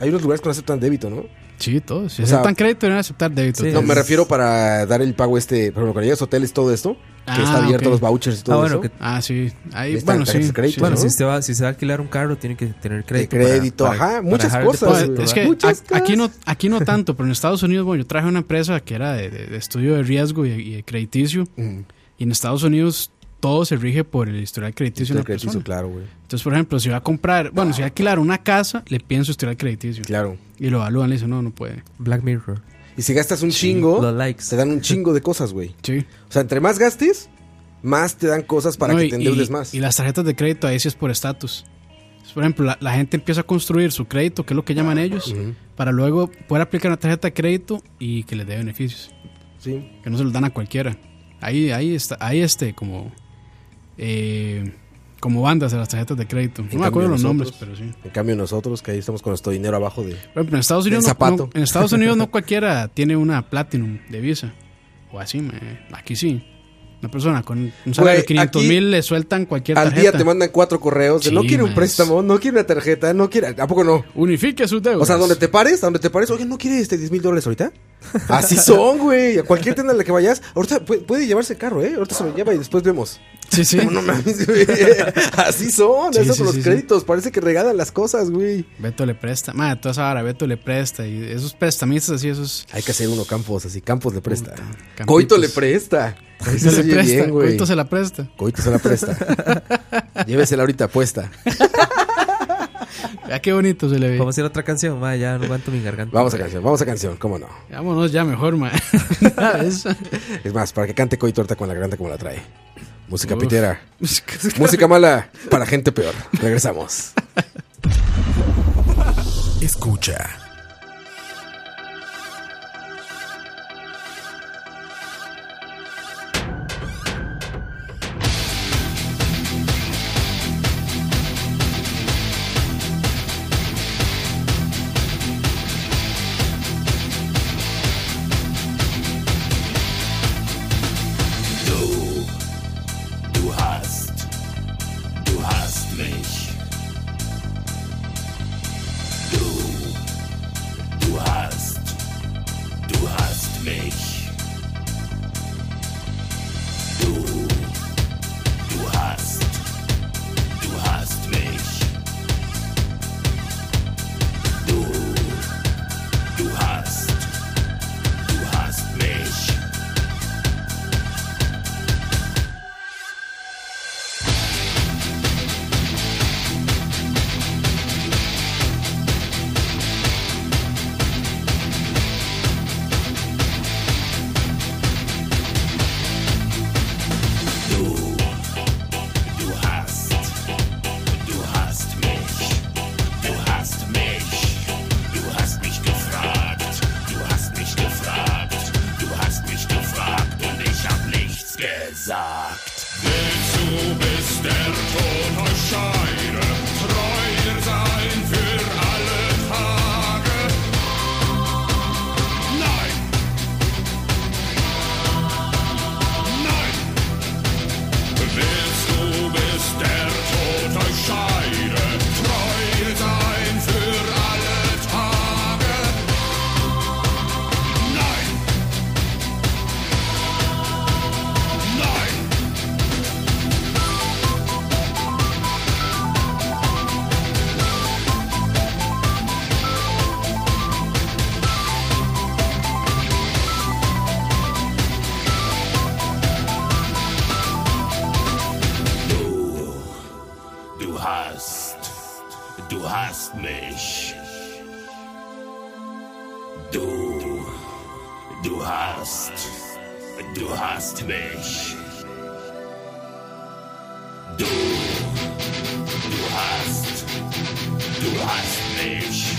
S4: Hay unos lugares que no aceptan débito, ¿no?
S2: Sí, todos. Si
S4: O sea,
S2: aceptan crédito, deben aceptar débito.
S3: sí.
S4: No,
S2: también.
S4: me refiero para dar el pago este. Por ejemplo, cuando llegas a hoteles, todo esto. Que
S2: Ah,
S4: está abierto
S2: ok.
S4: los vouchers y todo
S3: [LAUGHS] Ah, bueno,
S4: eso.
S3: que-
S2: Ah, sí. Ahí,
S4: Necesitan
S2: bueno, sí.
S4: tarjetas de crédito,
S2: sí,
S3: Bueno,
S4: ¿no?
S2: sí.
S3: si, usted va, si se va a alquilar un carro, tiene que tener crédito.
S4: crédito, ajá, muchas
S3: dejar el
S4: cosas,
S3: depósito,
S4: güey.
S2: Pues, es
S3: ¿verdad?
S2: que
S4: Pues, Muchas
S2: ac- aquí no, aquí no tanto, pero en Estados Unidos, bueno, yo traje una empresa que era de, de- de estudio de riesgo y, y de crediticio.
S4: Mm.
S2: Y en Estados Unidos todo se rige por el historial crediticio
S4: Historial
S2: de una
S4: crediticio,
S2: persona.
S4: claro, güey.
S2: Entonces, por ejemplo, si va a comprar, bueno, si va a alquilar una casa, le piden su historial crediticio.
S4: Claro.
S2: Y lo evalúan, le dicen, no, no puede.
S3: Black Mirror.
S4: Y si gastas un chingo,
S3: Los likes.
S4: te dan un chingo de cosas, güey.
S2: Sí.
S4: O sea, entre más gastes, más te dan cosas para
S2: No,
S4: que
S2: y-
S4: te endeudes
S2: y-
S4: más.
S2: Y las tarjetas de crédito ahí sí es por estatus. Entonces, Por ejemplo, la, la gente empieza a construir su crédito, que es lo que llaman ellos, para luego poder aplicar una tarjeta de crédito y que les dé beneficios.
S4: Sí.
S2: que no se los dan a cualquiera. Ahí, ahí está, ahí este, como, eh, como bandas de las tarjetas de crédito. No me
S4: cambio
S2: acuerdo los nombres,
S4: nosotros-
S2: pero sí.
S4: En cambio nosotros, que ahí estamos con nuestro dinero abajo de...
S2: Por ejemplo, en Estados Unidos,
S4: Del
S2: no,
S4: zapato.
S2: no-
S4: [LAUGHS]
S2: en Estados Unidos no cualquiera tiene una Platinum de Visa. O así, me- aquí sí. Una persona con un salario de
S4: Güey,
S2: 500
S4: aquí
S2: mil le sueltan cualquier
S4: Al
S2: tarjeta.
S4: día te mandan cuatro correos de
S2: Sí,
S4: no quiere un
S2: maes.
S4: préstamo, no quiere una tarjeta, no quiere... ¿A poco no?
S2: Unifique sus deudas.
S4: O sea, donde te pares, a donde te pares, oye, ¿no quiere este 10 mil dólares ahorita? Así son, güey. A cualquier tienda a la que vayas, ahorita puede, puede llevarse el carro, ¿eh? Ahorita se lo lleva y después vemos. [LAUGHS]
S2: Sí, sí.
S4: No mames, güey. Así son,
S2: Sí,
S4: eso
S2: sí,
S4: con los
S2: sí, sí.
S4: créditos. Parece que regalan las cosas, güey.
S2: Beto le presta. Madre, toda esa hora Beto le presta. Y esos prestamistas así, esos...
S4: Hay que hacer uno Campos, así. Campos le presta.
S2: Campitos.
S4: Coito le presta. Ahí se
S2: le
S4: oye
S2: presta,
S4: bien, güey.
S2: Coito se la presta.
S4: Coito se la presta.
S2: [LAUGHS]
S4: Llévesela ahorita puesta.
S2: Vea qué bonito se le ve.
S3: Vamos a hacer otra canción, ma, ya no aguanto mi garganta.
S4: Vamos a canción, vamos a canción, cómo no.
S2: Vámonos ya
S4: [LAUGHS]
S2: mejor, man.
S4: Es más, para que cante Coito ahorita con la garganta como la trae. Música
S2: [LAUGHS]
S4: pitera. Música mala para gente peor. Regresamos.
S1: Escucha.
S8: Du hast, du hast mich. Du, sagt. Du hast, du hast mich. Du, du hast, du hast mich. Du, du hast, du hast mich.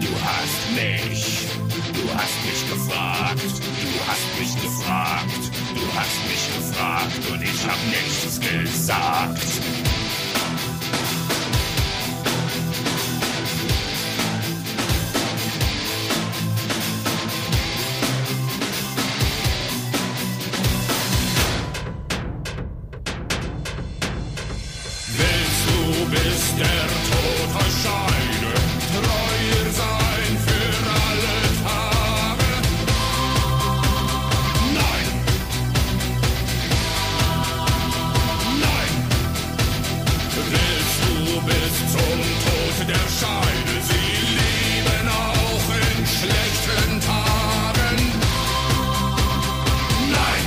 S8: Du hast mich, du hast mich gefragt, du hast mich gefragt, du hast mich gefragt und ich hab nichts gesagt. Willst du bis der Tod euch scheide, treu sein für alle Tage? Nein! Nein! Willst du bis zum Tod der Scheide, sie leben auch in schlechten Tagen? Nein!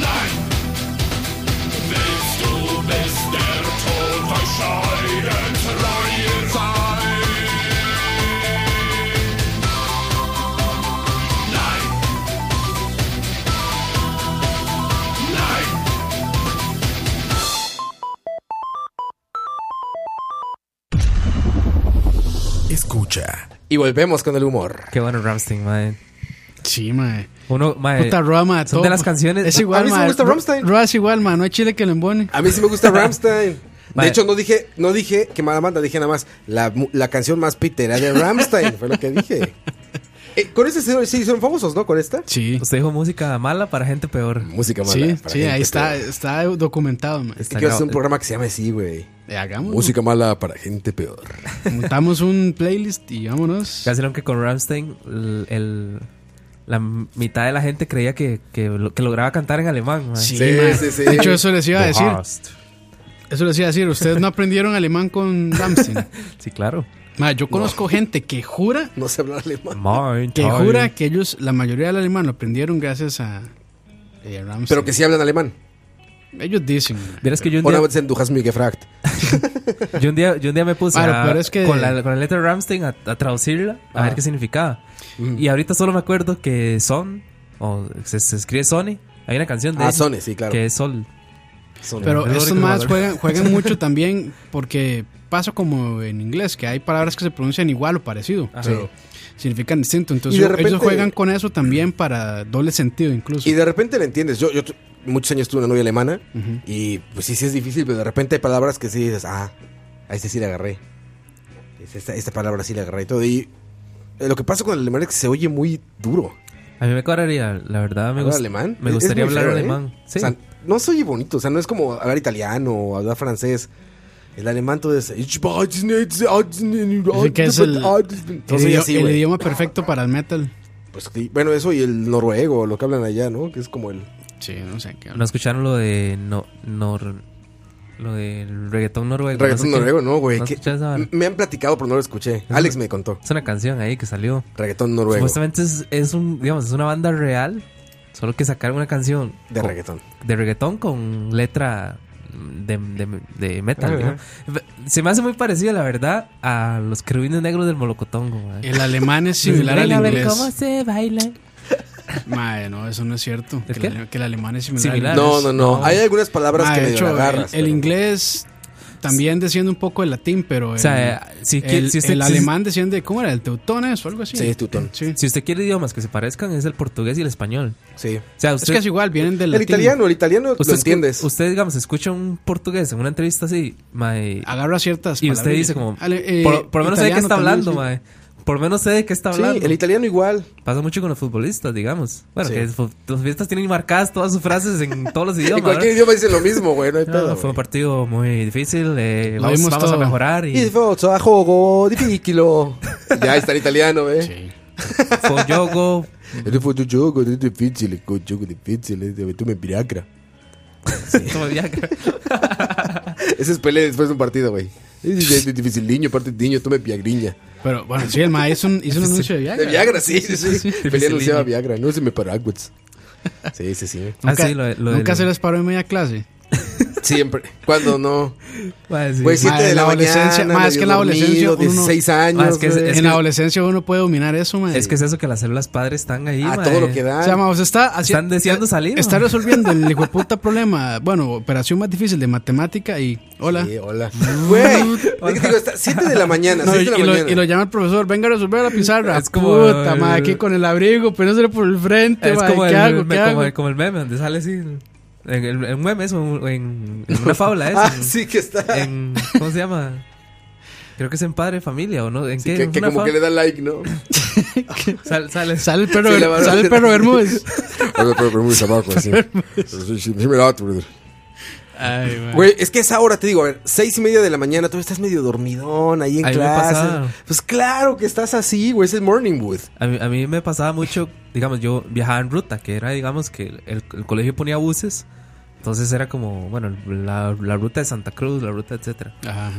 S8: Nein! Willst du bis der Tod euch scheiden, treu sein? Nein! Nein!
S1: Escucha.
S4: Y volvemos con el humor.
S3: Qué bueno Ramstein, mae.
S2: Sí,
S4: Eh,
S2: mae.
S3: Uno, mae.
S2: Puta Roa, mae.
S3: son
S2: todo-
S3: de las canciones.
S2: Es igual,
S4: A mí sí me
S2: mae.
S4: gusta Rammstein.
S2: Roa es igual, mae. No hay chile que lo embone.
S4: A mí sí me gusta Ramstein. De
S3: Vale.
S4: hecho, no dije, no dije que mala banda, dije nada más la, mu- la canción más pitera de Ramstein, fue lo que dije. Eh, con ese se, se hicieron famosos, ¿no? Con esta.
S2: Sí.
S3: Usted dijo música mala para gente peor.
S4: Música mala.
S2: Sí,
S4: Pues, para
S2: sí,
S4: gente
S2: ahí está,
S4: peor.
S2: está documentado, mae.
S4: Hay que hacer un programa que se llame así, güey.
S2: Eh, Hagamos.
S4: Música mala para gente peor.
S2: Montamos un playlist y vámonos.
S3: Cancelaron que con Ramstein el, el- la mitad de la gente creía que, que, lo- que lograba cantar en alemán. mae.
S2: Sí,
S4: Sí,
S2: mae.
S4: sí, sí.
S2: De hecho, eso les iba a
S3: Du
S2: decir.
S3: hast.
S2: Eso les iba a decir. Ustedes no aprendieron alemán con
S4: [LAUGHS]
S2: Ramstein.
S3: Sí, claro.
S2: Mae, yo conozco gente que jura,
S4: No sé hablar alemán.
S3: Mein
S2: que
S3: Teil.
S2: jura que ellos, la mayoría del alemán lo aprendieron gracias a, eh, Rammstein.
S4: Pero que sí hablan alemán.
S2: Ellos dicen.
S3: Vieras que yo un,
S4: Una
S3: día,
S4: vez en Du hast mich gefragt.
S3: yo, un día, yo un día me puse
S2: Claro,
S3: a-
S2: pero es que- Ah.
S3: con, la, con la letra de Ramstein a, a traducirla, a ver qué significaba.
S4: Mm.
S3: Y ahorita solo me acuerdo que Son, o se, se escribe Sony, hay una canción de
S4: Ah,
S3: ellos
S4: Sony, sí, claro.
S3: que es Sol.
S4: Son-
S2: Pero
S3: Es lo
S2: estos
S3: único
S2: más
S3: que-
S2: juegan, juegan mucho también porque pasa como en inglés, que hay palabras que se pronuncian igual o parecido, pero significan distinto. Entonces
S4: Y de
S2: ellos- ellos
S4: repente-
S2: juegan con eso también para doble sentido incluso.
S4: Y de repente le entiendes. Yo, yo tu- muchos años tuve una novia alemana y pues sí, sí es difícil, pero de repente hay palabras que sí dices, ah, a este sí le agarré. Es Esta, esta palabra sí le agarré y todo. Y eh, lo que pasa con el alemán es que se oye muy duro.
S3: A mí me cuadraría, la verdad me,
S4: ¿Hablar
S3: gust-
S4: alemán? Es-
S3: me
S4: es
S3: gustaría
S4: muy
S3: hablar
S4: feo, ¿eh?
S3: alemán. Sí.
S4: O sea, no se oye bonito. O sea, no es como hablar italiano o hablar francés. El alemán todo es...
S2: Dicen que es el, el
S4: Entonces,
S2: idi-
S4: así,
S2: el
S4: güey.
S2: idioma perfecto para el metal.
S4: Pues sí, bueno, eso y el noruego, lo que hablan allá, ¿no? Que es como el...
S2: Sí, no sé qué.
S3: ¿No escucharon lo de no, nor- lo del reggaetón noruego? No sé
S4: Reggaetón
S3: qué.
S4: noruego, no, güey.
S3: ¿No
S4: que-
S3: escuchaste esa vara?
S4: me han platicado, pero no lo escuché. Alex me contó.
S3: Es una canción ahí que salió.
S4: Reggaetón noruego.
S3: Supuestamente es, es un, digamos, es una banda real, solo que sacaron una canción
S4: De
S3: con-
S4: reggaetón.
S3: de reggaetón con letra de, de- de metal.
S4: Ajá.
S3: digamos. Se me hace muy parecido, la verdad, a los querubines negros del Molocotongo. mae.
S2: El alemán
S3: [LAUGHS]
S2: es similar al
S3: Ven a ver cómo
S2: inglés.
S3: se baila.
S2: Mae, no, eso no es cierto.
S3: ¿El
S2: Que,
S3: qué?
S2: el ale- que el alemán Ah, es similar.
S3: Similar.
S2: al inglés.
S4: No, no, no.
S3: No.
S4: Hay algunas palabras
S2: Mae,
S4: que
S2: Ah, de
S4: medio
S2: hecho,
S4: la agarras.
S2: el, el
S4: pero-
S2: inglés También desciende un poco el latín, pero el,
S3: O sea, si, qui-
S2: el,
S3: si usted,
S2: el
S3: si-
S2: alemán desciende, ¿cómo era? ¿El teutones o algo así?
S4: Sí, teutón.
S2: Sí.
S3: si usted quiere idiomas que se parezcan, es el portugués y el español.
S4: Sí.
S3: O sea,
S2: Es
S3: usted,
S2: que es igual, vienen del
S4: El
S2: latín.
S4: italiano, el italiano
S3: usted
S4: lo
S3: escu-
S4: entiendes.
S3: Pues Usted, digamos, escucha un portugués en una entrevista así, mae,
S2: Agarra ciertas
S3: y usted
S2: palabras.
S3: dice como,
S2: Ale- eh,
S3: por, por lo menos sé de qué
S2: italiano
S3: está
S2: también,
S3: hablando,
S2: sí.
S3: mae. Por lo menos sé de qué está
S4: sí,
S3: hablando.
S4: el italiano igual.
S3: Pasa mucho con los futbolistas, digamos. Bueno,
S4: Sí.
S3: que los fu- los futbolistas tienen marcadas todas sus frases en
S4: [LAUGHS]
S3: todos los idiomas.
S4: en cualquier
S3: ¿verdad?
S4: idioma dice lo mismo, güey. No hay
S3: No,
S4: pedo.
S3: Ah, fue
S4: güey.
S3: un partido muy difícil. eh,
S2: Lo
S3: vamos
S2: vimos
S3: vamos a
S2: todo.
S3: mejorar.
S4: [LAUGHS]
S3: Y
S4: Y fue otro a juego, dificilo. Ya está el italiano, ¿eh? güey.
S3: [LAUGHS] fue un yogo. [LAUGHS]
S4: Este fue tu juego, es difícil, es un juego difícil, es de- tú me piracra.
S3: como ya-
S4: Ese es Pelé después de un partido, güey. Es es difícil, niño, aparte niño, tú me piagriña.
S2: Pero bueno, sí, el maíz hizo un,
S3: [LAUGHS]
S2: hizo un anuncio de Viagra.
S4: De Viagra, sí, sí, sí. Pelé
S3: Dificiliño.
S4: anunciaba Viagra, no se me paraguas. Sí, sí, sí.
S3: Ah,
S2: Nunca,
S3: sí, lo de- lo
S2: nunca
S3: del-
S2: se les paró en media clase.
S4: Siempre. Cuando no.
S3: Mae, sí.
S4: Güey, 7
S2: Madre,
S4: de la,
S2: la
S4: adolescencia,
S2: adolescencia-
S4: mañana.
S2: ma, es que la
S4: medio
S2: adolescencia
S4: dormido,
S2: uno no-
S4: 16 años.
S3: Ma, es que es-
S4: güey.
S3: es-
S2: en
S3: que-
S2: la adolescencia uno puede dominar eso, man.
S3: Es que es eso que las células padres están ahí.
S4: a
S3: mae.
S4: todo lo que
S2: O sea,
S4: da.
S2: ma, o sea, está haci-
S3: Están deseando salir,
S2: Está
S3: ma.
S2: resolviendo
S3: [LAUGHS]
S2: el hijo de puta problema. Bueno, operación más difícil de matemática y. Hola.
S4: Sí, hola. Güey. es que digo, está 7 de la mañana,
S2: No,
S4: 6
S2: y,
S4: de la
S2: y lo,
S4: mañana.
S2: y lo llama el profesor, venga a resolver la pizarra.
S3: Es como- eh,
S2: Puta, ma, aquí con el abrigo, pero no se le por el frente,
S3: Es
S2: ma,
S3: como,
S2: ¿qué
S3: el,
S2: hago?
S3: me-
S2: ¿Qué
S3: como,
S2: hago?
S3: el- como el meme donde sale así. En, el, en un meme es un- en, en una fábula es.
S4: [LAUGHS] Ah,
S3: en-
S4: sí que está.
S3: en- ¿Cómo se llama? Creo que es en padre de familia o no. ¿En
S4: Sí,
S3: qué?
S4: que, que
S3: Una
S4: como
S3: fábula.
S4: que le da like, ¿no?
S3: Sal-
S2: [LAUGHS]
S3: sale.
S2: Sale el perro,
S4: Sí, la verdad.
S2: sale el perro Bermúdez.
S4: Pero, pero, pero muy abajo, así. Sí, sí, sí, me da otro, brother.
S2: Ay, ma.
S4: Güey, es que esa hora, te digo, a ver, seis y media de la mañana, tú estás medio dormidón ahí en
S3: A mí me
S4: clase.
S3: pasaba.
S4: Pues claro que estás así, güey, es el morning wood.
S3: A mí, a mí me pasaba mucho, digamos, yo viajaba en ruta, que era, digamos, que el, el- el colegio ponía buses. Entonces era como, bueno, la, la ruta de Santa Cruz, la ruta, etcétera.
S2: Ajá.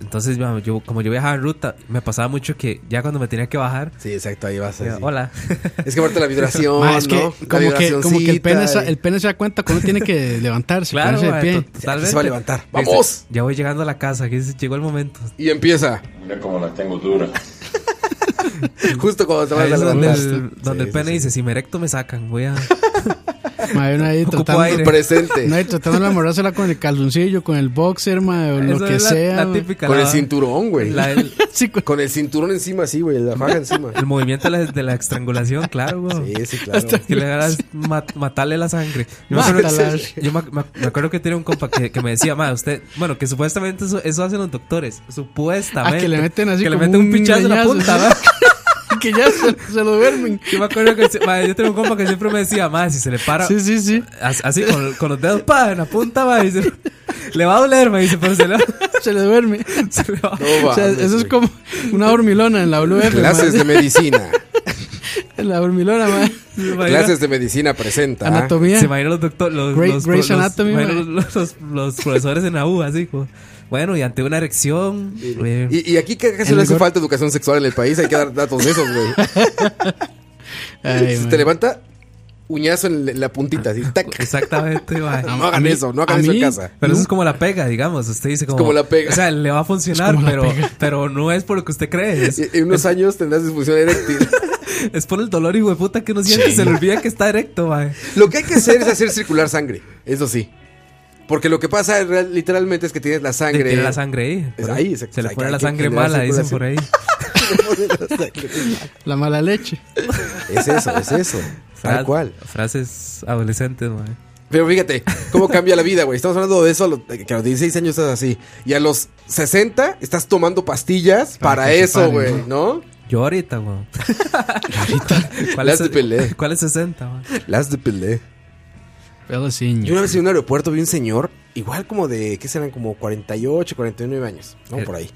S3: Entonces, digamos, yo, como yo viajaba en ruta, me pasaba mucho que ya cuando me tenía que bajar,
S4: Pues Sí, exacto, ahí vas.
S3: decía,
S4: así.
S3: hola.
S4: Es que aparte la vibración,
S2: Ma, es que,
S4: ¿no? La
S2: como, que, como que el pene,
S4: vibracioncita,
S2: sa- el pene se da cuenta cuando tiene que [LAUGHS] levantarse,
S3: claro,
S2: ponerse de
S3: ma,
S2: pie.
S3: to- totalmente.
S4: Aquí se va a levantar. ¡Vamos!
S3: Ya voy llegando a la casa, que es- llegó el momento.
S4: Y empieza,
S8: Mira cómo la tengo dura.
S4: [LAUGHS] justo cuando te
S3: Ahí
S4: vas a
S3: es donde
S4: levantar.
S3: el, donde el
S4: Sí,
S3: pene
S4: sí, sí.
S3: dice, si me erecto me sacan, voy a...
S2: Ma, uno ahí
S3: Ocupo
S2: tratando-
S3: aire.
S4: Presente.
S2: [LAUGHS] No, y tratando de enamorársela con el calzoncillo, con el boxer, ma, o
S3: Eso
S2: lo que
S3: es la-
S2: sea.
S3: la
S2: ma.
S3: típica,
S4: Con
S3: la-
S4: el cinturón, güey.
S3: la- el,
S2: [LAUGHS] Sí, cu-
S4: Con el cinturón encima, sí, güey, la faja encima.
S3: el movimiento de la, de la estrangulación, claro, güey.
S4: Sí, sí, claro.
S3: [LAUGHS] Que le hagas mat- matarle la sangre. Yo, me acuerdo,
S2: Mátala.
S3: yo me, me- me acuerdo que tenía un compa que, que me decía, ma, usted, bueno, que supuestamente eso, eso hacen los doctores. Supuestamente.
S2: Ah, que le meten así
S3: Que le
S2: como
S3: meten un
S2: un
S3: pinchazo en la
S2: leñazo,
S3: punta,
S2: ¿sí?
S3: ma.
S2: [LAUGHS] que ya se, se lo duermen.
S3: Yo me acuerdo que, se- ma, yo tenía un compa que siempre me decía, ma, si se le para.
S2: Sí, sí, sí.
S3: as- Así con, con los dedos pa, en la punta, ma, y se- [LAUGHS] le va a doler, me dice, pero se le,
S2: [LAUGHS] Se le duerme.
S3: se le va a
S4: No
S2: o sea,
S4: mames,
S2: eso
S4: güey.
S2: es como una hormilona en la Blue [LAUGHS] F, ma.
S4: Clases de medicina.
S2: En [LAUGHS] la hormilona, ma.
S3: se imagina-
S4: Clases de medicina presenta. ¿ah?
S2: Anatomía.
S3: Se imaginan los doctores, los,
S2: Grey-
S3: los,
S2: Grey's
S3: los-
S2: Anatomy,
S3: imagina
S2: ma.
S3: los- los- los profesores en la U, así como, bueno, y ante una erección, eh,
S4: Y, y aquí que casi
S2: El
S4: no hace
S2: rigor.
S4: falta educación sexual en el país, hay que dar datos de esos, güey.
S2: [LAUGHS] Ay,
S4: si
S2: ma.
S4: te levanta, uñazo en la puntita, así, tac. [LAUGHS]
S3: Exactamente, ma.
S4: No hagan eso, no hagan
S2: Ah, a
S4: eso en
S2: mí-
S4: casa.
S3: Pero eso es como la pega, digamos. Usted dice como.
S4: como la pega.
S3: O sea, le va a funcionar,
S2: como la
S3: pero, pero no es por lo que usted cree. Es,
S4: Y- En unos años tendrás disfunción eréctil.
S2: [LAUGHS]
S3: es por el dolor y hueputa que uno siente. Se le olvida que está erecto, mae.
S4: lo que hay que hacer es hacer circular sangre, eso sí. Porque lo que pasa real- literalmente es que tienes la
S3: Le
S4: sangre.
S3: Tiene la sangre ahí.
S4: Es ahí, exacto.
S3: Se le
S4: Hay
S3: pone
S4: que-
S3: la
S4: hay que
S3: sangre
S4: generar
S3: mala, dicen por ahí.
S2: La mala leche.
S4: Es eso, es
S2: [LAUGHS]
S4: eso. Tal
S3: Fra-
S4: cual.
S3: Frases adolescentes, mae.
S4: Pero fíjate, cómo cambia la vida, güey. Estamos hablando de eso, a los, que a los 16 años estás así. Y a los 60 estás tomando pastillas para,
S2: Para que se
S4: eso,
S2: paren,
S4: güey, ¿no?
S3: Yo ahorita, weón.
S4: [LAUGHS]
S3: ¿Cuál,
S4: Las de
S3: es,
S4: Pelé.
S3: ¿Cuál es 60, mae?
S4: Las de Pelé.
S2: Pero sí.
S4: Yo una vez en un aeropuerto vi un señor, igual como de, ¿qué serán? Como 48, 49 años, ¿no?
S3: Eh.
S4: Por ahí.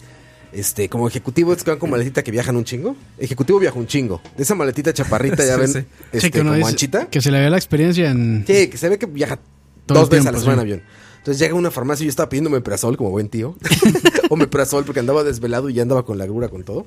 S4: Este, como ejecutivo, es que van con maletita que viajan un chingo. Ejecutivo viaja un chingo. De esa maletita chaparrita, ya
S3: [LAUGHS] Sí,
S4: ven,
S3: sí.
S4: este,
S2: Sí, que uno
S4: como
S2: dice-
S4: anchita.
S2: Que se le ve la experiencia en.
S4: Sí, que se ve que viaja
S2: Todo
S4: dos
S2: el
S4: veces a
S2: tiempo,
S4: la semana
S2: sí.
S4: en avión. Entonces llega a una farmacia y yo estaba pidiendo meprazol como buen
S2: [LAUGHS]
S4: tío. [LAUGHS] o meprazol porque andaba desvelado y ya andaba con la grura con todo.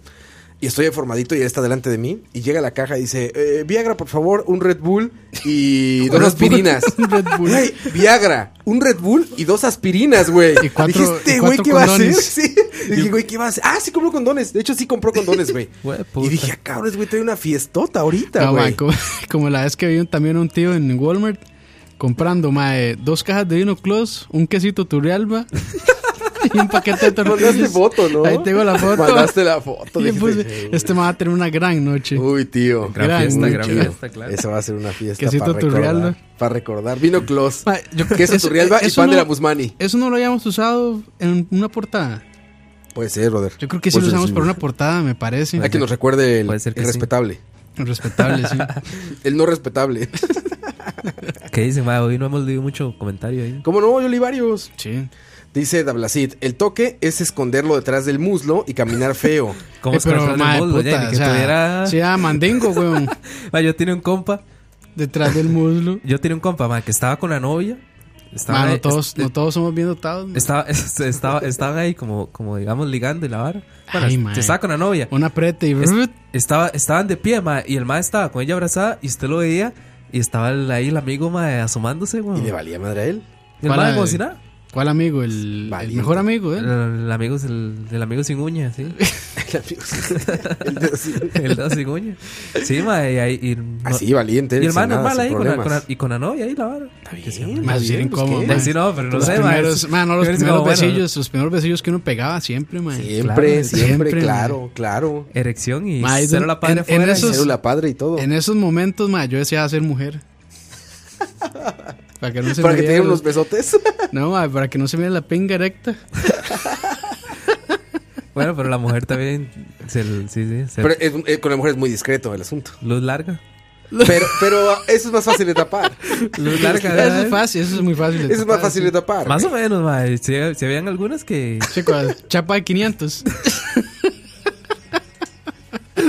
S4: Y estoy formadito y él está delante de mí. Y llega a la caja y dice, eh, Viagra, por favor, un Red Bull
S2: [LAUGHS]
S4: y dos
S2: Red Bull.
S4: aspirinas.
S2: Un Red Bull.
S4: Güey, Viagra, un Red Bull y dos aspirinas, güey.
S2: Y cuatro-
S4: Dije,
S2: y
S4: este
S2: cuatro
S4: güey, ¿qué va a hacer?
S2: condones.
S4: [LAUGHS] Sí. Y dije, güey, ¿qué va a hacer? Ah, sí compró condones. De hecho, sí compró condones,
S2: [LAUGHS]
S4: güey.
S3: Güey,
S4: y
S3: puta.
S4: dije, "Ah, cabrón, güey, trae una fiestota ahorita,
S2: No, ma,
S4: güey.
S2: como, [LAUGHS] como la vez que vi un- también a un tío en Walmart comprando ma, eh, dos cajas de vino close, un quesito Turrialba [LAUGHS] y un paquete
S4: [LAUGHS]
S2: de
S4: Mandaste
S2: tortillas.
S4: foto, ¿no?
S2: Ahí tengo la foto.
S4: Mandaste la foto.
S2: [LAUGHS] Y le
S4: dijiste,
S2: puse, este me va a tener una gran noche.
S4: Uy, tío.
S3: Gran
S2: Gran
S3: fiesta,
S4: Uy,
S3: gran
S4: tío.
S3: fiesta, claro.
S4: Esa va a ser una fiesta
S2: Quesito
S4: para recordar,
S2: Turrialba.
S4: para recordar. Vino Clos.
S2: Ma, yo-
S4: Queso
S2: eso-
S4: Turrialba y
S2: eso
S4: pan de
S2: no-
S4: la Guzmani.
S2: Eso no lo habíamos usado en una portada.
S4: Puede ser, brother.
S2: Yo creo que sí
S4: Pues
S2: lo usamos
S4: sí,
S2: para
S4: sí.
S2: una portada, me parece.
S4: Hay que nos recuerde el,
S3: Puede ser que
S4: el
S3: sí.
S4: respetable. [LAUGHS]
S2: Respetable, sí.
S4: El no respetable.
S3: ¿Qué dicen, mae? Hoy no hemos leído mucho comentario ahí.
S4: [LAUGHS] ¿Cómo no? Yo leí varios.
S2: Sí.
S4: Dice Dablacid, el toque es esconderlo detrás del muslo y caminar [LAUGHS] feo.
S3: ¿Cómo
S2: Eh,
S3: se
S2: pero,
S3: controla
S2: madre,
S3: el muslo, ya? Ni
S2: puta, o
S3: que
S2: sea,
S3: tuviera-
S2: sí, ah, mandingo, weón.
S3: [LAUGHS] Mae, yo tenía un compa,
S2: Detrás del muslo.
S3: yo tenía un compa, mae, que estaba con la novia. Estaba
S2: Ma,
S3: ahí-
S2: no todos,
S3: este-
S2: no todos somos bien dotados. ma.
S3: Estaba, [LAUGHS] estaba, estaban ahí como, como digamos ligando y la vara. Bueno,
S2: Ay, mae.
S3: estaba con la novia.
S2: Una preta y...
S3: Es-
S2: brut.
S3: estaba, estaban de pie, mae, y el mae estaba con ella abrazada y usted lo veía y estaba el- ahí el amigo mae asomándose, weón.
S4: Y le valía madre a él. [LAUGHS]
S3: El
S2: ¿Cuál
S3: mae
S2: era?
S3: como si nada.
S2: ¿Cuál amigo? El, el
S4: Valiente.
S2: mejor amigo,
S3: El,
S2: ¿eh?
S3: el amigo es el, el amigo sin uña, sí. [LAUGHS]
S4: El amigo sí. El dedo sí.
S3: El dedo sin uña. Sí, mae, y ahí- y no-
S4: Así, valiente.
S3: y
S4: sin
S3: el mae
S4: nada,
S3: normal
S4: sin
S3: ahí con la, con
S4: problemas.
S3: la- y con la novia ahí la vara.
S4: Está bien,
S2: Más bien
S4: pues,
S2: incómodo,
S4: ¿qué?
S2: man.
S3: Sí, no, pero no
S2: Los
S3: sé, mae,
S2: primeros,
S3: es-
S2: ma, no, los
S3: es como,
S2: primeros
S3: bueno,
S2: besillos, los primeros besillos que uno pegaba siempre, man.
S4: Siempre,
S3: Claro,
S4: siempre,
S2: siempre,
S4: claro, claro.
S3: Erección y
S2: Mae,
S3: cero
S2: en-
S3: la padre
S2: en
S3: afuera.
S2: esos-
S3: y-
S4: Célula padre y todo.
S2: En esos momentos, ma, yo deseaba ser
S4: [LAUGHS]
S2: mujer. para que no se
S4: Para
S2: me
S4: que te
S2: viera
S4: dieran
S2: la-
S4: unos
S2: [LAUGHS]
S4: besotes.
S2: No, ma, para que no se me viera la pinga
S4: [LAUGHS]
S2: recta.
S3: Bueno, pero la mujer también. Se, sí, sí. se-
S4: Pero es- eh, con la mujer es muy discreto el asunto.
S3: luz larga.
S4: Pero, pero eso es más fácil de tapar.
S3: Luz
S2: Eso
S3: larga,
S2: es
S3: ¿verdad?
S2: fácil, eso es muy fácil. de
S4: Eso es más
S2: tapar,
S4: fácil
S2: sí.
S4: de tapar.
S3: Más o menos, mae. Se, se veían algunas que.
S2: [LAUGHS] Sí, con la chapa de 500.
S4: [LAUGHS]
S3: [LAUGHS]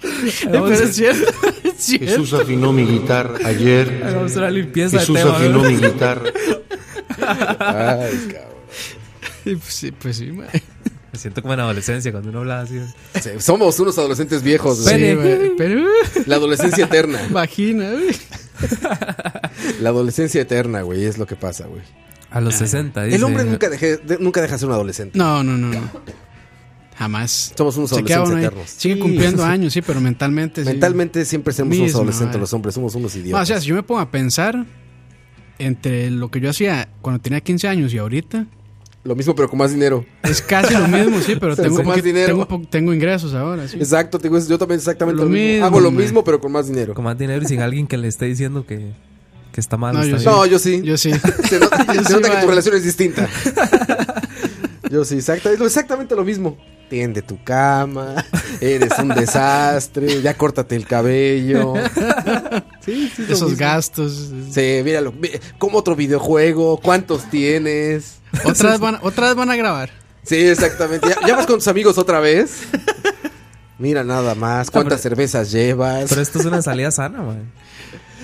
S2: Eh, pero es [LAUGHS] cierto, es cierto.
S7: Jesús afinó mi guitarra ayer.
S3: Hagamos una limpieza
S7: Jesús
S3: de tema.
S7: afinó
S3: ¿verdad?
S7: mi guitarra.
S4: Ay, cabrón.
S2: Y Pues sí, pues sí, ma.
S3: Me siento como en adolescencia cuando uno habla así.
S4: Sí, Somos unos adolescentes viejos. güey.
S2: Sí,
S3: Pene.
S2: ma, pero
S4: La adolescencia eterna.
S2: [LAUGHS] vagina, güey.
S4: La adolescencia eterna, güey, es lo que pasa, güey.
S3: A los 60, dice.
S4: El hombre nunca, deje- de- nunca deja de ser un adolescente.
S2: No, no, no, no. Jamás.
S4: Somos unos
S2: Se queda
S4: adolescentes
S2: uno ahí.
S4: eternos.
S2: Sigue
S4: Sí.
S2: cumpliendo años, sí, pero mentalmente. sí.
S4: Mentalmente siempre somos unos
S2: Misma,
S4: adolescentes
S2: eh.
S4: los hombres, somos unos
S2: Ma, o
S4: idiotas.
S2: sea, si yo me pongo a pensar entre lo que yo hacía cuando tenía 15 años y ahorita,
S4: lo mismo pero con más dinero.
S2: es casi lo mismo, sí, pero
S4: [LAUGHS] Se
S2: tengo,
S4: hace
S2: un
S4: más
S2: poquito-
S4: dinero.
S2: tengo, un po- tengo ingresos ahora. Sí.
S4: Exacto, te digo, yo también exactamente
S2: Lo
S4: lo mismo.
S2: mismo,
S4: Hago lo
S2: man.
S4: mismo pero con más dinero.
S3: Con más dinero y sin alguien que le esté diciendo que, que está mal.
S2: No,
S3: está
S2: yo
S3: bien.
S4: No, yo sí.
S2: [LAUGHS] Yo sí.
S4: [LAUGHS] Se nota, se
S2: sí,
S4: nota que
S2: man.
S4: tu relación es
S2: [LAUGHS]
S4: distinta. Yo sí, exacta- es lo- exactamente lo mismo. Tiende tu cama, eres un desastre, ya córtate el cabello. Sí, sí, es lo
S2: Esos
S4: mismo.
S2: gastos.
S4: Sí, míralo. mi- ¿Cómo otro videojuego? ¿Cuántos tienes?
S2: Otras van, otras van a grabar.
S4: Sí, exactamente. ¿Ya, ya vas con tus amigos otra vez? Mira nada más, cuántas cervezas llevas.
S3: Pero esto es
S4: [LAUGHS]
S3: una salida sana, man.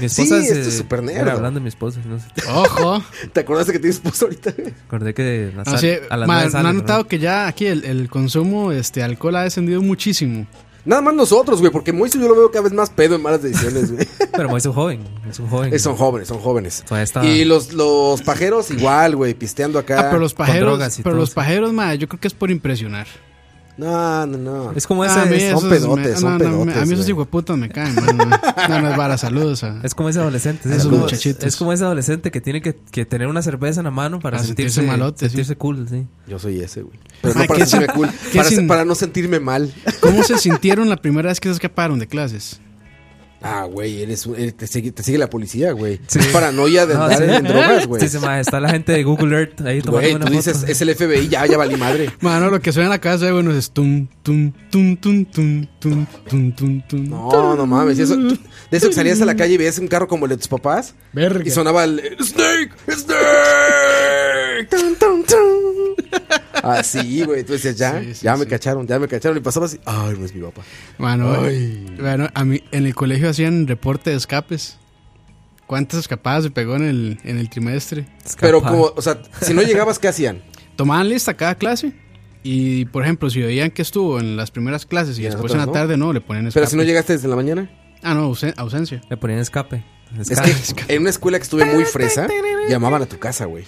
S3: Mi esposa
S4: Sí,
S3: se-
S4: esto es súper nerd.
S3: Era hablando de mi esposa, no sé.
S2: Ojo.
S4: ¿Te acordaste que tienes esposo ahorita?
S3: Acordé que la
S2: No
S3: sal-
S2: sé,
S3: a las
S2: Ah, ma,
S3: nueve
S2: ¿no
S3: sale,
S2: han
S3: [LAUGHS]
S2: notado
S3: ¿no?
S2: que ya aquí el, el consumo este alcohol ha descendido muchísimo.
S4: Nada más nosotros, güey, porque Moisés yo lo veo cada vez más pedo en malas decisiones, güey.
S3: Pero Moisés es joven, es un joven.
S4: Eh, son jóvenes, son jóvenes.
S3: Todavía está-
S4: Y los, los pajeros igual, güey, pisteando acá.
S2: Ah, pero los pajeros,
S3: drogas y
S2: pero
S3: todo,
S2: los
S3: sí.
S2: pajeros, ma, yo creo que es por impresionar.
S4: No, no, no.
S3: Es como
S2: Ah, a mí
S3: ese, es,
S4: son
S2: esos
S4: pedotes,
S2: me-
S4: son
S2: no, no, me-
S4: pedotes,
S2: A mí esos
S4: güey.
S2: hijueputas me caen, man, man. No, no es vara, saludos. a-
S3: es como ese adolescente. sí,
S2: Esos
S3: Es como,
S2: muchachitos. Ah,
S3: es como ese adolescente que tiene que, que tener una cerveza en la mano para,
S2: Para sentirse
S3: sentirse, sentirse
S2: malote, sí.
S3: cool, sí.
S4: Yo soy ese, güey. Pero
S2: Ah,
S4: no para
S2: ¿qué
S4: sentirme
S2: sin-
S4: cool.
S2: qué
S4: Para,
S2: sin-
S4: para no sentirme mal.
S2: ¿Cómo se sintieron la primera vez que se escaparon de clases?
S4: Ah, güey, eres un- eh, te, sigue, te sigue la policía, güey. Es paranoia de andar en, en drogas, güey.
S3: Sí, sí, ma, está la gente de Google Earth ahí tomando
S4: Güey,
S3: una
S4: tú dices,
S3: foto.
S4: es el FBI, ya, ya valí madre.
S2: Mano, lo que suena en la casa de bueno es tum, tum, tum, tum, tum, tum, tum, tum, tum.
S4: No, no mames. Eso, tú- de eso que salías a la calle y veías un carro como el de tus papás.
S2: Verga.
S4: Y sonaba el Snake, Snake. Tun, tun, tun. Así, güey. Tú decías, ya,
S2: Sí, sí,
S4: ya me
S2: sí.
S4: cacharon, ya me cacharon. Y pasaba así, ay, no es mi papá.
S2: Mano,
S4: Ay.
S2: bueno, a mí, en el colegio hacían reporte de escapes. ¿Cuántas escapadas se pegó en el, en el trimestre?
S4: Pero
S3: Escapar.
S4: como, o sea, si no llegabas, ¿qué hacían?
S2: Tomaban lista cada clase. Y, por ejemplo, si veían que estuvo en las primeras clases y,
S4: Y en
S2: después
S4: otras
S2: en la
S4: no.
S2: tarde, no, le ponían escape.
S4: Pero si no llegaste desde la mañana.
S2: Ah, no, ausen- ausencia.
S3: Le ponían escape.
S4: Es
S3: Escape.
S4: que en una escuela que estuve muy fresa, llamaban a tu casa, güey.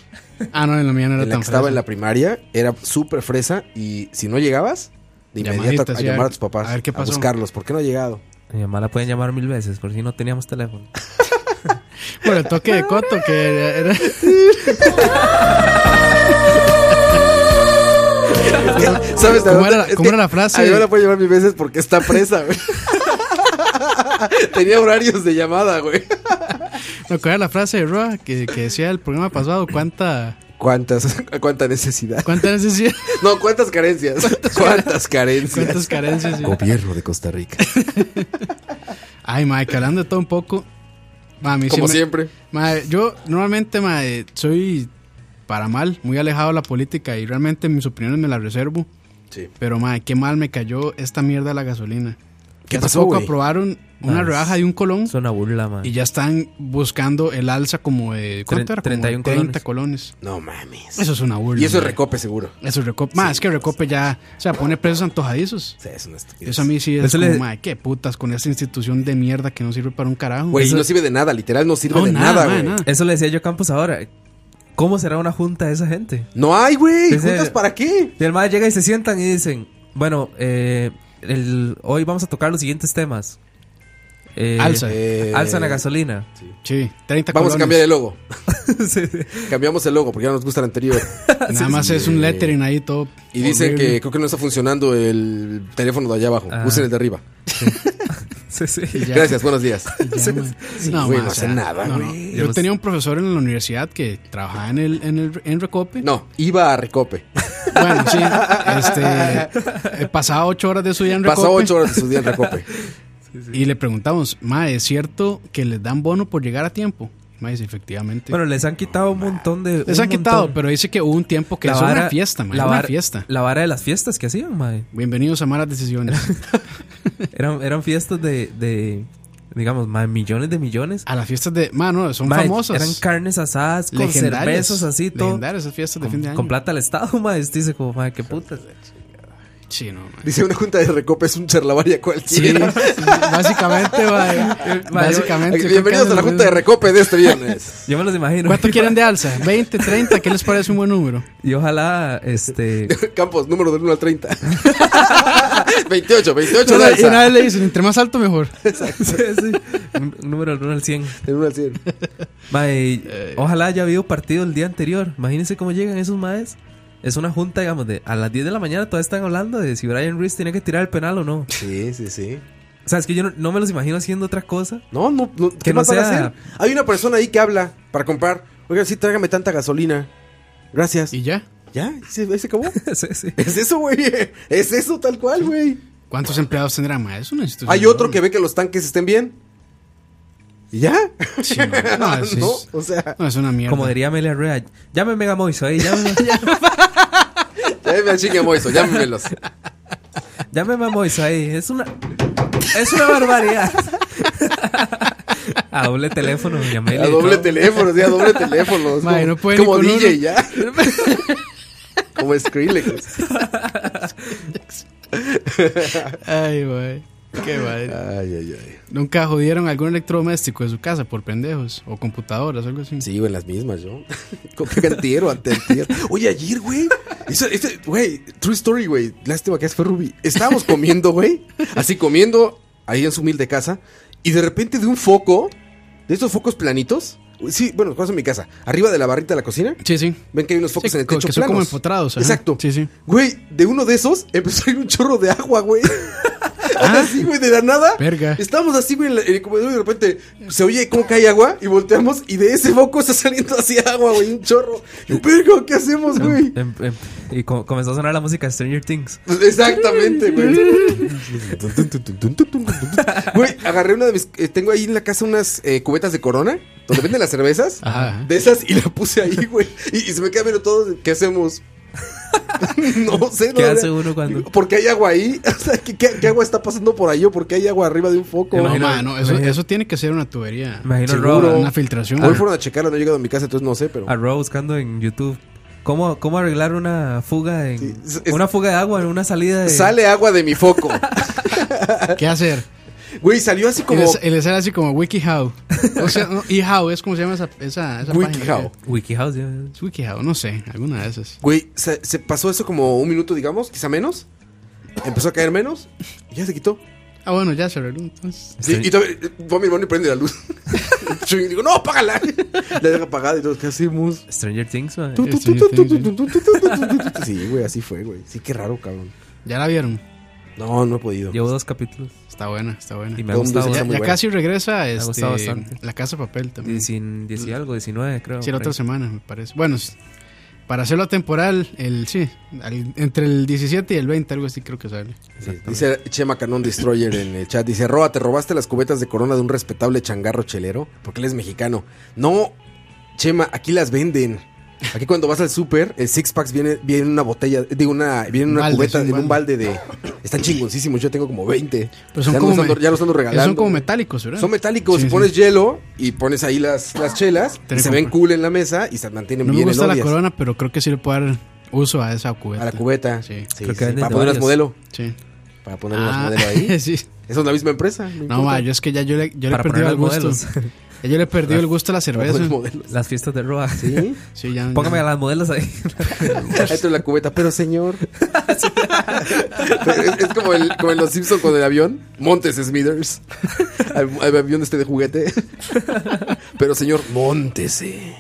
S2: Ah, no, en la mía no era
S4: En la
S2: tan
S4: que estaba
S2: fresa.
S4: en la primaria, era súper fresa. Y si no llegabas, de
S2: Llamadas,
S4: inmediato a, a
S2: sí, a
S4: llamar
S2: ver-
S4: a tus papás.
S2: a ver qué pasó.
S4: buscarlos, ¿por qué no ha llegado?
S3: Mi mamá la pueden llamar mil veces, por si no teníamos teléfono.
S2: Por el toque de coto que era- era-
S4: [LAUGHS] ¿Sabes de
S2: ¿Cómo
S4: dónde?
S2: era-
S4: Es
S2: cómo
S4: que
S2: era la frase?
S4: A mí me la puede llevar mil veces porque está presa, [LAUGHS] güey. Tenía horarios de llamada, güey.
S2: [LAUGHS] Lo que era la frase de Roa que, que decía el programa pasado, cuánta,
S4: ¿Cuántas? ¿Cuánta necesidad?
S2: cuánta necesidad, [LAUGHS]
S4: No, ¿cuántas carencias? ¿Cuántas carencias?
S2: cuántas carencias. y-
S4: Gobierno de Costa Rica.
S2: Ay, Mike, hablando de todo un poco. ma, a mí
S4: [LAUGHS]
S2: sí
S4: Como
S2: me-
S4: siempre.
S2: ma, yo normalmente ma, eh, soy, para mal, muy alejado de la política y realmente mis opiniones me las reservo.
S4: Sí.
S2: Pero, madre, qué mal me cayó esta mierda de la gasolina.
S4: ¿Qué
S2: Hace
S4: pasó,
S2: poco
S4: güey?
S2: aprobaron una
S3: Ah,
S2: rebaja de un colón
S3: Es una burla, man.
S2: y ya están buscando el alza como de... ¿Cuánto
S3: Tre-
S2: era? Como de
S3: 31
S2: 30 colones.
S4: No mames.
S2: Eso es una burla.
S4: Y eso es
S2: madre.
S4: recope seguro.
S2: Eso es recope. Ma, es que recope ya... O sea, pone precios antojadizos.
S4: O sea, es una estupidez.
S2: Eso a mí sí es
S3: Eso
S2: como,
S3: le-
S2: madre, qué putas con esta institución de mierda que no sirve para un carajo.
S4: Güey,
S2: Eso-
S4: no sirve de nada, literal, no sirve
S2: No,
S4: de
S2: nada,
S4: nada,
S2: madre,
S4: güey.
S2: nada.
S3: Eso le decía yo a Campos ahora. ¿Cómo será una junta de esa gente?
S4: No hay, güey.
S3: Desde-
S4: ¿Juntas para qué?
S3: Y el madre llega y se sientan y dicen, bueno, eh, el- hoy vamos a tocar los siguientes temas. Eh,
S2: Alza.
S4: Eh,
S3: alza en la gasolina.
S2: Sí, 30
S4: Vamos a
S2: colones.
S4: cambiar el logo.
S3: [LAUGHS] Sí, sí.
S4: Cambiamos el logo porque ya no nos gusta el anterior.
S2: Nada más es un lettering ahí todo...
S4: Y dicen
S2: horrible.
S4: que creo que no está funcionando el teléfono de allá abajo.
S3: Ah.
S4: Usen el de arriba.
S3: Sí, sí.
S2: Ya.
S4: Gracias, buenos días.
S2: [LAUGHS]
S4: [LAUGHS]
S2: Ya, man.
S4: Sí,
S2: No,
S4: güey,
S2: man,
S4: no
S2: o sea,
S4: hace nada,
S2: no, no.
S4: güey.
S3: Yo
S2: Yo
S3: no
S2: tenía un profesor en la universidad que trabajaba en el en el en Recope.
S4: No, iba a Recope.
S2: Bueno,
S4: [LAUGHS]
S2: sí. Este, eh, pasaba ocho horas de su día en Recope.
S4: Pasó ocho horas de su día en Recope.
S2: [LAUGHS] Y le preguntamos, ma, ¿es cierto que les dan bono por llegar a tiempo? Ma dice, efectivamente.
S3: Bueno, les han quitado un montón de...
S2: les
S3: un
S2: han quitado,
S3: montón.
S2: pero dice que hubo un tiempo que eso era una fiesta, ma,
S3: la
S2: era una
S3: vara-
S2: fiesta.
S3: La vara de las fiestas que hacían, mae.
S2: Bienvenidos a malas
S3: [LAUGHS]
S2: decisiones.
S3: Eran, eran fiestas de, de, digamos, mae, millones de millones.
S2: A las fiestas de, ma, no, Ah, son
S3: Mae,
S2: famosas.
S3: Eran carnes asadas con
S2: legendarias,
S3: cervezas así, todo.
S2: Legendarias esas fiestas de
S3: Con,
S2: fin de año.
S3: con plata al Estado, [LAUGHS] mae. Usted Dice como, mae, qué putas.
S2: Sí, no, ma.
S4: Dice una junta de Recope es un charlavaria
S2: Sí,
S4: cualquiera. [LAUGHS]
S2: básicamente, ma, básicamente. yo creo que
S4: Bienvenidos a la
S2: andan
S4: junta de
S2: viendo-
S4: Recope de este viernes. [LAUGHS]
S3: Yo me los imagino.
S2: ¿Cuánto quieren de alza? ¿20, 30? ¿Qué les parece un buen
S4: [LAUGHS]
S2: número?
S3: Y ojalá,
S2: [LAUGHS]
S3: este... [LAUGHS]
S4: Campos, número del 1 al 30. 28, 28
S2: Y
S4: de
S2: una- y una
S4: alza.
S2: vez le dicen, entre más
S4: [LAUGHS]
S2: alto mejor.
S3: Sí, sí. Un, un número del 1 al 100.
S4: Del 1 al 100.
S3: Mae, ojalá haya habido partido el día anterior. Imagínense cómo llegan esos maes. Es una junta, digamos, de a las 10 de la mañana todavía están hablando de si Brian Reese tiene que tirar el penal o no. O
S4: Sí, sí, sí.
S3: sea, es que yo no, no me los imagino haciendo otra cosa. [LAUGHS]
S4: No, no, no ¿qué
S3: Que no
S4: más van a
S3: sea-
S4: hacer? Hay una persona ahí que habla para comprar. Oiga, sí, tráigame tanta gasolina. Gracias.
S2: Y ya.
S4: ¿Ya? ¿Se, ahí se acabó?
S3: Sí, sí.
S4: Es eso, güey. Es eso tal cual, güey.
S2: ¿Cuántos empleados tendrá más? Es una institución.
S4: Hay otro que ve que los tanques estén bien. ¿Y ya?
S2: Sí, no, no, es,
S4: [LAUGHS] no, o sea,
S2: no, es una mierda.
S3: Como diría Amelia Rea, llame Mega Moiso
S2: [LAUGHS]
S3: ahí, llámeme,
S4: llámeme al chingue Moiso,
S2: [LAUGHS]
S4: llámemelos.
S3: llámeme a Moiso ahí. Es una, es una barbaridad. a doble teléfono, doña Amelia.
S4: A
S3: y
S4: doble
S3: todo.
S4: teléfono, sí, a doble teléfono. Es
S2: Madre,
S4: como
S2: no puede
S4: como
S2: ni con
S4: DJ,
S2: uno.
S4: ya.
S2: [LAUGHS]
S4: como Skrillex.
S2: Ay, güey. Qué mal.
S4: Ay, ay, ay.
S2: Nunca jodieron a algún electrodoméstico de su casa por pendejos o computadoras o algo así.
S4: Sí, güey, las mismas, [LAUGHS] yo. Con qué antiero, ante Oye, ayer, güey. eso- este, Güey, true story, güey. Lástima que fue Ruby. Estábamos comiendo, güey. Así comiendo ahí en su humilde casa. Y de repente de un foco, de estos focos planitos. Sí, bueno, ¿cuál es mi casa? Arriba de la barrita de la cocina.
S2: Sí, sí.
S4: Ven que hay unos focos
S2: Sí,
S4: en el
S2: co-
S4: techo
S2: que son
S4: planos.
S2: como empotrados, ajá.
S4: Exacto.
S2: Sí, sí.
S4: Güey, de uno de esos empezó a ir un chorro de agua,
S2: [LAUGHS]
S4: güey. así, güey, de la nada.
S2: Ah. Verga.
S4: Estábamos así, güey, en, la- en el comedor y de repente se oye cómo cae agua y volteamos y de ese foco está saliendo así agua, güey, un chorro.
S2: [LAUGHS]
S4: Y, verga, ¿qué hacemos, güey?
S3: Em- em- Y co- comenzó a sonar la música de Stranger Things.
S4: Pues, Exactamente,
S2: [LAUGHS]
S4: güey. Güey, agarré una de mis. eh, tengo ahí en la casa unas eh, cubetas de corona donde venden las cervezas.
S2: Ajá, ajá.
S4: De esas y la puse ahí, güey. Y, y se me queda viendo todo. ¿Qué hacemos? [LAUGHS] no sé,
S3: ¿Qué
S4: no,
S3: hace
S4: no.
S3: uno cuando-
S4: ¿Por qué hay agua ahí? [LAUGHS] O sea, ¿qué, qué, qué agua está pasando por ahí? ¿O por qué hay agua arriba de un foco?
S2: No,
S3: imagino-
S2: ma, no, eso,
S3: imagino-
S2: eso tiene que ser una tubería.
S3: Imagino a
S4: Seguro.
S3: Rob-
S2: Una filtración.
S4: Hoy fueron a checarla, no he llegado a mi casa, entonces no sé, pero.
S3: a Rob buscando en YouTube cómo, cómo arreglar una fuga en,
S4: Sí, es- es-
S3: una fuga de agua en una salida de
S4: Sale agua de mi foco.
S2: ¿Qué hacer?
S4: Güey, salió así como.
S2: Y les- y les era así como WikiHow. O sea, no, eHow es como se llama esa, esa, esa página.
S4: WikiHow.
S3: WikiHows. ya.
S2: Es WikiHow, no sé, alguna de esas.
S4: Güey, se, se pasó eso como un minuto, digamos, quizá menos. Empezó a caer menos y ya se quitó.
S2: Ah, bueno, ya se arregló entonces.
S4: Sí, y todavía eh, va mi hermano y prende la luz. [LAUGHS] Chuy, y digo, no, apágala. [LAUGHS] La deja apagada y todos, ¿qué hacemos?
S3: Stranger Things, mae.
S4: Tu, tu, tu, tu, tu, tu, tu, tu, tu, tu, tu. Sí, güey, así fue, güey. Sí, qué raro, cabrón.
S2: Ya la vieron.
S4: No, no he podido.
S3: Llevo dos capítulos
S2: Está buena, está buena.
S3: y me ha
S4: Todo el mundo
S3: gustado.
S4: dice
S2: Ya,
S4: está muy
S2: ya
S4: buena.
S2: casi regresa este,
S3: gustado bastante.
S2: la casa de papel también. Sí,
S3: 10 y algo, 19 creo.
S2: la
S3: por
S2: otra
S3: ahí.
S2: semana, me parece. Bueno, s- para hacerlo temporal, el sí, al- entre el 17 y el 20, algo así creo que sale.
S4: Sí, Dice Chema Canon Destroyer en el chat. Dice, Roa, te robaste las cubetas de corona de un respetable changarro chelero. Porque él es mexicano. No, Chema, aquí las venden. Aquí cuando vas al súper, el six packs viene, viene en una botella, digo una, viene en
S2: Un
S4: una
S2: balde,
S4: cubeta,
S2: sí, un
S4: en un balde de. Están chingoncísimos, yo tengo como 20.
S2: Pero son
S4: ya,
S2: como
S4: los ando-
S2: me-
S4: ya los ando
S2: Esos
S4: regalando.
S2: son como metálicos, ¿verdad?
S4: Son metálicos,
S2: Sí, sí.
S4: pones hielo y pones ahí las, las chelas,
S2: Te
S4: y se
S2: compro.
S4: ven cool en la mesa y se mantienen
S2: No me
S4: bien
S2: gusta la
S4: elodias.
S2: corona, pero creo que sí le puedo dar uso a esa cubeta.
S4: A la cubeta.
S2: Sí.
S4: Sí,
S3: Creo que
S4: sí,
S3: venden
S4: Para
S3: de
S4: ponerlas
S3: varios.
S4: modelo.
S2: Sí.
S4: Para ponerlas
S2: Ah,
S4: modelo ahí.
S2: [LAUGHS] sí.
S4: Esa es la misma empresa.
S2: No, ma, yo es que ya yo le, yo le
S3: Para
S2: perdí
S3: poner
S2: el
S3: los
S2: gusto.
S3: modelos.
S2: Ya yo le perdí el gusto a la cerveza.
S4: modelos.
S3: Las fiestas de Roa.
S4: Sí.
S2: [LAUGHS] Sí, ya.
S3: Póngame
S2: ya.
S3: a las modelos ahí. [LAUGHS]
S4: Esto es la cubeta, pero señor.
S2: [LAUGHS]
S4: Pero es, es como, el, como en los Simpsons con el avión. Montes Smithers. Al, al avión este de juguete. Pero señor, montese.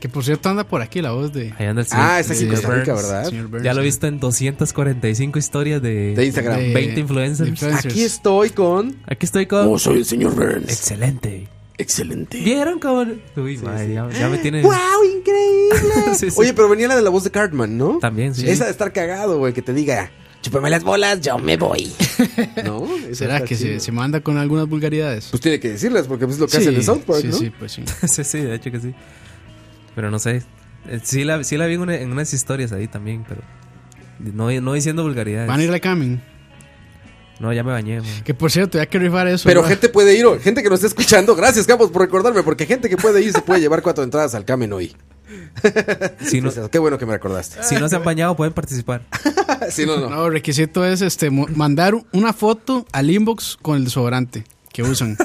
S2: Que por cierto anda por aquí la voz de
S3: Ahí anda el
S4: ah,
S3: señor-
S4: está aquí en
S3: el
S4: Costa
S3: señor
S4: Rica,
S3: Burns.
S4: ¿verdad?
S2: señor Burns.
S3: Ya lo he visto en 245 historias de...
S4: De Instagram.
S2: De-
S3: 20 influencers.
S2: de
S4: Aquí estoy con.
S3: Aquí estoy con...
S4: Oh, soy el señor Burns.
S3: Excelente.
S4: Excelente.
S3: ¿Vieron cómo...? Uy, madre, Ya, ya me tiene...
S4: ¡Wow!
S2: [LAUGHS]
S4: ¡Increíble!
S3: Sí, sí.
S4: Oye, pero venía la de la voz de Cartman, ¿no?
S3: También, sí.
S4: Esa de estar cagado, güey, que te diga, chúpame las bolas, yo me
S2: [LAUGHS]
S4: voy. ¿No? Eso
S2: ¿Será
S4: está
S2: que se,
S4: chido.
S2: se manda con algunas vulgaridades?
S4: Pues tiene que decirlas, porque es lo que hacen en South Park,
S2: sí,
S4: ¿no?
S2: sí, pues sí.
S3: [LAUGHS] sí, sí, de hecho que sí. Pero no sé. Eh, Sí la, sí la vi en, una- en unas historias ahí también, pero... No, no diciendo vulgaridades.
S2: Van a ir a Camin.
S3: No, ya me
S4: [LAUGHS]
S3: bañé, man.
S2: Que por cierto, hay que rifar eso.
S4: Pero
S2: ¿verdad?
S4: gente puede ir, hoy, gente que nos está escuchando, gracias Campos por recordarme, porque gente que puede ir se puede llevar cuatro entradas al Camen hoy.
S3: Si no,
S4: Qué bueno que me recordaste.
S3: si no se han bañado, pueden participar. Ah,
S4: Sí, no, [LAUGHS] no.
S2: No, requisito es este mo- mandar una foto al inbox con el desodorante que
S3: [LAUGHS]
S2: usan.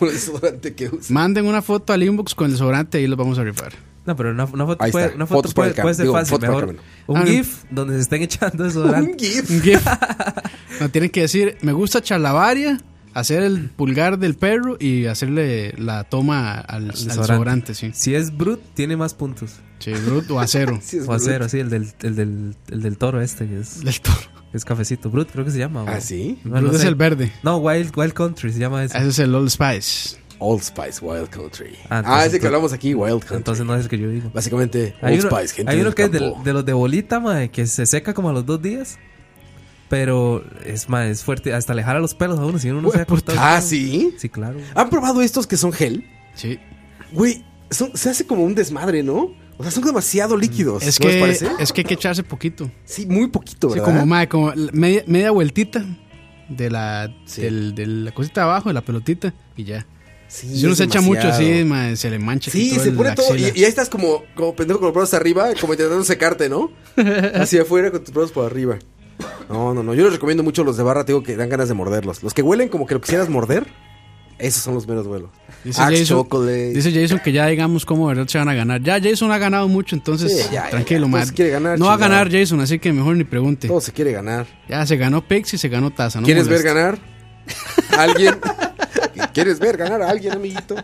S4: Por el desodorante que usa.
S2: Manden una foto al inbox con el desodorante y los vamos a rifar.
S3: No, pero una, una foto,
S4: Ahí
S3: puede,
S4: está.
S3: una foto
S4: Fotos para
S3: puede,
S4: el cam-
S3: puede ser
S4: digo,
S3: fácil,
S4: fotos para el
S3: mejor.
S4: camino.
S3: Un
S2: Ah,
S3: GIF donde se estén echando
S4: [LAUGHS]
S3: eso.
S4: Un GIF.
S2: Un GIF. [LAUGHS] no tienen que decir, me gusta charlavaria, hacer el pulgar del perro y hacerle la toma al, al desodorante, sí.
S3: Si es Brut, tiene más puntos.
S2: Sí, brut o acero.
S4: [LAUGHS] Sí, es
S3: O acero,
S4: bruto.
S3: sí, el del, el, del, el del toro este, que es,
S2: Del toro.
S3: que es cafecito. Brut, creo que se llama.
S4: Ah,
S3: o-
S4: ¿sí? Ah,
S3: No, no
S2: Brut es
S3: sé.
S2: el verde.
S3: No, Wild, Wild Country se llama ese.
S2: Ese es el Old Spice.
S4: Old Spice Wild Country.
S3: Ah,
S4: Ah,
S3: entonces
S4: ese que
S3: tú-
S4: hablamos aquí, Wild Country.
S3: Entonces no es el que yo digo.
S4: Básicamente,
S3: Hay
S4: Old
S3: uno,
S4: Spice, gente
S3: hay uno
S4: del
S3: que es del-
S4: campo.
S3: de los de bolita, mae, que se seca como a los dos días. Pero es, mae, es fuerte. Hasta alejar a los pelos a uno, si uno no se ha cortado.
S4: Ah, ¿sí?
S3: Sí, claro.
S4: ¿Han probado estos que son gel?
S2: Sí.
S4: Güey, son- se hace como un desmadre, ¿no? O sea, son demasiado líquidos.
S2: Es
S4: ¿no Pues, les
S2: que,
S4: parece?
S2: es que hay que echarse poquito.
S4: Sí, muy poquito,
S2: Sí,
S4: ¿verdad?
S2: como, mae, como la- media, media vueltita de la,
S4: Sí.
S2: del- de la cosita de abajo, de la pelotita, y ya.
S4: Sí,
S2: Si uno
S4: es
S2: se echa
S4: demasiado.
S2: mucho así, mae, se le mancha. aquí
S4: Sí,
S2: todo
S4: se
S2: el-
S4: pone
S2: la
S4: todo. Y,
S2: axila.
S4: y ahí estás como, como pendejo con los brazos arriba, como intentando secarte, ¿no?
S2: [LAUGHS]
S4: Hacia afuera con tus brazos por arriba. No, no, no. Yo les recomiendo mucho los de barra, te digo que dan ganas de morderlos. Los que huelen como que lo quisieras morder, esos son los menos buenos.
S2: Dice
S4: Axe
S2: Jason-
S4: Chocolate.
S2: Dice Jason que ya digamos cómo de verdad se van a ganar. Ya Jason ha ganado mucho, entonces
S4: Sí, ya, ya,
S2: tranquilo,
S4: ya.
S2: mae.
S4: Entonces quiere ganar,
S2: no va a
S4: chingada.
S2: ganar Jason, así que mejor ni pregunte.
S4: Todo se quiere ganar.
S2: Ya se ganó Pix y se ganó Taza. No
S4: ¿Quieres ver
S2: moleste.
S4: ganar
S2: [LAUGHS]
S4: a alguien? ¿Quieres ver ganar a alguien, amiguito?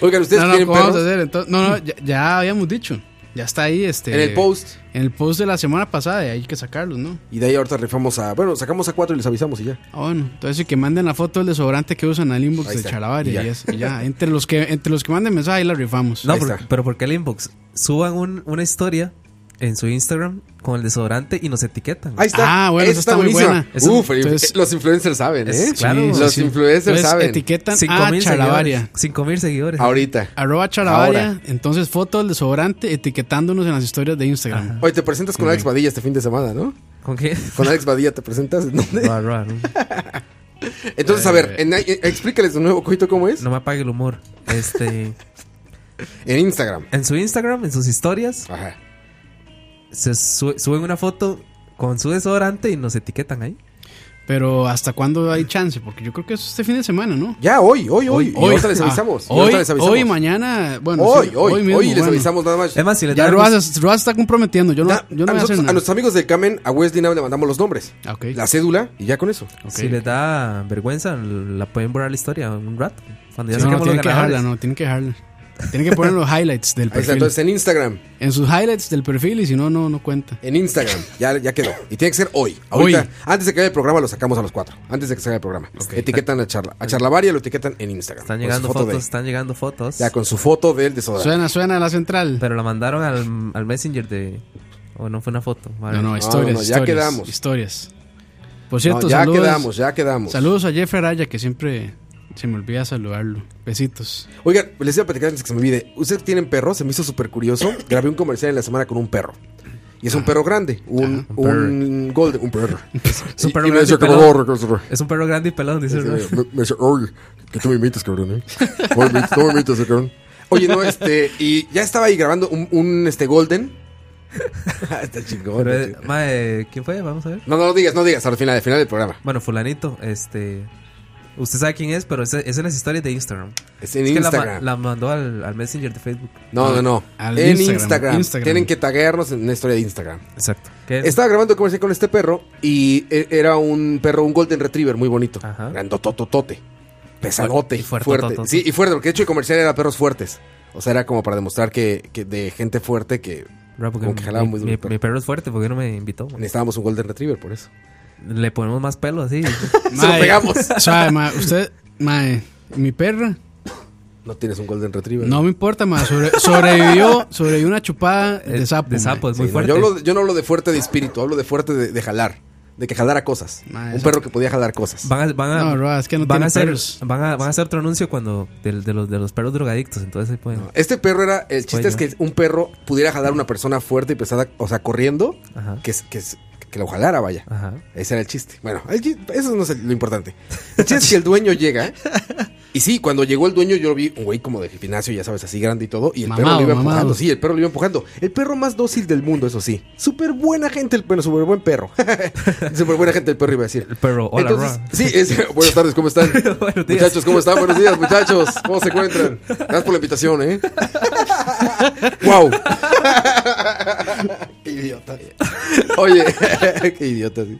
S4: Oigan, ¿ustedes
S2: No, no,
S4: quieren
S2: ¿cómo vamos a
S4: perros?
S2: hacer? Entonces- no, no, ya, ya habíamos dicho. Ya está ahí este.
S4: En el post.
S2: En el post de la semana pasada, y hay que sacarlos, ¿no?
S4: Y de ahí ahorita rifamos a. Bueno, sacamos a cuatro y les avisamos y ya.
S2: Ah, bueno, entonces sí, que manden la foto del desodorante que usan al inbox
S4: Ahí
S2: de
S4: está,
S2: Chalabaria
S4: y ya.
S2: y, eso, y ya, entre los que entre los que manden mensaje ahí la rifamos.
S3: No,
S4: pues Ahí
S3: por-
S4: está.
S3: pero ¿por qué el inbox? Suban un- una historia en su Instagram con el desodorante y nos etiquetan.
S4: Ahí está.
S2: Ah, bueno,
S4: Esa
S2: esa está muy
S4: buenísima.
S2: buena. Es un-
S4: Uf,
S2: entonces-
S4: los influencers saben, ¿eh?
S3: Es- claro.
S2: Sí, sí,
S4: los
S2: sí.
S4: influencers
S2: Entonces,
S4: saben.
S2: etiquetan
S3: Cinco
S2: a
S3: mil seguidores.
S2: Ah, Chalabaria.
S3: 5 mil seguidores.
S4: Ahorita.
S2: Arroba Chalabaria, entonces foto del desodorante etiquetándonos en las historias de Instagram.
S4: Hoy te presentas con Alex Badilla este fin de semana, ¿no? [LAUGHS]
S3: ¿Con qué?
S4: Con Alex Badilla te presentas. ¿en
S2: [LAUGHS]
S4: dónde?
S3: Ra, ra, no,
S4: Entonces, a ver, en- eh, explícales de nuevo, Coito, cómo es.
S3: no me apague el humor. Este,
S4: En Instagram.
S3: en su Instagram, en sus historias,
S4: Ajá.
S3: se su- suben una foto con su desodorante y nos etiquetan ahí.
S2: Pero ¿hasta cuándo hay chance? Porque yo creo que es este fin de semana, ¿no?
S4: Ya, hoy, hoy, hoy. Y ahorita les
S2: ah,
S4: avisamos. y
S2: hoy,
S4: ahorita les avisamos.
S2: hoy, mañana. Bueno,
S4: hoy,
S2: sí,
S4: hoy, hoy,
S2: mismo,
S4: les
S2: bueno.
S4: avisamos nada más.
S3: Es más, si le
S2: Ya
S3: dan.
S2: Rojas, Rojas está comprometiendo. Yo no,
S4: Ya,
S2: yo no
S4: a,
S2: voy a hacer
S4: nosotros- a
S2: nada.
S4: nuestros amigos de Camen, a Wesley nada más le mandamos los nombres.
S2: Ah, ok. Ah,
S4: La cédula y ya con eso.
S2: Ok.
S3: Si les da vergüenza, la pueden borrar la historia un rato. Cuando ya
S2: no, no,
S3: saquemos los
S2: tienen que
S3: ganadores.
S2: dejarla, no, tienen que dejarla. Tienen que poner los highlights
S4: Ahí
S2: del
S4: está,
S2: perfil.
S4: entonces eh. en Instagram.
S2: En sus highlights del perfil y si no, no, no cuenta.
S4: En Instagram, ya, ya quedó. Y tiene que ser hoy.
S2: Hoy.
S4: Ahorita, antes de que acabe el programa, lo sacamos a los cuatro. Antes de que se acabe el programa. Etiquetan a charla. A charlavaria lo etiquetan en Instagram.
S3: Están
S4: Con
S3: llegando
S4: su foto
S3: fotos,
S4: de él.
S3: están llegando fotos.
S4: ya con su foto del desodorante.
S2: Suena, suena la central.
S3: Pero la mandaron al, al Messenger de. O no fue una foto. vale.
S2: No, no,
S4: no,
S2: historias.
S4: no, ya
S2: historias,
S4: quedamos.
S2: Historias. Por
S4: No,
S2: cierto,
S4: ya
S2: saludos.
S4: quedamos, ya quedamos.
S2: Saludos a Jeffrey Araya, que siempre se me olvida saludarlo. Besitos.
S4: Oigan, les iba a platicar antes que se me olvide. Ustedes tienen perros, se me hizo súper
S2: [COUGHS]
S4: curioso. Grabé un comercial en la semana con un perro. Y es un perro grande, un,
S3: Ah, un perro.
S4: un golden, un perro.
S3: Es [LAUGHS] un perro
S4: y, y me
S3: grande
S4: dice
S3: y
S4: que
S3: pelón.
S4: no, regreso,
S3: Es un perro grande y pelón, dice
S4: Sí,
S3: Roy.
S4: Me, me dice, oye, que tú me imites, cabrón, ¿eh? No me imites, no me imites, eh, cabrón. Oye, no, este, y ya estaba ahí grabando un, un, este, [LAUGHS] Golden. Ah, Está chingón.
S3: [LAUGHS] Pero,
S4: está
S3: eh,
S4: chingón.
S3: mae, ¿quién fue? Vamos a ver.
S4: No, no lo digas, no digas, al final, al final del programa.
S3: Bueno, Fulanito, este. Usted sabe quién es, pero esa esa es en las historias de Instagram.
S4: Es en
S3: Es que la ma-
S4: Instagram.
S3: La, mandó al, al Messenger de Facebook.
S4: No, no, no.
S2: Al
S4: en
S2: Instagram,
S4: Instagram.
S2: Instagram.
S4: Tienen que taguearnos en una historia de Instagram.
S3: Exacto. ¿Qué es?
S4: Estaba grabando comercial con este perro y e- era un perro, un golden retriever muy bonito.
S3: Ajá.
S4: Grandotototote. Pesanote.
S3: Y
S4: fuerte.
S3: fuerte, tototote.
S4: Sí, y fuerte, porque de hecho el comercial era perros fuertes. O sea, era como para demostrar que, que de gente fuerte que
S3: Ra, porque
S4: como que jalaba
S3: mi,
S4: muy duro
S3: mi-
S4: el perro.
S3: mi perro es fuerte, porque no me invitó? man?
S4: necesitábamos un golden retriever por eso.
S3: Le ponemos más
S4: [LAUGHS]
S3: pelo
S4: [LAUGHS]
S3: así.
S4: Se lo
S2: Mae,
S4: pegamos.
S2: Sabe, mae, usted, mae, mi perra,
S4: No tienes un golden retriever.
S2: no me importa, mae, sobre- sobrevivió, sobrevivió una chupada de sapo.
S3: Eh, De
S2: mae.
S3: sapo, es
S4: Sí,
S3: muy
S4: no,
S3: fuerte.
S4: yo, hablo de- yo no hablo de fuerte de espíritu, hablo de fuerte de, de jalar. De que jalara cosas.
S2: Ah,
S4: un
S2: eso-
S4: perro que podía jalar cosas.
S3: Van a, van a,
S2: No, Roa, es que no
S3: van
S2: tiene
S3: a hacer,
S2: perros.
S3: Van a, van a hacer otro anuncio cuando de, de los, de los perros drogadictos. Entonces ahí pueden.
S4: Este perro era. El chiste
S3: Oye.
S4: es que un perro pudiera jalar a una persona fuerte y pesada, o sea, corriendo,
S3: Ajá. Ah.
S4: que, es- que, es- que lo jalara, vaya.
S3: Ajá.
S4: Ese era el chiste. Bueno, el chi- eso no es el- lo importante. El chiste es que el dueño llega.
S3: [LAUGHS]
S4: Y sí, cuando llegó el dueño, yo vi un güey como de gimnasio, ya sabes, así grande y todo. Y el perro
S2: Mamado,
S4: lo iba
S2: mamado.
S4: empujando. Sí, el perro lo iba empujando. El perro más dócil del mundo, eso sí. Súper buena gente el perro, súper buen perro. [LAUGHS] Súper buena gente el perro, iba a decir.
S3: El perro, hola,
S4: Entonces,
S3: Roa.
S4: sí, es- [LAUGHS] buenas tardes, ¿cómo están?
S3: [LAUGHS] Buenos días.
S4: Muchachos, ¿cómo están? Buenos días, muchachos. ¿Cómo se encuentran? Gracias por la invitación,
S3: [LAUGHS]
S4: ¿eh? ¡Wow! ¡Qué idiota! Oye, [LAUGHS] qué idiota. sí.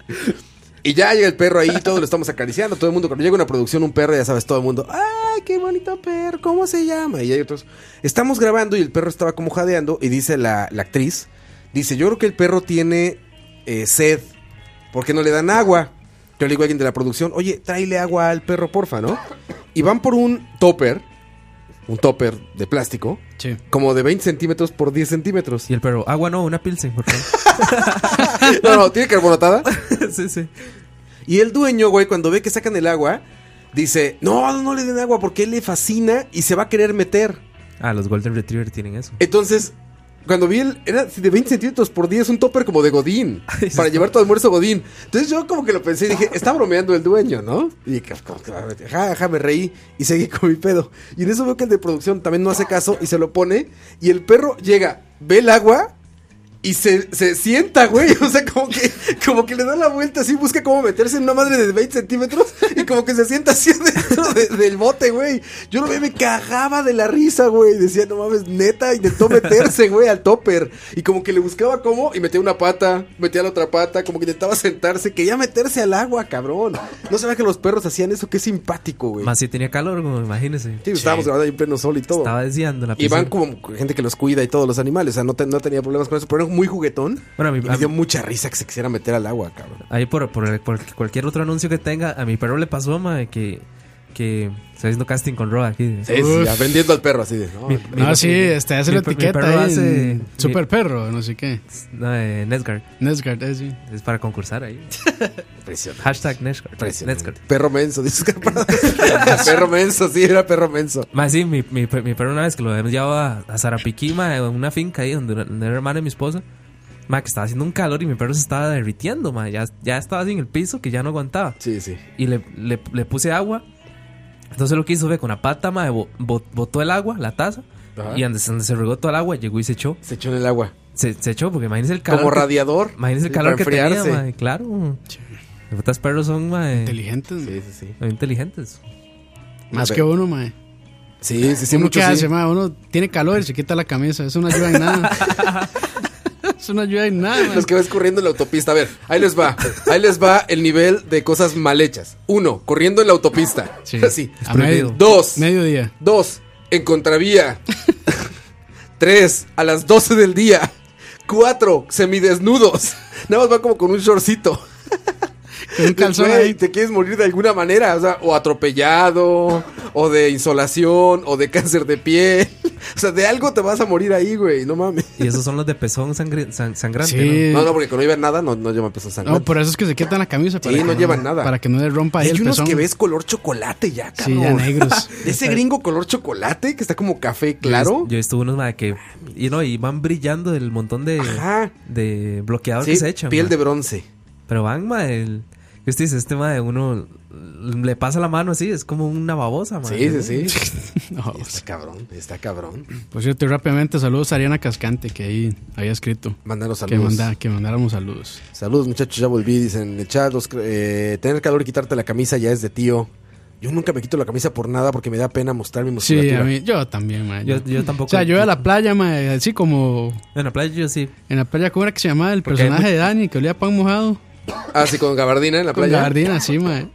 S4: Y ya llega el perro ahí, todos lo estamos acariciando, todo el mundo. Cuando llega una producción, un perro, ya sabes, todo el mundo. ¡Ay, qué bonito perro! ¿Cómo se llama? Y hay otros. Estamos grabando y el perro estaba como jadeando. Y dice la, la actriz: Dice, yo creo que el perro tiene eh, sed. ¿Por qué no le dan agua? Yo le digo a alguien de la producción, oye, tráele agua al perro, porfa, ¿no? Y van por un topper, un topper de plástico,
S2: Sí.
S4: como de 20 centímetros por 10 centímetros.
S3: Y el perro, agua no, una pilsen,
S4: [LAUGHS]
S3: por favor.
S4: No, no, tiene carbonatada.
S3: [LAUGHS] sí, sí.
S4: Y el dueño, güey, cuando ve que sacan el agua, dice, no, no, no le den agua porque él le fascina y se va a querer meter.
S3: Ah, los Golden Retriever tienen eso.
S4: Entonces, cuando vi el, era de 20 centímetros por día, es un topper como de Godín, para llevar tu almuerzo Godín. Entonces yo como que lo pensé y dije, está bromeando el dueño, ¿no? Y dije, "Pues, como que, ja, ja, me reí y seguí con mi pedo. Y en eso veo que el de producción también no hace caso y se lo pone, y el perro llega, ve el agua... Y se, se sienta, güey. [LAUGHS] O sea, como que, como que le da la vuelta así, busca cómo meterse en una madre de 20 centímetros y como que se sienta así [LAUGHS] dentro de- del bote, güey. Yo lo veía, me cagaba de la risa, güey. Decía, no mames, neta, intentó meterse, güey, al topper. Y como que le buscaba cómo y metía una pata, metía la otra pata, como que intentaba sentarse, quería meterse al agua, cabrón. No sabía que los perros hacían eso, qué simpático, güey.
S3: Más si tenía calor, como imagínese.
S4: Sí, estábamos grabando ahí en pleno sol y todo.
S3: Estaba desviando la
S4: Y
S3: piscina.
S4: van como gente que los cuida y todos los animales. O sea, no, te- no tenía problemas con eso, pero era muy juguetón.
S3: Bueno, a mi-
S4: Y me dio mucha risa que se quisiera meter al agua, cabrón.
S3: Ahí por, por, por cualquier otro anuncio que tenga, a mi perro le pasó, mae, que, que está haciendo casting con Roa aquí.
S4: Sí, sí, ya, vendiendo al perro así de. no,
S3: Mi-
S2: No,
S3: mi-
S2: sí, este, hace la
S3: mi- mi
S2: etiqueta.
S3: perro
S2: ahí
S3: hace-
S2: en
S3: mi-
S2: super perro, no sé qué.
S3: No, eh, Nesgard.
S2: Nesgard, eh, sí.
S3: Es para
S4: [LAUGHS]
S3: concursar ahí.
S4: impresionante.
S3: Hashtag Nesgard. pues,
S4: impresionante.
S3: Nesgard.
S4: Perro menso, [LAUGHS] dices perro menso, sí, era perro menso.
S3: Más sí, mi, mi, per- mi perro una vez que lo habíamos llevado a, a Zarapiquí, ma, en una finca ahí donde, donde era hermano de mi esposa. Ma, que estaba haciendo un calor y mi perro se estaba derritiendo, ma. Ya, ya estaba así en el piso que ya no aguantaba.
S4: Sí, sí.
S3: Y le, le, le puse agua. Entonces lo que hizo fue con la pata, ma, bo- bo- botó el agua, la taza.
S4: Ajá.
S3: Y donde, se- donde se regó todo el agua, llegó y se echó.
S4: Se echó en el agua.
S3: Se, se echó porque imagínese el calor.
S4: Como
S3: que-
S4: radiador.
S3: Imagínese el
S4: sí,
S3: calor
S4: para
S3: que tenía,
S4: enfriarse.
S3: ma, Claro. Los putas perros son, mae,
S2: Inteligentes, mae.
S4: Sí, sí, sí.
S3: muy inteligentes.
S2: Más
S4: A
S2: que
S4: ver.
S2: uno, mae.
S4: Sí, sí, sí,
S2: uno
S4: mucho
S2: que hace,
S4: sí.
S2: mae, uno tiene calor y se quita la camisa. Eso no ayuda en nada.
S4: [LAUGHS]
S2: Eso no ayuda en nada, mae.
S4: Los que vas corriendo en la autopista. A ver, ahí les va. Ahí les va el nivel de cosas mal hechas. Uno, corriendo en la autopista. [LAUGHS]
S2: Sí.
S4: Así.
S2: A medio-
S4: Dos.
S2: Mediodía.
S4: Dos, en
S2: [LAUGHS]
S4: contravía. Tres, a las 12 del día. Cuatro, semidesnudos. Nada más va como con un shortcito. [LAUGHS]
S2: Con un calzón
S4: Güey,
S2: ahí.
S4: Te quieres morir de alguna manera. O sea, o atropellado, o de insolación, o de cáncer de piel. [LAUGHS] O sea, de algo te vas a morir ahí, güey. No mames.
S3: Y esos son los de pezón sangri- san- sangrante,
S2: Sí.
S4: No, no, porque cuando llevan nada no, no llevan peso sangrante.
S2: No, por eso es que se quitan la camisa.
S4: Sí, no
S2: que
S4: llevan nada.
S2: Para que no le rompa ahí
S4: Hay
S2: el
S4: unos
S2: pezón.
S4: que ves color chocolate ya,
S2: Sí,
S4: cabrón.
S2: ya negros.
S4: [LAUGHS] De ese gringo color chocolate que está como café claro.
S3: Yo, he visto unos, mae, que. Y no, y van brillando del montón de.
S4: Ajá.
S3: De bloqueador
S4: Sí,
S3: que se echan.
S4: piel
S3: mae.
S4: de bronce.
S3: Pero van, mae. el- ¿qué usted dice? Este, mae, uno le pasa la mano así, es como una babosa, mae.
S4: Sí, sí, [LAUGHS]
S2: [LAUGHS]
S4: sí.
S2: [LAUGHS] No,
S4: Está cabrón, está cabrón.
S2: Por cierto, y rápidamente, saludos a Ariana Cascante, que ahí había escrito.
S4: Mándanos
S2: Que,
S4: saludos.
S2: manda, que mandáramos saludos.
S4: Saludos, muchachos, ya volví. Dicen en el chat, los, eh, tener calor y quitarte la camisa ya es de tío. Yo nunca me quito la camisa por nada porque me da pena mostrar mi musculatura.
S2: Sí, a mí, yo también, man.
S3: Yo- yo tampoco.
S2: O sea, yo iba a la playa, man, así como
S3: En la playa yo sí.
S2: en la playa, ¿cómo era que se llamaba el
S3: Porque hay
S2: personaje de Dani? Que olía a pan mojado.
S4: Ah, sí, con gabardina en la
S2: Con
S4: playa.
S2: gabardina,
S4: [LAUGHS]
S2: sí, man.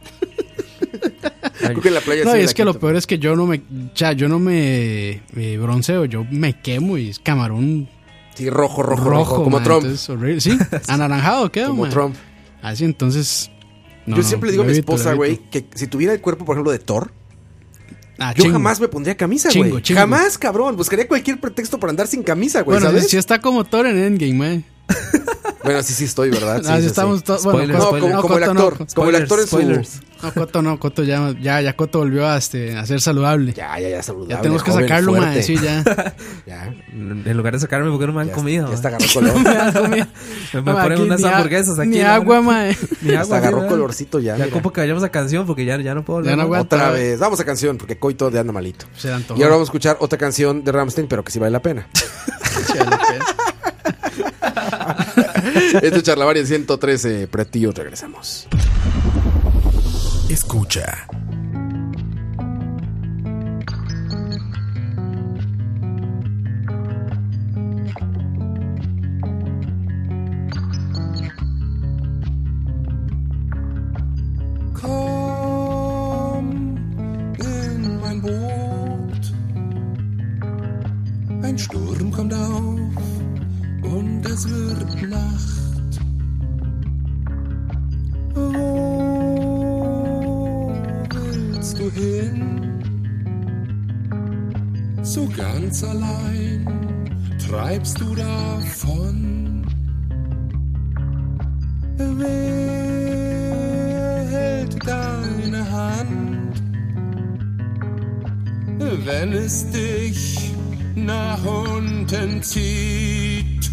S4: Creo que en la playa
S2: No,
S4: sí
S2: y
S4: me
S2: es
S4: la
S2: que lo
S4: quito.
S2: peor es que yo no me, o sea, yo no me, me bronceo, yo me quemo y es camarón
S4: Sí, rojo, rojo,
S2: rojo,
S4: rojo. como
S2: man,
S4: Trump.
S2: entonces,
S4: [LAUGHS]
S2: horrible. Sí, anaranjado queda,
S4: como
S2: man.
S4: Trump.
S2: Así Ah, entonces. no,
S4: yo
S2: no,
S4: siempre le digo a
S2: lo
S4: mi
S2: evito, lo
S4: esposa, güey,
S2: evito.
S4: que si tuviera el cuerpo, por ejemplo, de Thor,
S2: Ah,
S4: yo
S2: chingo.
S4: jamás me pondría camisa,
S2: Chingo,
S4: güey.
S2: chingo.
S4: Jamás, cabrón. Buscaría cualquier pretexto para andar sin camisa, güey,
S2: Bueno,
S4: ¿sabes?
S2: si, si está como Thor en Endgame, man.
S4: Bueno, sí, sí estoy,
S2: [LAUGHS]
S4: ¿verdad? Sí,
S2: Ah, sí,
S4: sí,
S2: estamos
S4: sí.
S2: todos.
S3: Spoiler,
S2: Bueno,
S4: No,
S2: Coto-
S3: spoiler.
S4: como, como el
S2: Coto no,
S4: actor.
S2: Coto-
S4: como el actor en
S3: spoilers.
S4: su...
S2: No, Coto no, Coto ya, ya, ya Coto volvió a, este, a ser saludable. Ya,
S4: Ya, ya, ya, saludable.
S2: tenemos que
S4: joven,
S2: sacarlo, man.
S4: fuerte.
S2: Sí,
S4: [LAUGHS]
S2: ya. [LAUGHS]
S4: Ya,
S3: En lugar de sacarme porque no me han
S4: ya,
S3: comido.
S4: ya está
S3: mae.
S4: agarró color.
S2: [LAUGHS]
S3: me ponen
S2: Aquí
S3: unas
S2: ni a-
S3: hamburguesas aquí.
S2: Ni
S3: la
S2: agua,
S3: verdad. [LAUGHS]
S2: mae.
S3: Ni agua.
S4: Hasta
S3: sí,
S4: agarró
S3: mae.
S4: colorcito ya.
S3: Ya
S4: mira.
S3: como que vayamos a canción porque ya, ya no puedo hablar.
S2: Ya no aguanto.
S4: Otra
S2: Otra
S4: vez. Vamos a canción, porque Coito de anda malito.
S2: Se le antojó.
S4: Y ahora vamos a escuchar otra canción de Ramstein, pero que sí vale la pena.
S2: pues.
S4: Esto es Charlavaria 113, Pretillo, regresamos.
S9: Escucha.
S8: Komm in mein Boot. Ein Sturm kommt auf und es wird Nacht. Wo willst du hin? So ganz allein treibst du davon. Wer hält deine Hand, wenn es dich nach unten zieht?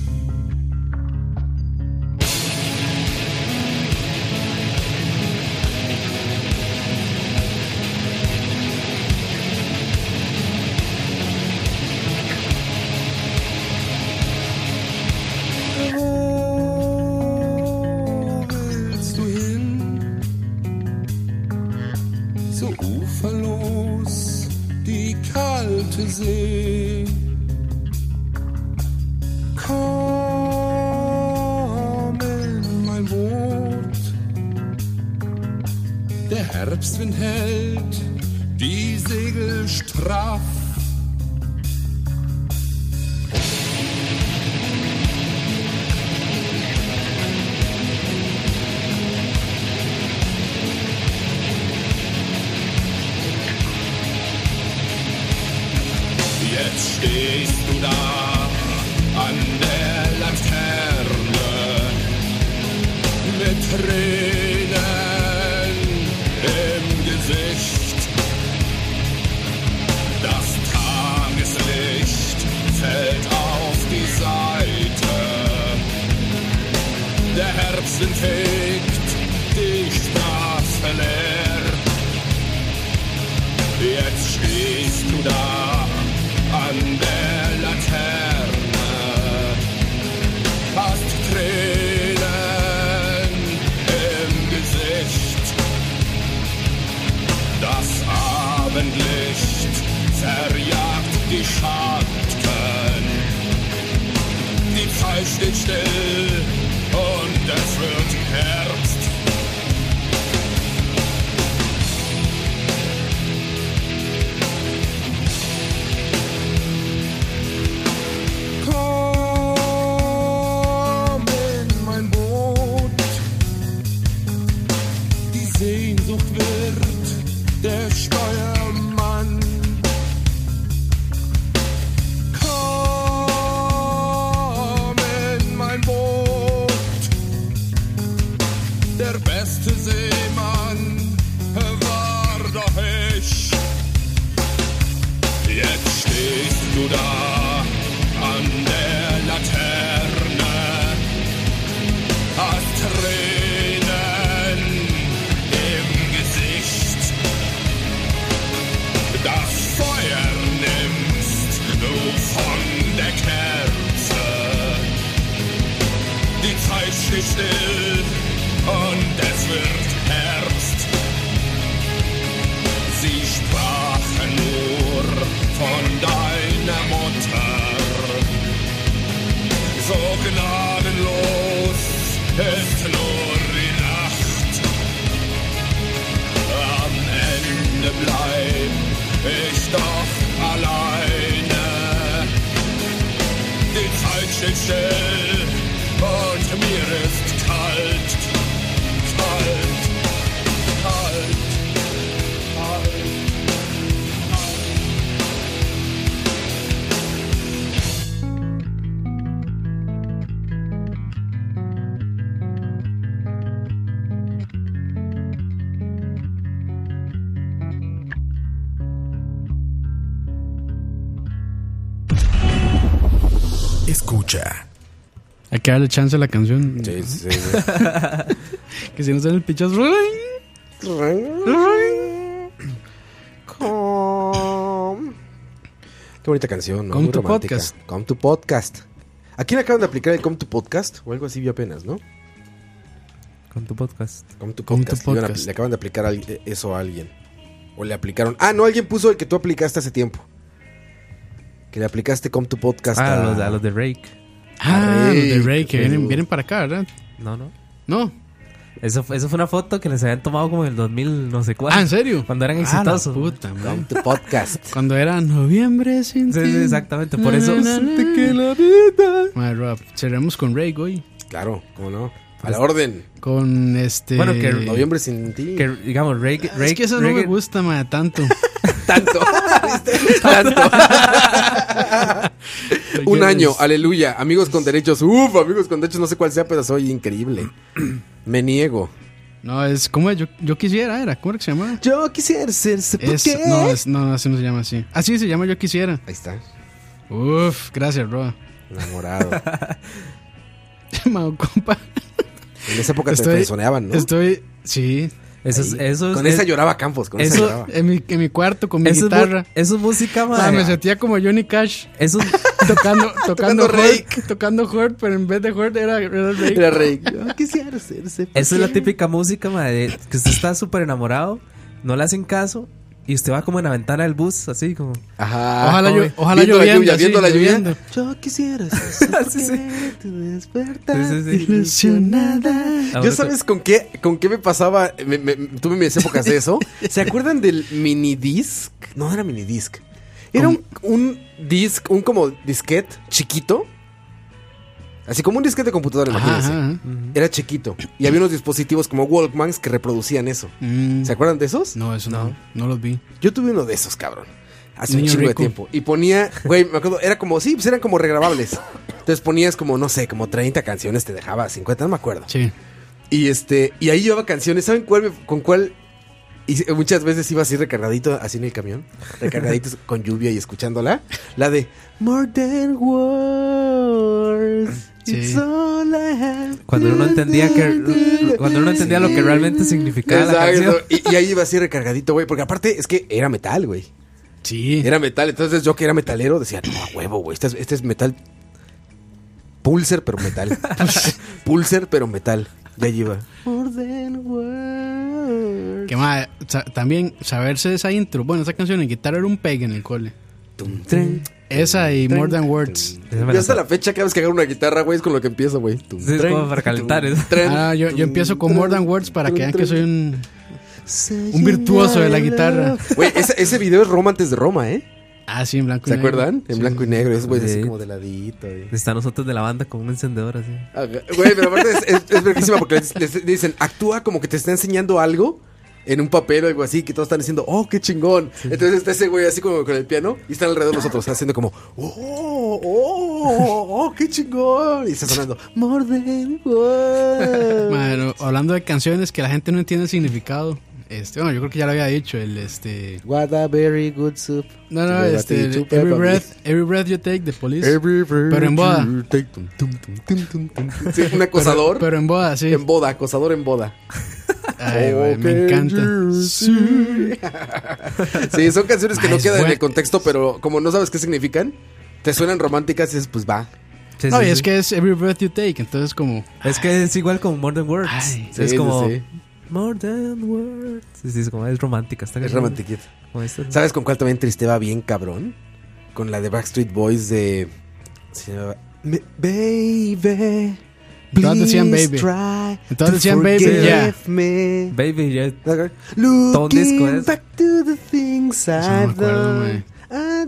S8: Wo willst du hin? So uferlos die kalte See. Komm in mein Boot. Der Herbstwind hält die Segel straff. Jetzt stehst du da an der Laterne mit Tränen im Gesicht. Das Tageslicht fällt auf die Seite. Der Herbstwind fegt die Straße leer. Jetzt stehst du da an der Laterne, hast Tränen im die schwanken. Die Zeit steht still und es wird Herbst.
S10: Komm in mein Boot. Die Sehnsucht wird der Steuermann. Komm in mein Boot. Der beste Seemann war doch ich.
S8: Jetzt stehst du da an der Laterne, hast Tränen im Gesicht. Das Feuer nimmst du von der Kerze. Die Zeit steht still und es wird Herbst. Sie sprachen nur von deiner Mutter. So gnadenlos ist nur die Nacht. Am Ende bleib ich doch alleine. Die Zeit steht still und mir ist kalt, kalt, kalt.
S1: Escucha.
S2: Hay que darle chance a la canción.
S4: Sí, sí,
S2: Que si no sale el pichazo.
S4: Com. Qué bonita canción, ¿no?
S2: Come
S4: Muy
S2: to
S4: romántica.
S2: podcast.
S4: Come to podcast. ¿A quién acaban de aplicar el Come to podcast? O algo así vi apenas, ¿no?
S3: Con tu podcast.
S4: Come to
S2: Come to
S4: podcast. Le iban a-
S2: podcast.
S4: Le acaban de aplicar al- eh, eso a alguien. O le aplicaron. Ah, no, alguien puso el que tú aplicaste hace tiempo. Que le aplicaste Come to podcast.
S3: Ah, a
S4: a-
S3: los, a los de Rake.
S2: Ah, los de
S4: Rey,
S2: Rey, que
S4: qué
S2: vienen,
S4: pedo.
S2: vienen para acá, ¿verdad?
S3: No, no.
S2: No. Ah,
S3: Eso, fu- eso fue una foto que les habían tomado como en el 2000, no sé cuál.
S2: Ah, ¿en serio?
S3: Cuando eran
S2: Ah, la
S3: exitosos.
S2: puta, man.
S4: Come to podcast. [LAUGHS]
S2: Cuando era noviembre sin
S3: Sí,
S2: ti.
S3: sí, exactamente. Por
S2: Na,
S3: eso.
S2: na, na, na.
S3: vida.
S2: Madre, Rob, cerramos con Ray, güey.
S4: claro, ¿cómo no? A
S3: Pues,
S4: la orden.
S2: Con este.
S3: Bueno, que-
S4: Noviembre sin ti.
S3: eh, Que digamos, Rake.
S2: Es que eso no me gusta, madre,
S3: [LAUGHS]
S2: tanto.
S4: Tanto. Tanto.
S3: Pues
S4: Un año, aleluya. Amigos con derechos. Uf, amigos con derechos. No sé cuál sea, pero soy
S3: [CLEARS THROAT]
S4: increíble. Me niego.
S2: No, es como yo, yo quisiera, era. ¿Cómo era que se llamaba?
S4: Yo quisiera ser
S2: Es- no, es- no, no, así no se llama así. Así se llama Yo Quisiera.
S4: Ahí está.
S2: Uf, gracias, [LAUGHS] Roa.
S3: [LAUGHS]
S4: Enamorado.
S2: Mao, compa.
S4: En esa época te- te soneaban, ¿no?
S2: Estoy, sí,
S3: Eso es,
S4: Ahí.
S3: eso es,
S4: con esa lloraba Campos. Con esa
S3: eso- [LAUGHS]
S4: lloraba.
S2: en mi, en mi cuarto con mi
S3: eso es mu-
S2: guitarra.
S3: eso es música,
S2: O sea,
S3: [LAUGHS] madre.
S2: me sentía como Johnny Cash
S3: Eso es- [LAUGHS]
S2: tocando,
S4: Tocando
S2: tocando,
S4: Rake.
S2: Hurt, tocando Hurt, pero en vez de Hurt era, era Rake.
S4: Era rey. Yo quisiera ser
S3: Esa es la típica música, madre, de- que usted está súper enamorado, no le hacen caso y usted va como en la ventana del bus, así como...
S4: Ajá.
S2: Ojalá
S4: Oye,
S2: llo- ojalá
S4: Ah, viendo la
S2: lloviendo,
S4: lluvia,
S2: sí,
S4: viendo la
S2: lloviendo.
S4: lluvia. Yo quisiera ser
S3: Sí, sí.
S4: despertar.
S3: Sí, sí, sí.
S4: Ilusionada.
S3: Ahora
S4: ¿Yo
S3: tú-
S4: sabes con qué, con qué me pasaba? Me- me- tuve mis épocas de
S2: [LAUGHS]
S4: eso. ¿Se acuerdan del minidisc? No, era minidisc. Era un, un disc, un como disquete chiquito. Así como un disquete de computadora,
S2: Ajá,
S4: imagínense.
S2: ajá.
S4: Era chiquito. Y había unos dispositivos como Walkmans que reproducían eso.
S2: Mm,
S4: ¿Se acuerdan de esos?
S2: no, eso no. no, los vi.
S4: Yo tuve uno de esos, cabrón. Hace un
S2: Niño
S4: chingo de
S2: rico.
S4: tiempo. Y ponía, güey, me acuerdo, era como, sí, pues eran como regrabables. Entonces ponías como, no sé, como 30 canciones, te dejaba 50, no me acuerdo.
S2: Sí.
S4: Y este, y ahí llevaba canciones, ¿saben cuál? me- con cuál? Y muchas veces iba así recargadito, así en el camión, recargaditos con lluvia y escuchándola. La de More Than Words.
S2: Sí.
S4: It's all I have
S3: Cuando uno
S4: to
S3: entendía que-
S4: do.
S3: cuando uno entendía lo que realmente significaba la
S4: Exacto.
S3: canción.
S4: Y, y ahí iba así recargadito, güey. Porque aparte es que era metal, güey.
S2: Sí.
S4: Era metal. Entonces yo que era metalero decía, no, a huevo, güey. Este es, este es metal. Pulser, pero
S2: [LAUGHS]
S4: metal. [LAUGHS] Pulser, pero metal. Ya lleva.
S2: Que más, sa- también saberse esa intro. Bueno, esa canción en guitarra era un pegue en el cole.
S4: Tum,
S3: Tren.
S2: Esa y More Than Words.
S3: Esa me
S4: Y
S3: la
S4: hasta
S3: sé.
S4: la fecha, cada vez que agarro una guitarra, güey, es con lo que empiezo, güey. Tum,
S3: Sí, es
S4: tren,
S3: como para calentar, ¿eh?
S4: tum,
S3: es-
S4: tren,
S2: Ah, yo, yo
S4: tum,
S2: empiezo con
S4: tren,
S2: More Than Words para que
S4: tren,
S2: vean que
S4: tren.
S2: soy un, un virtuoso de la guitarra.
S4: Güey, ese, ese video es Roma antes de Roma, ¿eh?
S2: Ah, sí, en blanco y
S4: ¿Se
S2: negro.
S4: acuerdan? En
S2: Sí,
S4: blanco y negro, es güey, así
S3: Sí.
S4: como de ladito. y-
S3: Están nosotros de la banda con un encendedor así.
S4: Ajá. Güey, pero aparte es, es, es verguísima porque les, les dicen, actúa como que te está enseñando algo en un papel o algo así, que todos están diciendo, oh, qué chingón. Entonces está ese güey así como con el piano y están alrededor de nosotros haciendo como, oh, oh, oh, qué chingón. Y está sonando, more than
S2: sí.
S4: one".
S2: Madre, hablando de canciones que la gente no entiende el significado. Este, bueno, yo creo que ya lo había dicho. El este.
S4: What a very good soup.
S2: No, no,
S4: Everybody
S2: este. el
S4: to
S2: Every
S4: peppermint.
S2: breath, every breath you take, the police.
S4: Every breath
S2: Pero en boda.
S4: you take, tum, tum, tum, tum, tum, tum. Sí, un acosador.
S2: Pero en boda, sí.
S4: En boda, acosador en boda.
S2: Ay, güey,
S4: Oh,
S2: me
S4: can
S2: encanta.
S4: you see? sí, son canciones que
S2: Ma,
S4: no
S2: es
S4: quedan en
S2: buen-
S4: el contexto, pero como no sabes qué significan, te suenan románticas y dices, pues va.
S3: Sí,
S2: No,
S3: sí,
S2: y es
S3: sí.
S2: que es Every Breath You Take, entonces como...
S3: Es que es igual con More Than Words.
S2: Ay,
S4: sí,
S3: es
S4: sí,
S3: como.
S4: sí.
S3: More Than Words. Sí, sí, es como. Es romántica. Está
S4: Es romantiquita.
S3: ¿Sabes?
S4: ¿Sabes con cuál también triste va bien, cabrón? Con la de Backstreet Boys de. se llamaba- Me- Baby.
S2: Todas decían
S4: please
S2: baby.
S4: try
S2: Entonces
S4: to
S2: decían baby,
S4: forgive
S2: ya.
S4: me.
S3: Baby, ya. un disco
S4: Looking
S3: es.
S4: back to the things
S2: Eso no me
S4: I've
S2: acuerdo,
S4: done.
S2: güey.
S4: Ah,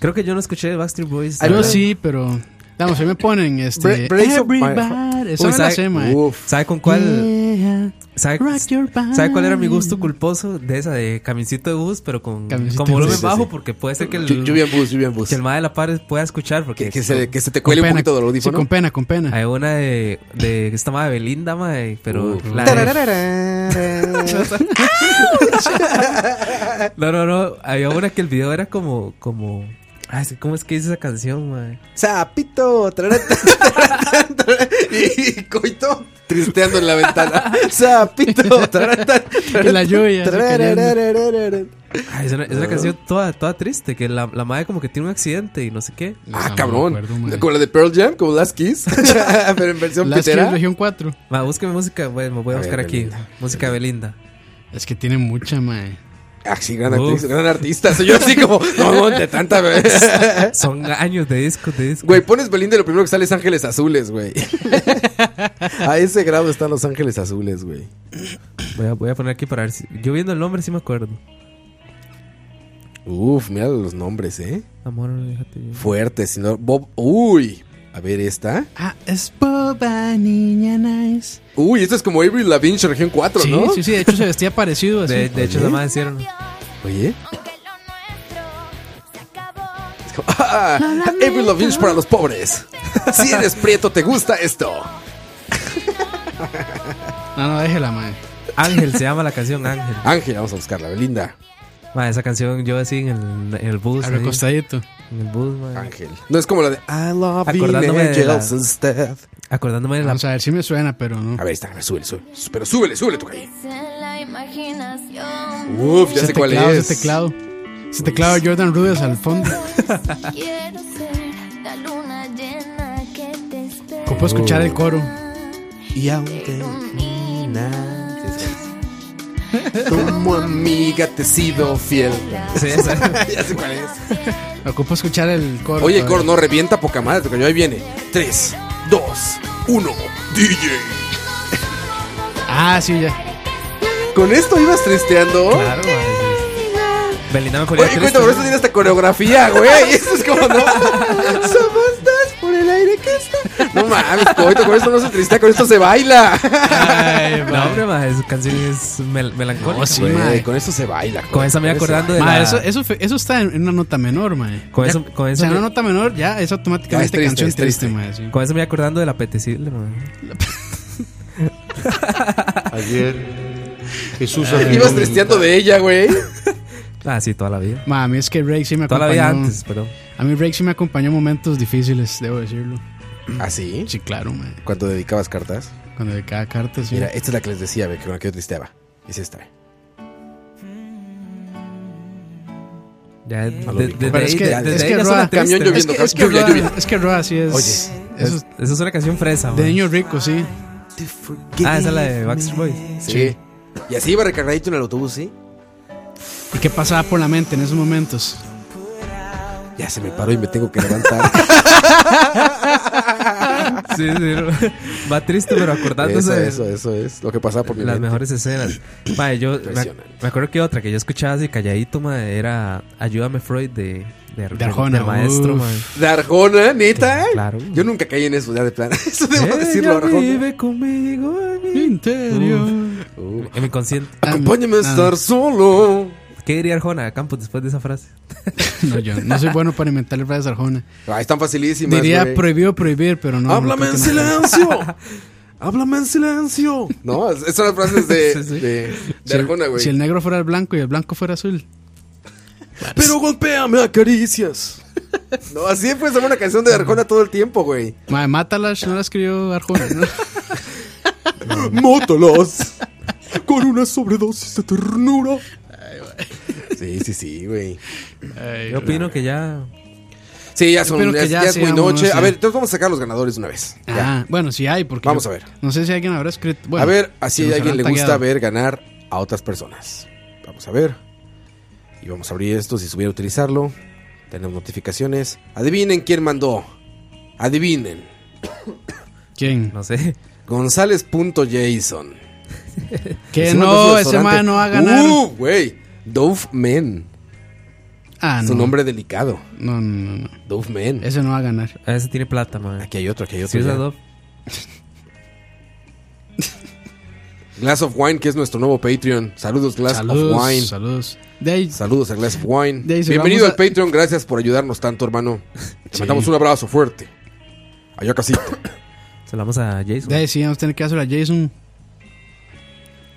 S3: Creo que yo no escuché Backstreet Boys.
S4: Ay,
S2: Yo
S4: ¿verdad?
S2: Ah, sí, pero... Vamos, ahí me ponen este...
S4: Bre- Breaks of my heart.
S2: Everybody... Eso
S3: Uy,
S2: me la
S3: ¿sabe-
S2: sé, mae.
S4: Uf.
S3: ¿Sabe con cuál?
S2: Yeah,
S3: ¿Sabe,
S2: rock your body.
S3: sabe cuál era mi gusto culposo? De esa de camincito de bus, pero con,
S2: Camioncito
S3: con
S2: de
S3: volumen
S2: bus.
S4: Sí, sí,
S3: bajo,
S4: sí.
S3: porque puede ser que el,
S4: Llu- Lluvia en bus, lluvia en bus.
S3: que el mae de la par pueda escuchar. Porque
S4: Que, que se, que se te cuele un
S2: Con pena,
S4: poquito del audífono.
S2: Sí, con pena, con pena.
S4: [LAUGHS]
S3: hay una de, de esta madre Belinda, mae, pero.
S4: Uf.
S3: la de- no, no, no. Había una que el video era como. como ay, sí, ¿Cómo es que dice esa canción, mae?
S4: Sapito. tarara, tarara, tarara. Y coito tristeando en la ventana. Sapito. tarara, tarara,
S2: Y la lluvia, así
S4: tarara,
S2: cayendo.
S4: tarara.
S3: Ay, es una, es una
S4: Ah.
S3: canción toda, toda triste, que la, la madre como que tiene un accidente y no sé qué.
S4: Ah,
S2: me
S4: cabrón.
S2: acuerdo, mae.
S4: como la de Pearl Jam, como Last Kiss. [LAUGHS] Pero en versión
S2: Las que es
S4: pitera.
S2: región 4.
S3: Ma, búsqueme música, bueno, me voy a,
S4: A ver,
S3: buscar aquí.
S4: Belinda.
S3: Música de Belinda.
S2: Es que tiene mucha, mae.
S4: Ah, sí, gran
S3: Uf.
S4: actriz, gran artista. Soy yo así como, no, de tanta
S2: [LAUGHS]
S4: vez.
S3: Son años de discos, de discos.
S4: Güey, pones Belinda y lo primero que sale es Ángeles Azules,
S2: [LAUGHS]
S4: güey. A ese grado están los Ángeles Azules, güey.
S3: Voy a, voy a poner aquí para ver si. Yo viendo el nombre sí me acuerdo.
S4: Uf, mira los nombres, ¿eh?
S3: Amor, déjate. yo.
S4: Fuertes, sino Bob. Uy, a ver esta.
S2: Ah, es boba, niña nice.
S4: Uy, esto es como Avery Lavigne región 4,
S2: Sí,
S4: ¿no?
S2: sí, sí, de hecho se vestía parecido así.
S3: De, de hecho,
S4: Oye.
S3: la madre hicieron.
S4: Oye.
S11: Aunque lo nuestro se acabó.
S4: es como, ah, Avril Lavigne para los pobres. [LAUGHS] si eres prieto, te gusta esto.
S2: No, no, déjela, mae.
S3: Ángel se llama la canción Ángel.
S4: Ángel, vamos a buscarla, Belinda.
S3: Ma, esa canción yo así en el, en el bus. Pues ahí,
S2: Recostadito.
S3: en el bus, ma.
S2: Ah.
S4: Ángel. No es como la de I love
S3: Acordándome de la-
S4: angels instead.
S3: Acordándome de la.
S2: Vamos a ver si me suena, pero no.
S4: A ver, está, a ver, súbele, súbele. Pero súbele, súbele tu calle.
S11: En la imaginación.
S4: Uf, ya
S2: Ese
S4: sé cuál
S2: teclado,
S4: es.
S2: Ese teclado. Ese teclado de Jordan Rudess al fondo.
S11: Quiero ser la luna llena que te espera.
S2: ¿Cómo puedo escuchar el coro?
S4: Y aunque iluminas, como amiga te he sido fiel.
S3: Sí, esa.
S4: [LAUGHS] Ya sé cuál es.
S2: Ocupo escuchar el coro.
S4: Oye,
S2: todavía.
S4: Cor, no revienta poca madre, porque ahí viene. 3, 2, 1, DJ.
S2: Ah, sí, ya.
S4: ¿Con esto ibas tristeando?
S3: Claro, ma, sí. Belinda me ponía.
S4: Oye,
S3: triste.
S4: cuéntame, por eso tiene esta coreografía, güey. [LAUGHS] Esto es como, no. [LAUGHS] Somos dos por el aire que está. No mames, coito, con esto no se tristea, con esto se baila.
S2: Ay,
S3: No, hombre, ma, esa canción es mel- melancólica.
S2: No, sí,
S3: ma.
S4: Güey,
S2: mae.
S4: con esto se baila.
S3: Con esa me iba
S4: con
S3: acordando de
S2: Ma,
S3: la.
S2: eso, eso, fue- eso está en en una nota menor, mae.
S3: Con
S2: Ya-
S3: eso- con eso
S2: o sea, en
S3: me-
S2: una nota menor ya es
S4: Ya
S2: automáticamente
S4: es triste,
S2: canción
S4: es triste.
S2: triste, mae. sí.
S3: Con eso me iba acordando del apetecible, ma.
S7: Ayer Jesús
S4: se-
S7: arregló
S4: Ibas
S7: mi
S4: tristeando de ella, güey.
S3: Ah, sí, toda la vida.
S2: Ma, a mí es que Rake sí me
S3: Toda
S2: acompañó.
S3: la vida antes, pero.
S2: A mí Rake sí me acompañó en momentos difíciles, debo decirlo.
S4: ¿Ah, sí?
S2: Sí, claro, mae.
S4: ¿Cuánto dedicabas cartas?
S2: Cuando de cada carta, sí.
S4: Mira, esta es la que les decía, ve, que con la que yo tristeaba. Es esta. ve.
S3: Ya,
S4: lo
S3: de-
S4: ubico.
S3: desde
S2: Pero es
S3: ahí-
S2: que-
S3: desde
S2: es
S3: ahí
S2: que
S3: ya suena
S2: Roa-
S4: Camión
S3: triste.
S2: es
S4: lloviendo,
S2: que, es que
S4: lluvia,
S2: Roa-
S4: lluvia.
S2: es que Roa así es.
S4: Oye,
S2: eso es
S3: Esa es una canción fresa,
S2: de
S3: ma.
S2: niño rico, sí.
S3: Ah, esa es la de Backstreet Boys. [LAUGHS]
S4: Sí. Y así iba recargadito en el autobús, ¿sí?
S2: ¿Y qué pasaba por la mente en esos momentos?
S4: Ya se me paró y me tengo que
S3: [LAUGHS]
S4: levantar.
S3: Sí, sí, no. Va triste, pero
S4: eso,
S3: acordándose
S4: eso, eso es lo que pasaba por mi
S3: las
S4: mente. [CLEARS THROAT]
S3: mejores escenas. Mae, yo me,
S4: Impresionante.
S3: me acuerdo que otra que yo escuchaba así calladito, mae, era Ayúdame Freud de, de,
S2: De Arjona,
S3: del maestro,
S2: uf.
S3: mae.
S4: De Arjona, neta. eh.
S3: Claro.
S4: Yo nunca caí en eso, ya de plan. [LAUGHS] Eso debo
S3: Ella
S4: decirlo, Arjona.
S3: vive conmigo en mi-
S2: Interior.
S4: Uh.
S3: en mi consciente.
S4: Acompáñame a
S2: Ah.
S4: estar solo.
S3: ¿Qué diría Arjona a Campos después de esa frase?
S2: [LAUGHS] No, yo no soy bueno para inventarle
S4: [LAUGHS]
S2: frases Arjona.
S4: Ay, están facilísimas.
S2: Diría
S4: güey.
S2: prohibido prohibir, pero no.
S4: Háblame
S2: no
S4: en
S2: creo que no.
S4: silencio.
S2: [LAUGHS]
S4: Háblame en silencio. No, esas son las frases
S2: [LAUGHS]
S4: de,
S3: Sí, sí.
S4: de, de
S2: Si el-
S4: Arjona, güey.
S2: Si el negro fuera el blanco y el blanco fuera azul.
S4: Pero golpéame a
S2: [LAUGHS]
S4: caricias. No, así fue una canción de Arjona todo el tiempo, güey.
S2: Mae, Mátalash no la escribió Arjona.
S4: [LAUGHS]
S2: ¿no?
S4: Mótalos con una sobredosis de ternura. Sí, sí, sí, güey.
S2: Ay,
S3: Yo opino que ya.
S4: Sí, ya, son,
S2: Espero
S4: ya,
S2: que ya
S4: ya es muy
S2: seamos,
S4: noche.
S2: sí.
S4: A ver, entonces vamos a sacar los ganadores de una vez. Ya.
S2: Ah, bueno, si hay, porque.
S4: Vamos
S2: yo-
S4: a ver.
S2: No sé si alguien habrá escrito. bueno,
S4: a ver, así
S2: que
S4: a
S2: nos
S4: alguien le
S2: habrán
S4: gusta
S2: tagueado.
S4: ver ganar a otras personas. Vamos a ver. Y vamos a abrir esto si supiera utilizarlo. Tenemos notificaciones. Adivinen quién mandó. Adivinen.
S2: ¿Quién?
S3: No sé. [LAUGHS]
S4: González.jason.
S2: Que
S4: Hicimos
S2: no,
S4: nuestro
S2: ese
S4: restaurante.
S2: mae no va a ganar.
S4: Uh, güey. Dove Men.
S2: ah, no.
S4: Su nombre delicado.
S2: No, no, no, no.
S4: Dove Men.
S2: Ese no va a ganar.
S3: A ese tiene plata, mae.
S4: Aquí hay otro, aquí hay
S3: Si
S4: otro.
S3: es
S4: ya.
S3: Adobe.
S4: Glass of Wine, que es nuestro nuevo Patreon. Saludos, Glass of Wine.
S2: Saludos. Saludos. De ahí,
S4: Saludos a Glass of Wine.
S2: De ahí se
S4: Bienvenido al
S2: vamos a-
S4: Patreon, gracias por ayudarnos tanto, hermano. Te
S2: Sí.
S4: mandamos un abrazo fuerte. Allá casita.
S3: Se lo vamos a Jason.
S2: de ahí sí vamos a tener que hacer a Jason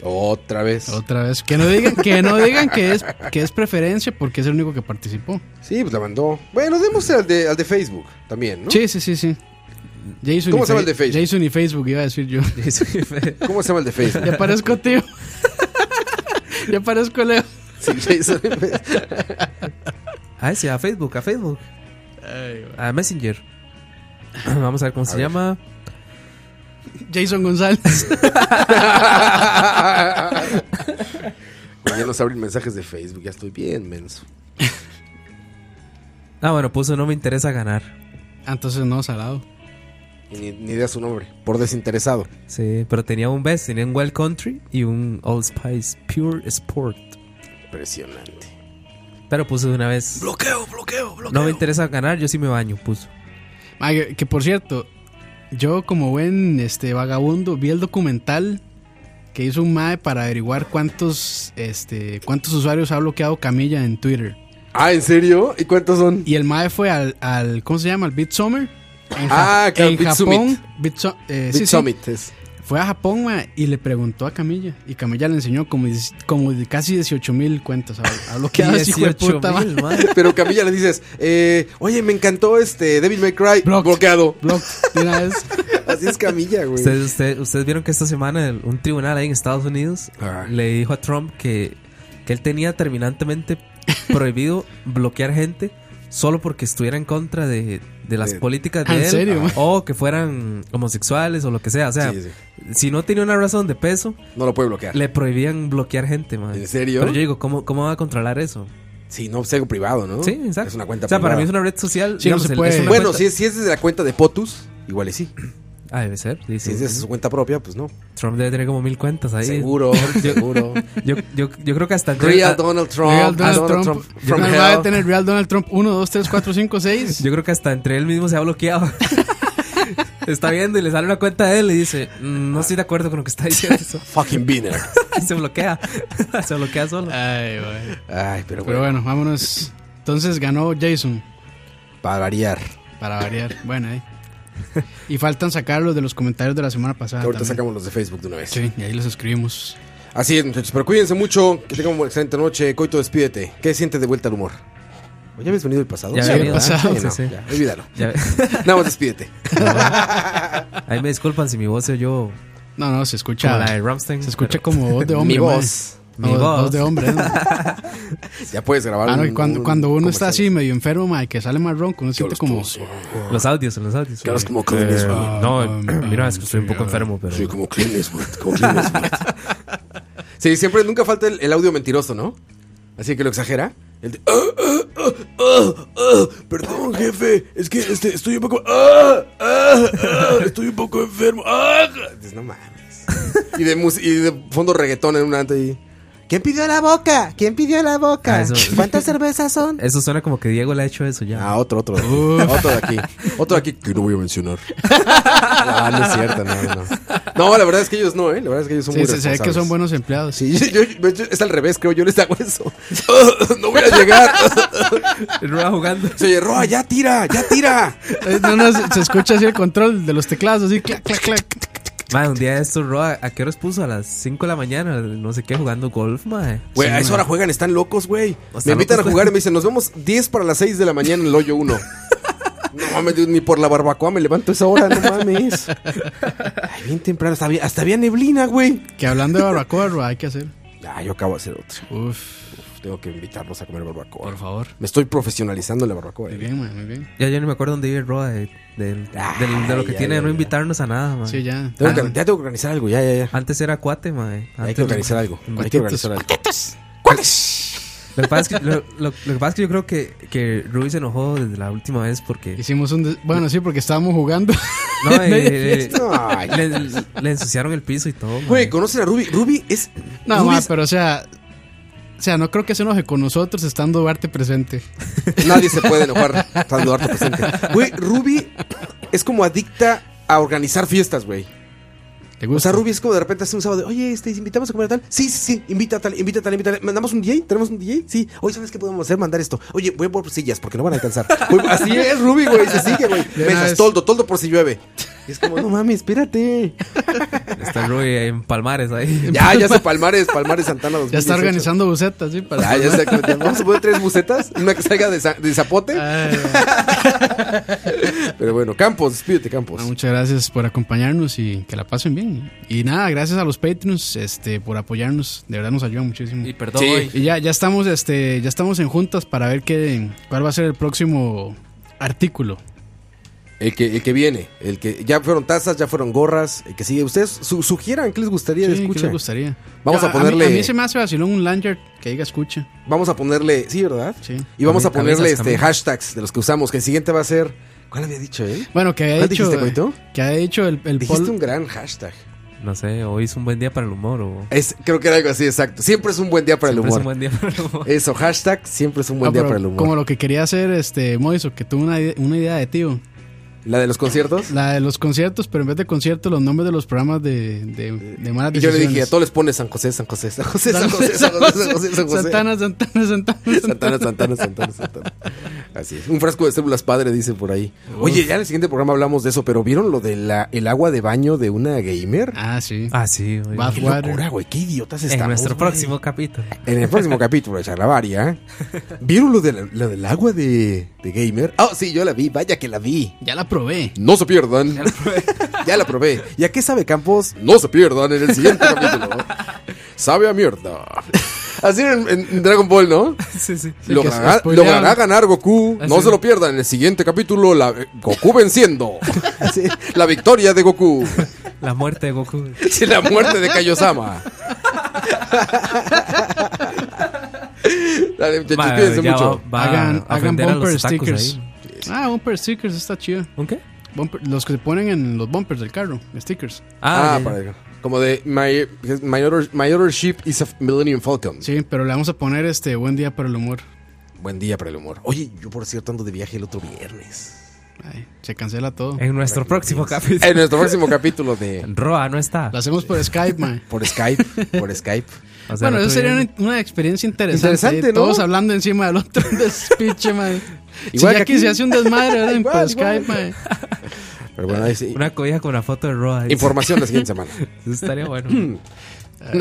S4: Otra vez.
S2: otra vez. Que no digan que, [LAUGHS] no digan que, es, que es preferencia porque es el único que participó.
S4: Sí, pues la mandó. Bueno, demos al de, al de Facebook también, ¿no?
S2: Sí, sí, sí, sí. Jason
S4: ¿Cómo
S2: y
S4: se llama
S2: Fe-
S4: el de Facebook?
S2: Jason y Facebook, iba a
S4: [LAUGHS]
S2: decir yo.
S4: ¿Cómo se llama el de Facebook?
S2: Ya parezco tío. [LAUGHS] ya parezco Leo.
S4: Sí, Jason.
S3: A ese, a Facebook, a Facebook. A Messenger. [CLEARS THROAT] Vamos a ver cómo se llama.
S2: Jason González. [LAUGHS]
S4: Güey, ya nos abren mensajes de Facebook, ya estoy bien menso.
S3: Ah, bueno, puso no me interesa ganar.
S2: Ah, Entonces no, salado.
S4: Y ni, ni idea su nombre. Por desinteresado.
S3: Sí, pero tenía un best, tenía un Wild Country y un Old Spice Pure Sport.
S4: Impresionante.
S3: Pero puso de una vez. Bloqueo, bloqueo, bloqueo. No me interesa ganar, yo sí me baño, puso.
S2: Ma, Ah, que, que, por cierto, yo como buen este vagabundo vi el documental que hizo un MAE para averiguar cuántos este cuántos usuarios ha bloqueado Camilla en Twitter.
S4: Ah, ¿en serio? ¿Y cuántos son?
S2: Y el MAE fue al, al ¿cómo se llama? Al BitSummer. En,
S4: Ah, claro,
S2: en
S4: Beat
S2: Japón.
S4: Summit.
S2: Bitsu- eh, sí,
S4: Big
S2: sí.
S4: Summit es.
S2: Fue a Japón ma, y le preguntó a Camilla. Y Camilla le enseñó como, dis- como de casi 18 mil cuentas. Ha, ha bloqueado ese hijo de puta, ma.
S3: 18,000, madre.
S4: Pero Camilla le dices, eh, oye, me encantó este Devil May Cry
S2: Blocked.
S4: bloqueado.
S2: Block, de una vez.
S4: [LAUGHS] Así es Camilla, güey.
S3: Ustedes, ustedes, ustedes vieron que esta semana el- un tribunal ahí en Estados Unidos
S4: Ah.
S3: le dijo a Trump que, que él
S2: [LAUGHS]
S3: tenía terminantemente prohibido bloquear gente solo porque estuviera en contra de, de las
S4: De-
S3: políticas
S2: ¿En
S3: de él
S2: serio?
S3: o que fueran homosexuales o lo que sea. O sea,
S4: Sí, sí.
S3: si no tenía una razón de peso,
S4: No lo puede bloquear.
S3: le prohibían bloquear gente, man.
S4: ¿En serio?
S3: Pero yo digo, ¿cómo, cómo va a controlar eso?
S4: Sí, no, es algo privado, ¿no?
S3: Sí,
S4: Oh,
S3: exacto.
S4: Es una cuenta
S3: O sea, para
S4: privada.
S3: mí es una red social.
S2: Sí, no se
S3: el-
S2: puede.
S3: es una
S4: Bueno,
S3: cuenta-
S4: si es, si es desde la cuenta de Potus, igual y sí.
S3: Ah, debe ser. sí,
S4: Si
S3: sí.
S4: es desde su cuenta propia, pues no.
S3: Trump debe tener como mil cuentas ahí.
S4: Seguro, seguro.
S3: Yo, yo, yo creo que hasta...
S4: Real
S3: ah,
S4: Donald Trump.
S2: Real Donald,
S4: Donald
S2: Trump.
S4: Trump
S2: Yo
S4: from
S2: creo que va a
S4: hell.
S2: tener Real Donald Trump 1, 2, 3, 4, 5, 6.
S3: Yo creo que hasta entre él mismo se ha bloqueado. [LAUGHS] Está viendo y le sale una cuenta de él y dice, "Mm, no estoy de acuerdo con lo que está diciendo [LAUGHS] eso.
S4: Fucking Biner.
S3: Y se bloquea. [LAUGHS] se bloquea solo.
S2: Ay, güey.
S4: Ay, pero
S2: Pero
S4: bueno,
S2: bueno, vámonos. Entonces ganó Jason,
S4: para variar.
S2: para variar. Bueno, ahí. Y faltan sacar los de los comentarios de la semana pasada.
S4: Que ahorita
S2: también.
S4: sacamos los de Facebook de una vez.
S2: Sí, y ahí los escribimos.
S4: Así es, muchachos. Pero cuídense mucho. Que tengan una excelente noche. Coito, despídete. ¿Qué sientes de vuelta al humor? ¿O ¿Ya habías venido el pasado?
S3: Ya
S4: Sí,
S3: había
S4: ¿verdad?
S2: pasado,
S4: Sí, no,
S3: sí, sí.
S4: ya, olvídalo.
S3: Ya-
S4: Nada más despídete.
S3: [LAUGHS] ahí me disculpan si mi voz se oyó
S2: No, no, se
S3: como
S2: escucha.
S3: la de Rammstein.
S2: Se escucha como voz de hombre.
S4: Mi
S2: mae.
S4: voz.
S2: No,
S3: Mi voz.
S2: de hombre. ¿no?
S4: Ya puedes grabar.
S2: Ah, no,
S4: un-
S2: y cuando,
S4: un
S2: cuando uno está
S4: comercial.
S2: así medio enfermo, mae, que sale más ronco, uno siente como.
S3: Los audios, los audios.
S4: Que hablas como
S3: Äh,
S4: Clint Eastwood.
S2: ah,
S3: Eh, no,
S2: ah,
S3: mira,
S2: ah,
S3: es que estoy un poco enfermo, pero...
S4: Sí, como Clint Eastwood, como Clint Eastwood. sí, siempre, nunca falta el, el audio mentiroso, ¿no? Así que lo exagera. El de, "Ah, ah, ah, ah, ah, perdón, jefe, es que este, estoy un poco. ah, ah, ah, estoy un poco enfermo. ah". Dices, no mames. Y de, mus- y de fondo reggaetón en un ante ahí. ¿Quién pidió la boca? ¿Quién pidió la boca?
S3: Ah, eso-
S4: ¿Cuántas cervezas son?
S3: Eso suena como que Diego le ha hecho eso ya.
S4: Ah, otro, otro. de aquí. Otro de aquí. Otro de aquí que no voy a
S2: [LAUGHS]
S4: mencionar. Ah, no es cierto, no, no. No, la verdad es que ellos no, ¿eh? La verdad es que ellos son
S2: Sí,
S4: muy
S2: se, se ve que
S4: responsables.
S2: son buenos empleados.
S4: Sí, yo- yo- yo- es al revés, creo. Yo les hago eso. [LAUGHS] no voy a llegar. [LAUGHS]
S3: Roa jugando.
S4: Se oye, Roa, ya tira, ya tira.
S2: Eh, No, no, se, se escucha así el control de los teclados, así clac, clac, clac.
S3: Man, un día de estos, Roa, ¿a qué hora puso? A las 5 de la mañana, no sé qué, jugando golf, man.
S4: Güey, a esa hora juegan, están locos, güey.
S3: Están
S4: Me invitan
S3: locos,
S4: a jugar y me dicen, nos vemos 10 para las 6 de la mañana en el hoyo 1. No mames, dude, ni por la barbacoa me levanto a esa hora, no
S2: [LAUGHS]
S4: mames. Ay, bien temprano, hasta había, hasta había neblina, güey.
S2: Que hablando de barbacoa, Roa, hay que hacer.
S4: Ah, yo acabo de hacer otro.
S2: Uf,
S4: Uf, tengo que invitarlos a comer barbacoa.
S2: por favor.
S4: Me estoy profesionalizando en la barbacoa.
S2: Muy
S4: eh.
S2: bien, man, muy bien.
S3: Ya yo ni me acuerdo dónde vive Roa, de, del- del- de lo que
S4: Ay, ya,
S3: tiene de no
S4: ya,
S3: invitarnos a nada, man.
S2: Sí, ya.
S4: Tengo
S2: Ah,
S4: que- ya tengo que organizar algo, ya, ya, ya.
S3: Antes era cuate, man.
S4: Hay que organizar algo. Hay que organizar algo.
S3: Lo que pasa es que, lo, lo- lo que, pasa es que yo creo que, que Ruby se enojó desde la última vez porque
S2: Hicimos un. des- Bueno, sí, porque estábamos jugando. [LAUGHS]
S3: no, eh,
S4: Ay,
S3: le, le ensuciaron el piso y todo. man.
S4: Güey, ¿conocen a Ruby? Ruby es.
S2: No,
S4: Ruby
S2: ma,
S4: es-
S2: pero o sea. O sea, no creo que se enoje con nosotros estando Duarte presente.
S4: Nadie se puede enojar estando harto presente. Güey, Ruby es como adicta a organizar fiestas, güey.
S2: ¿Te
S4: O
S2: gusta?
S4: sea, Ruby es como de repente hace un sábado, oye, este, invitamos a comer a tal. Sí, sí, sí, invita a tal, invita a tal, invita a tal. ¿Mandamos un DJ? ¿Tenemos un DJ? Sí. Oye, ¿sabes qué podemos hacer? Mandar esto. Oye, voy por sillas porque no van a alcanzar. Voy- así es, Ruby, güey, se sigue, güey.
S2: De una
S4: Mesas,
S2: vez.
S4: toldo, toldo por si llueve. Y es como, no mames, espérate.
S3: Está Ruby en Palmares ahí.
S4: Ya, ya se Palmares, Palmares Santana 2018.
S2: Ya está organizando bucetas, sí, para.
S4: Ya, ya está. Vamos a poner tres bucetas, una que salga de, Za- de zapote.
S2: Ay,
S4: Pero bueno, Campos, despídete, Campos.
S2: Bueno, muchas gracias por acompañarnos y que la pasen bien. Y nada, gracias a los Patreons este, por apoyarnos. De verdad nos ayudan muchísimo.
S3: Y
S2: Y,
S3: perdón, hoy.
S2: ya, ya estamos, este, ya estamos en juntas para ver qué, cuál va a ser el próximo artículo.
S4: El que, el que viene, el que ya fueron tazas, ya fueron gorras, el que sigue. Ustedes su- sugieran qué les gustaría de
S2: Sí, ¿qué
S4: escucha.
S2: les gustaría?
S4: Vamos
S2: Ya,
S4: a ponerle-
S2: mí- A mí, se me hace vacilón un lanyard que diga escucha.
S4: Vamos a ponerle, sí, ¿verdad?
S2: Sí.
S4: Y vamos a,
S3: Cami-
S4: ponerle
S3: camisas,
S4: este
S3: camisas.
S4: hashtags de los que usamos, que el siguiente va a ser. ¿Cuál había dicho él?
S2: Bueno, que había
S4: ¿Cuál
S2: dicho.
S4: ¿Ah, dijiste, Coito?
S2: Que había dicho el, el
S4: Dijiste
S2: Paul-
S4: un gran hashtag.
S3: No sé, hoy es un buen día para el humor o
S4: Es, creo que era algo así, exacto. Siempre es un buen día para
S3: siempre
S4: el
S3: es un
S4: humor.
S3: buen día para el humor.
S4: Eso, hashtag, siempre es un buen
S2: Ah,
S4: día
S2: pero
S4: para el humor.
S2: Como lo que quería hacer este Moiso, que tuvo una, ide- una idea de tío.
S4: La de los conciertos.
S2: La de los conciertos, pero en vez de conciertos, los nombres de los programas de, de, de malas
S4: Y yo le
S2: decisiones.
S4: dije, a todos les pone San José, San José, San José, San José, San José, San José, San José.
S2: Santana, Santana, Santana.
S4: Santana, Santana, Santana, Santana. Así es. Un frasco de células padre, dice por ahí. Oye, ya en el siguiente programa hablamos de eso, pero ¿vieron lo del el agua de baño de una gamer?
S2: Ah, sí.
S3: Ah, sí, güey.
S2: Va- pues,
S4: Qué
S2: water.
S4: locura, güey. Qué idiotas
S3: En
S4: estamos.
S3: nuestro
S4: güey.
S3: próximo capítulo.
S4: En el próximo capítulo de Charlavaria. ¿eh? ¿Vieron lo, de la- lo del agua de, de gamer? Ah, sí, yo la vi. Vaya que la vi.
S2: Ya la probé.
S4: No se pierdan. Ya la probé. ¿Y a qué sabe Campos? No se pierdan en el siguiente capítulo. Sabe a mierda. Así era en, en Dragon Ball, ¿no?
S3: Sí, sí.
S2: [LAUGHS] Sí,
S4: Logrará,
S2: que se spoileaban.
S4: logrará ganar Goku.
S3: Así
S4: No
S3: es.
S4: se lo pierdan. En el siguiente capítulo, la, Goku venciendo. Sí, La victoria de Goku.
S3: La muerte de Goku.
S4: Sí, La muerte de [LAUGHS] Kaiosama. Dale, muchachos,
S3: Ma,
S4: cuídense
S3: ya
S4: mucho.
S3: va- va a
S2: hagan hagan
S3: ofender a los
S2: bumper
S3: otakus ahí.
S2: stickers. Ah, bumper stickers está chido.
S3: ¿Un qué?
S2: Bumper- los que se ponen en los bumpers del carro, stickers.
S4: Ah,
S3: Ah, ya, ya.
S4: para- como de my, my, other, my other ship is a Millennium Falcon.
S2: Sí, pero le vamos a poner este buen día para el humor.
S4: Buen día para el humor. Oye, yo por cierto ando de viaje el otro [LAUGHS] viernes.
S2: Ay, se cancela todo.
S3: en nuestro próximo capítulo.
S4: En nuestro próximo capítulo
S2: Eh.
S4: de
S3: Roa no está.
S2: Lo hacemos por Skype, man.
S4: por Skype, por Skype.
S3: [LAUGHS] O sea,
S2: Bueno,
S3: el
S2: eso
S3: otro
S2: sería
S3: día-
S2: una, una experiencia interesante.
S4: Interesante,
S2: ¿eh?
S4: ¿no?
S2: Todos hablando encima del otro [LAUGHS] despiche, man. Si
S4: Igual
S2: ya
S4: que
S2: aquí
S4: aquí.
S2: se hace un desmadre,
S4: [LAUGHS]
S2: ¿verdad?
S4: Igual, igual.
S2: por Skype, man.
S4: Pero bueno, ahí sí.
S3: Una cobija con la foto de Roa. dice.
S4: Información la siguiente semana.
S3: Eso
S2: [LAUGHS]
S3: estaría
S2: Mm.
S3: bueno.
S4: Una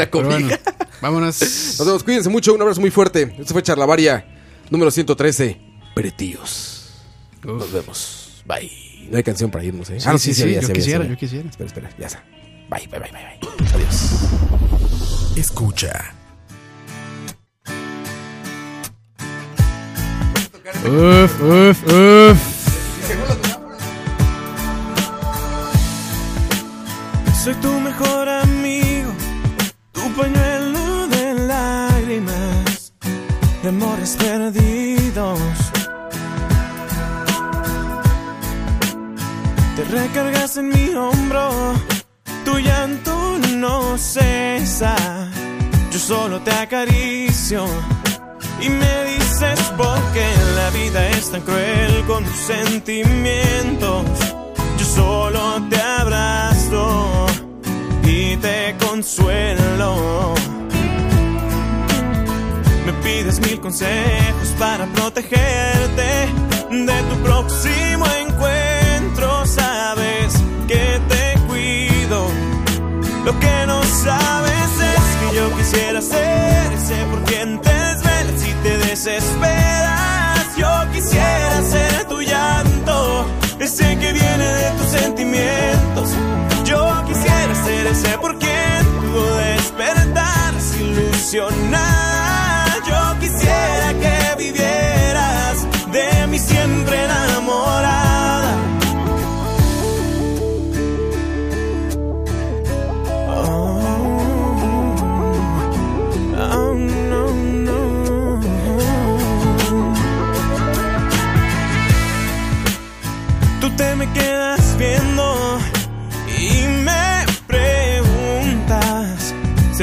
S2: Pero
S4: cobija.
S2: bueno, vámonos.
S4: Nos vemos, cuídense mucho, un abrazo muy fuerte. Esto fue Charlavaria, número 113. Pretíos. Nos vemos. Bye. No hay canción para irnos, ¿eh?
S2: Sí, sí, sí, yo quisiera, yo quisiera.
S4: Espera, espera, ya está. Bye, bye, bye, bye, bye. Adiós.
S1: Escucha.
S2: Uf, uf, uf.
S6: Soy tu mejor amigo, tu pañuelo de lágrimas, de amores perdidos. Te recargas en mi hombro, tu llanto no cesa. Yo solo te acaricio y me dices por qué la vida es tan cruel con tus sentimientos. Yo solo te abrazo y te consuelo. Me pides mil consejos para protegerte de tu próximo encuentro. Sabes que te cuido. Lo que no sabes es que yo quisiera ser ese por quien te desvelas si te desesperas. Yo quisiera ser tu llanto, ese que viene de tus sentimientos. Yo quisiera ser ese por quien pudo despertar ilusionada. Yo quisiera que vivieras de mí siempre enamorada. Oh, no, Oh, no. Tú te me quedas viendo y me preguntas si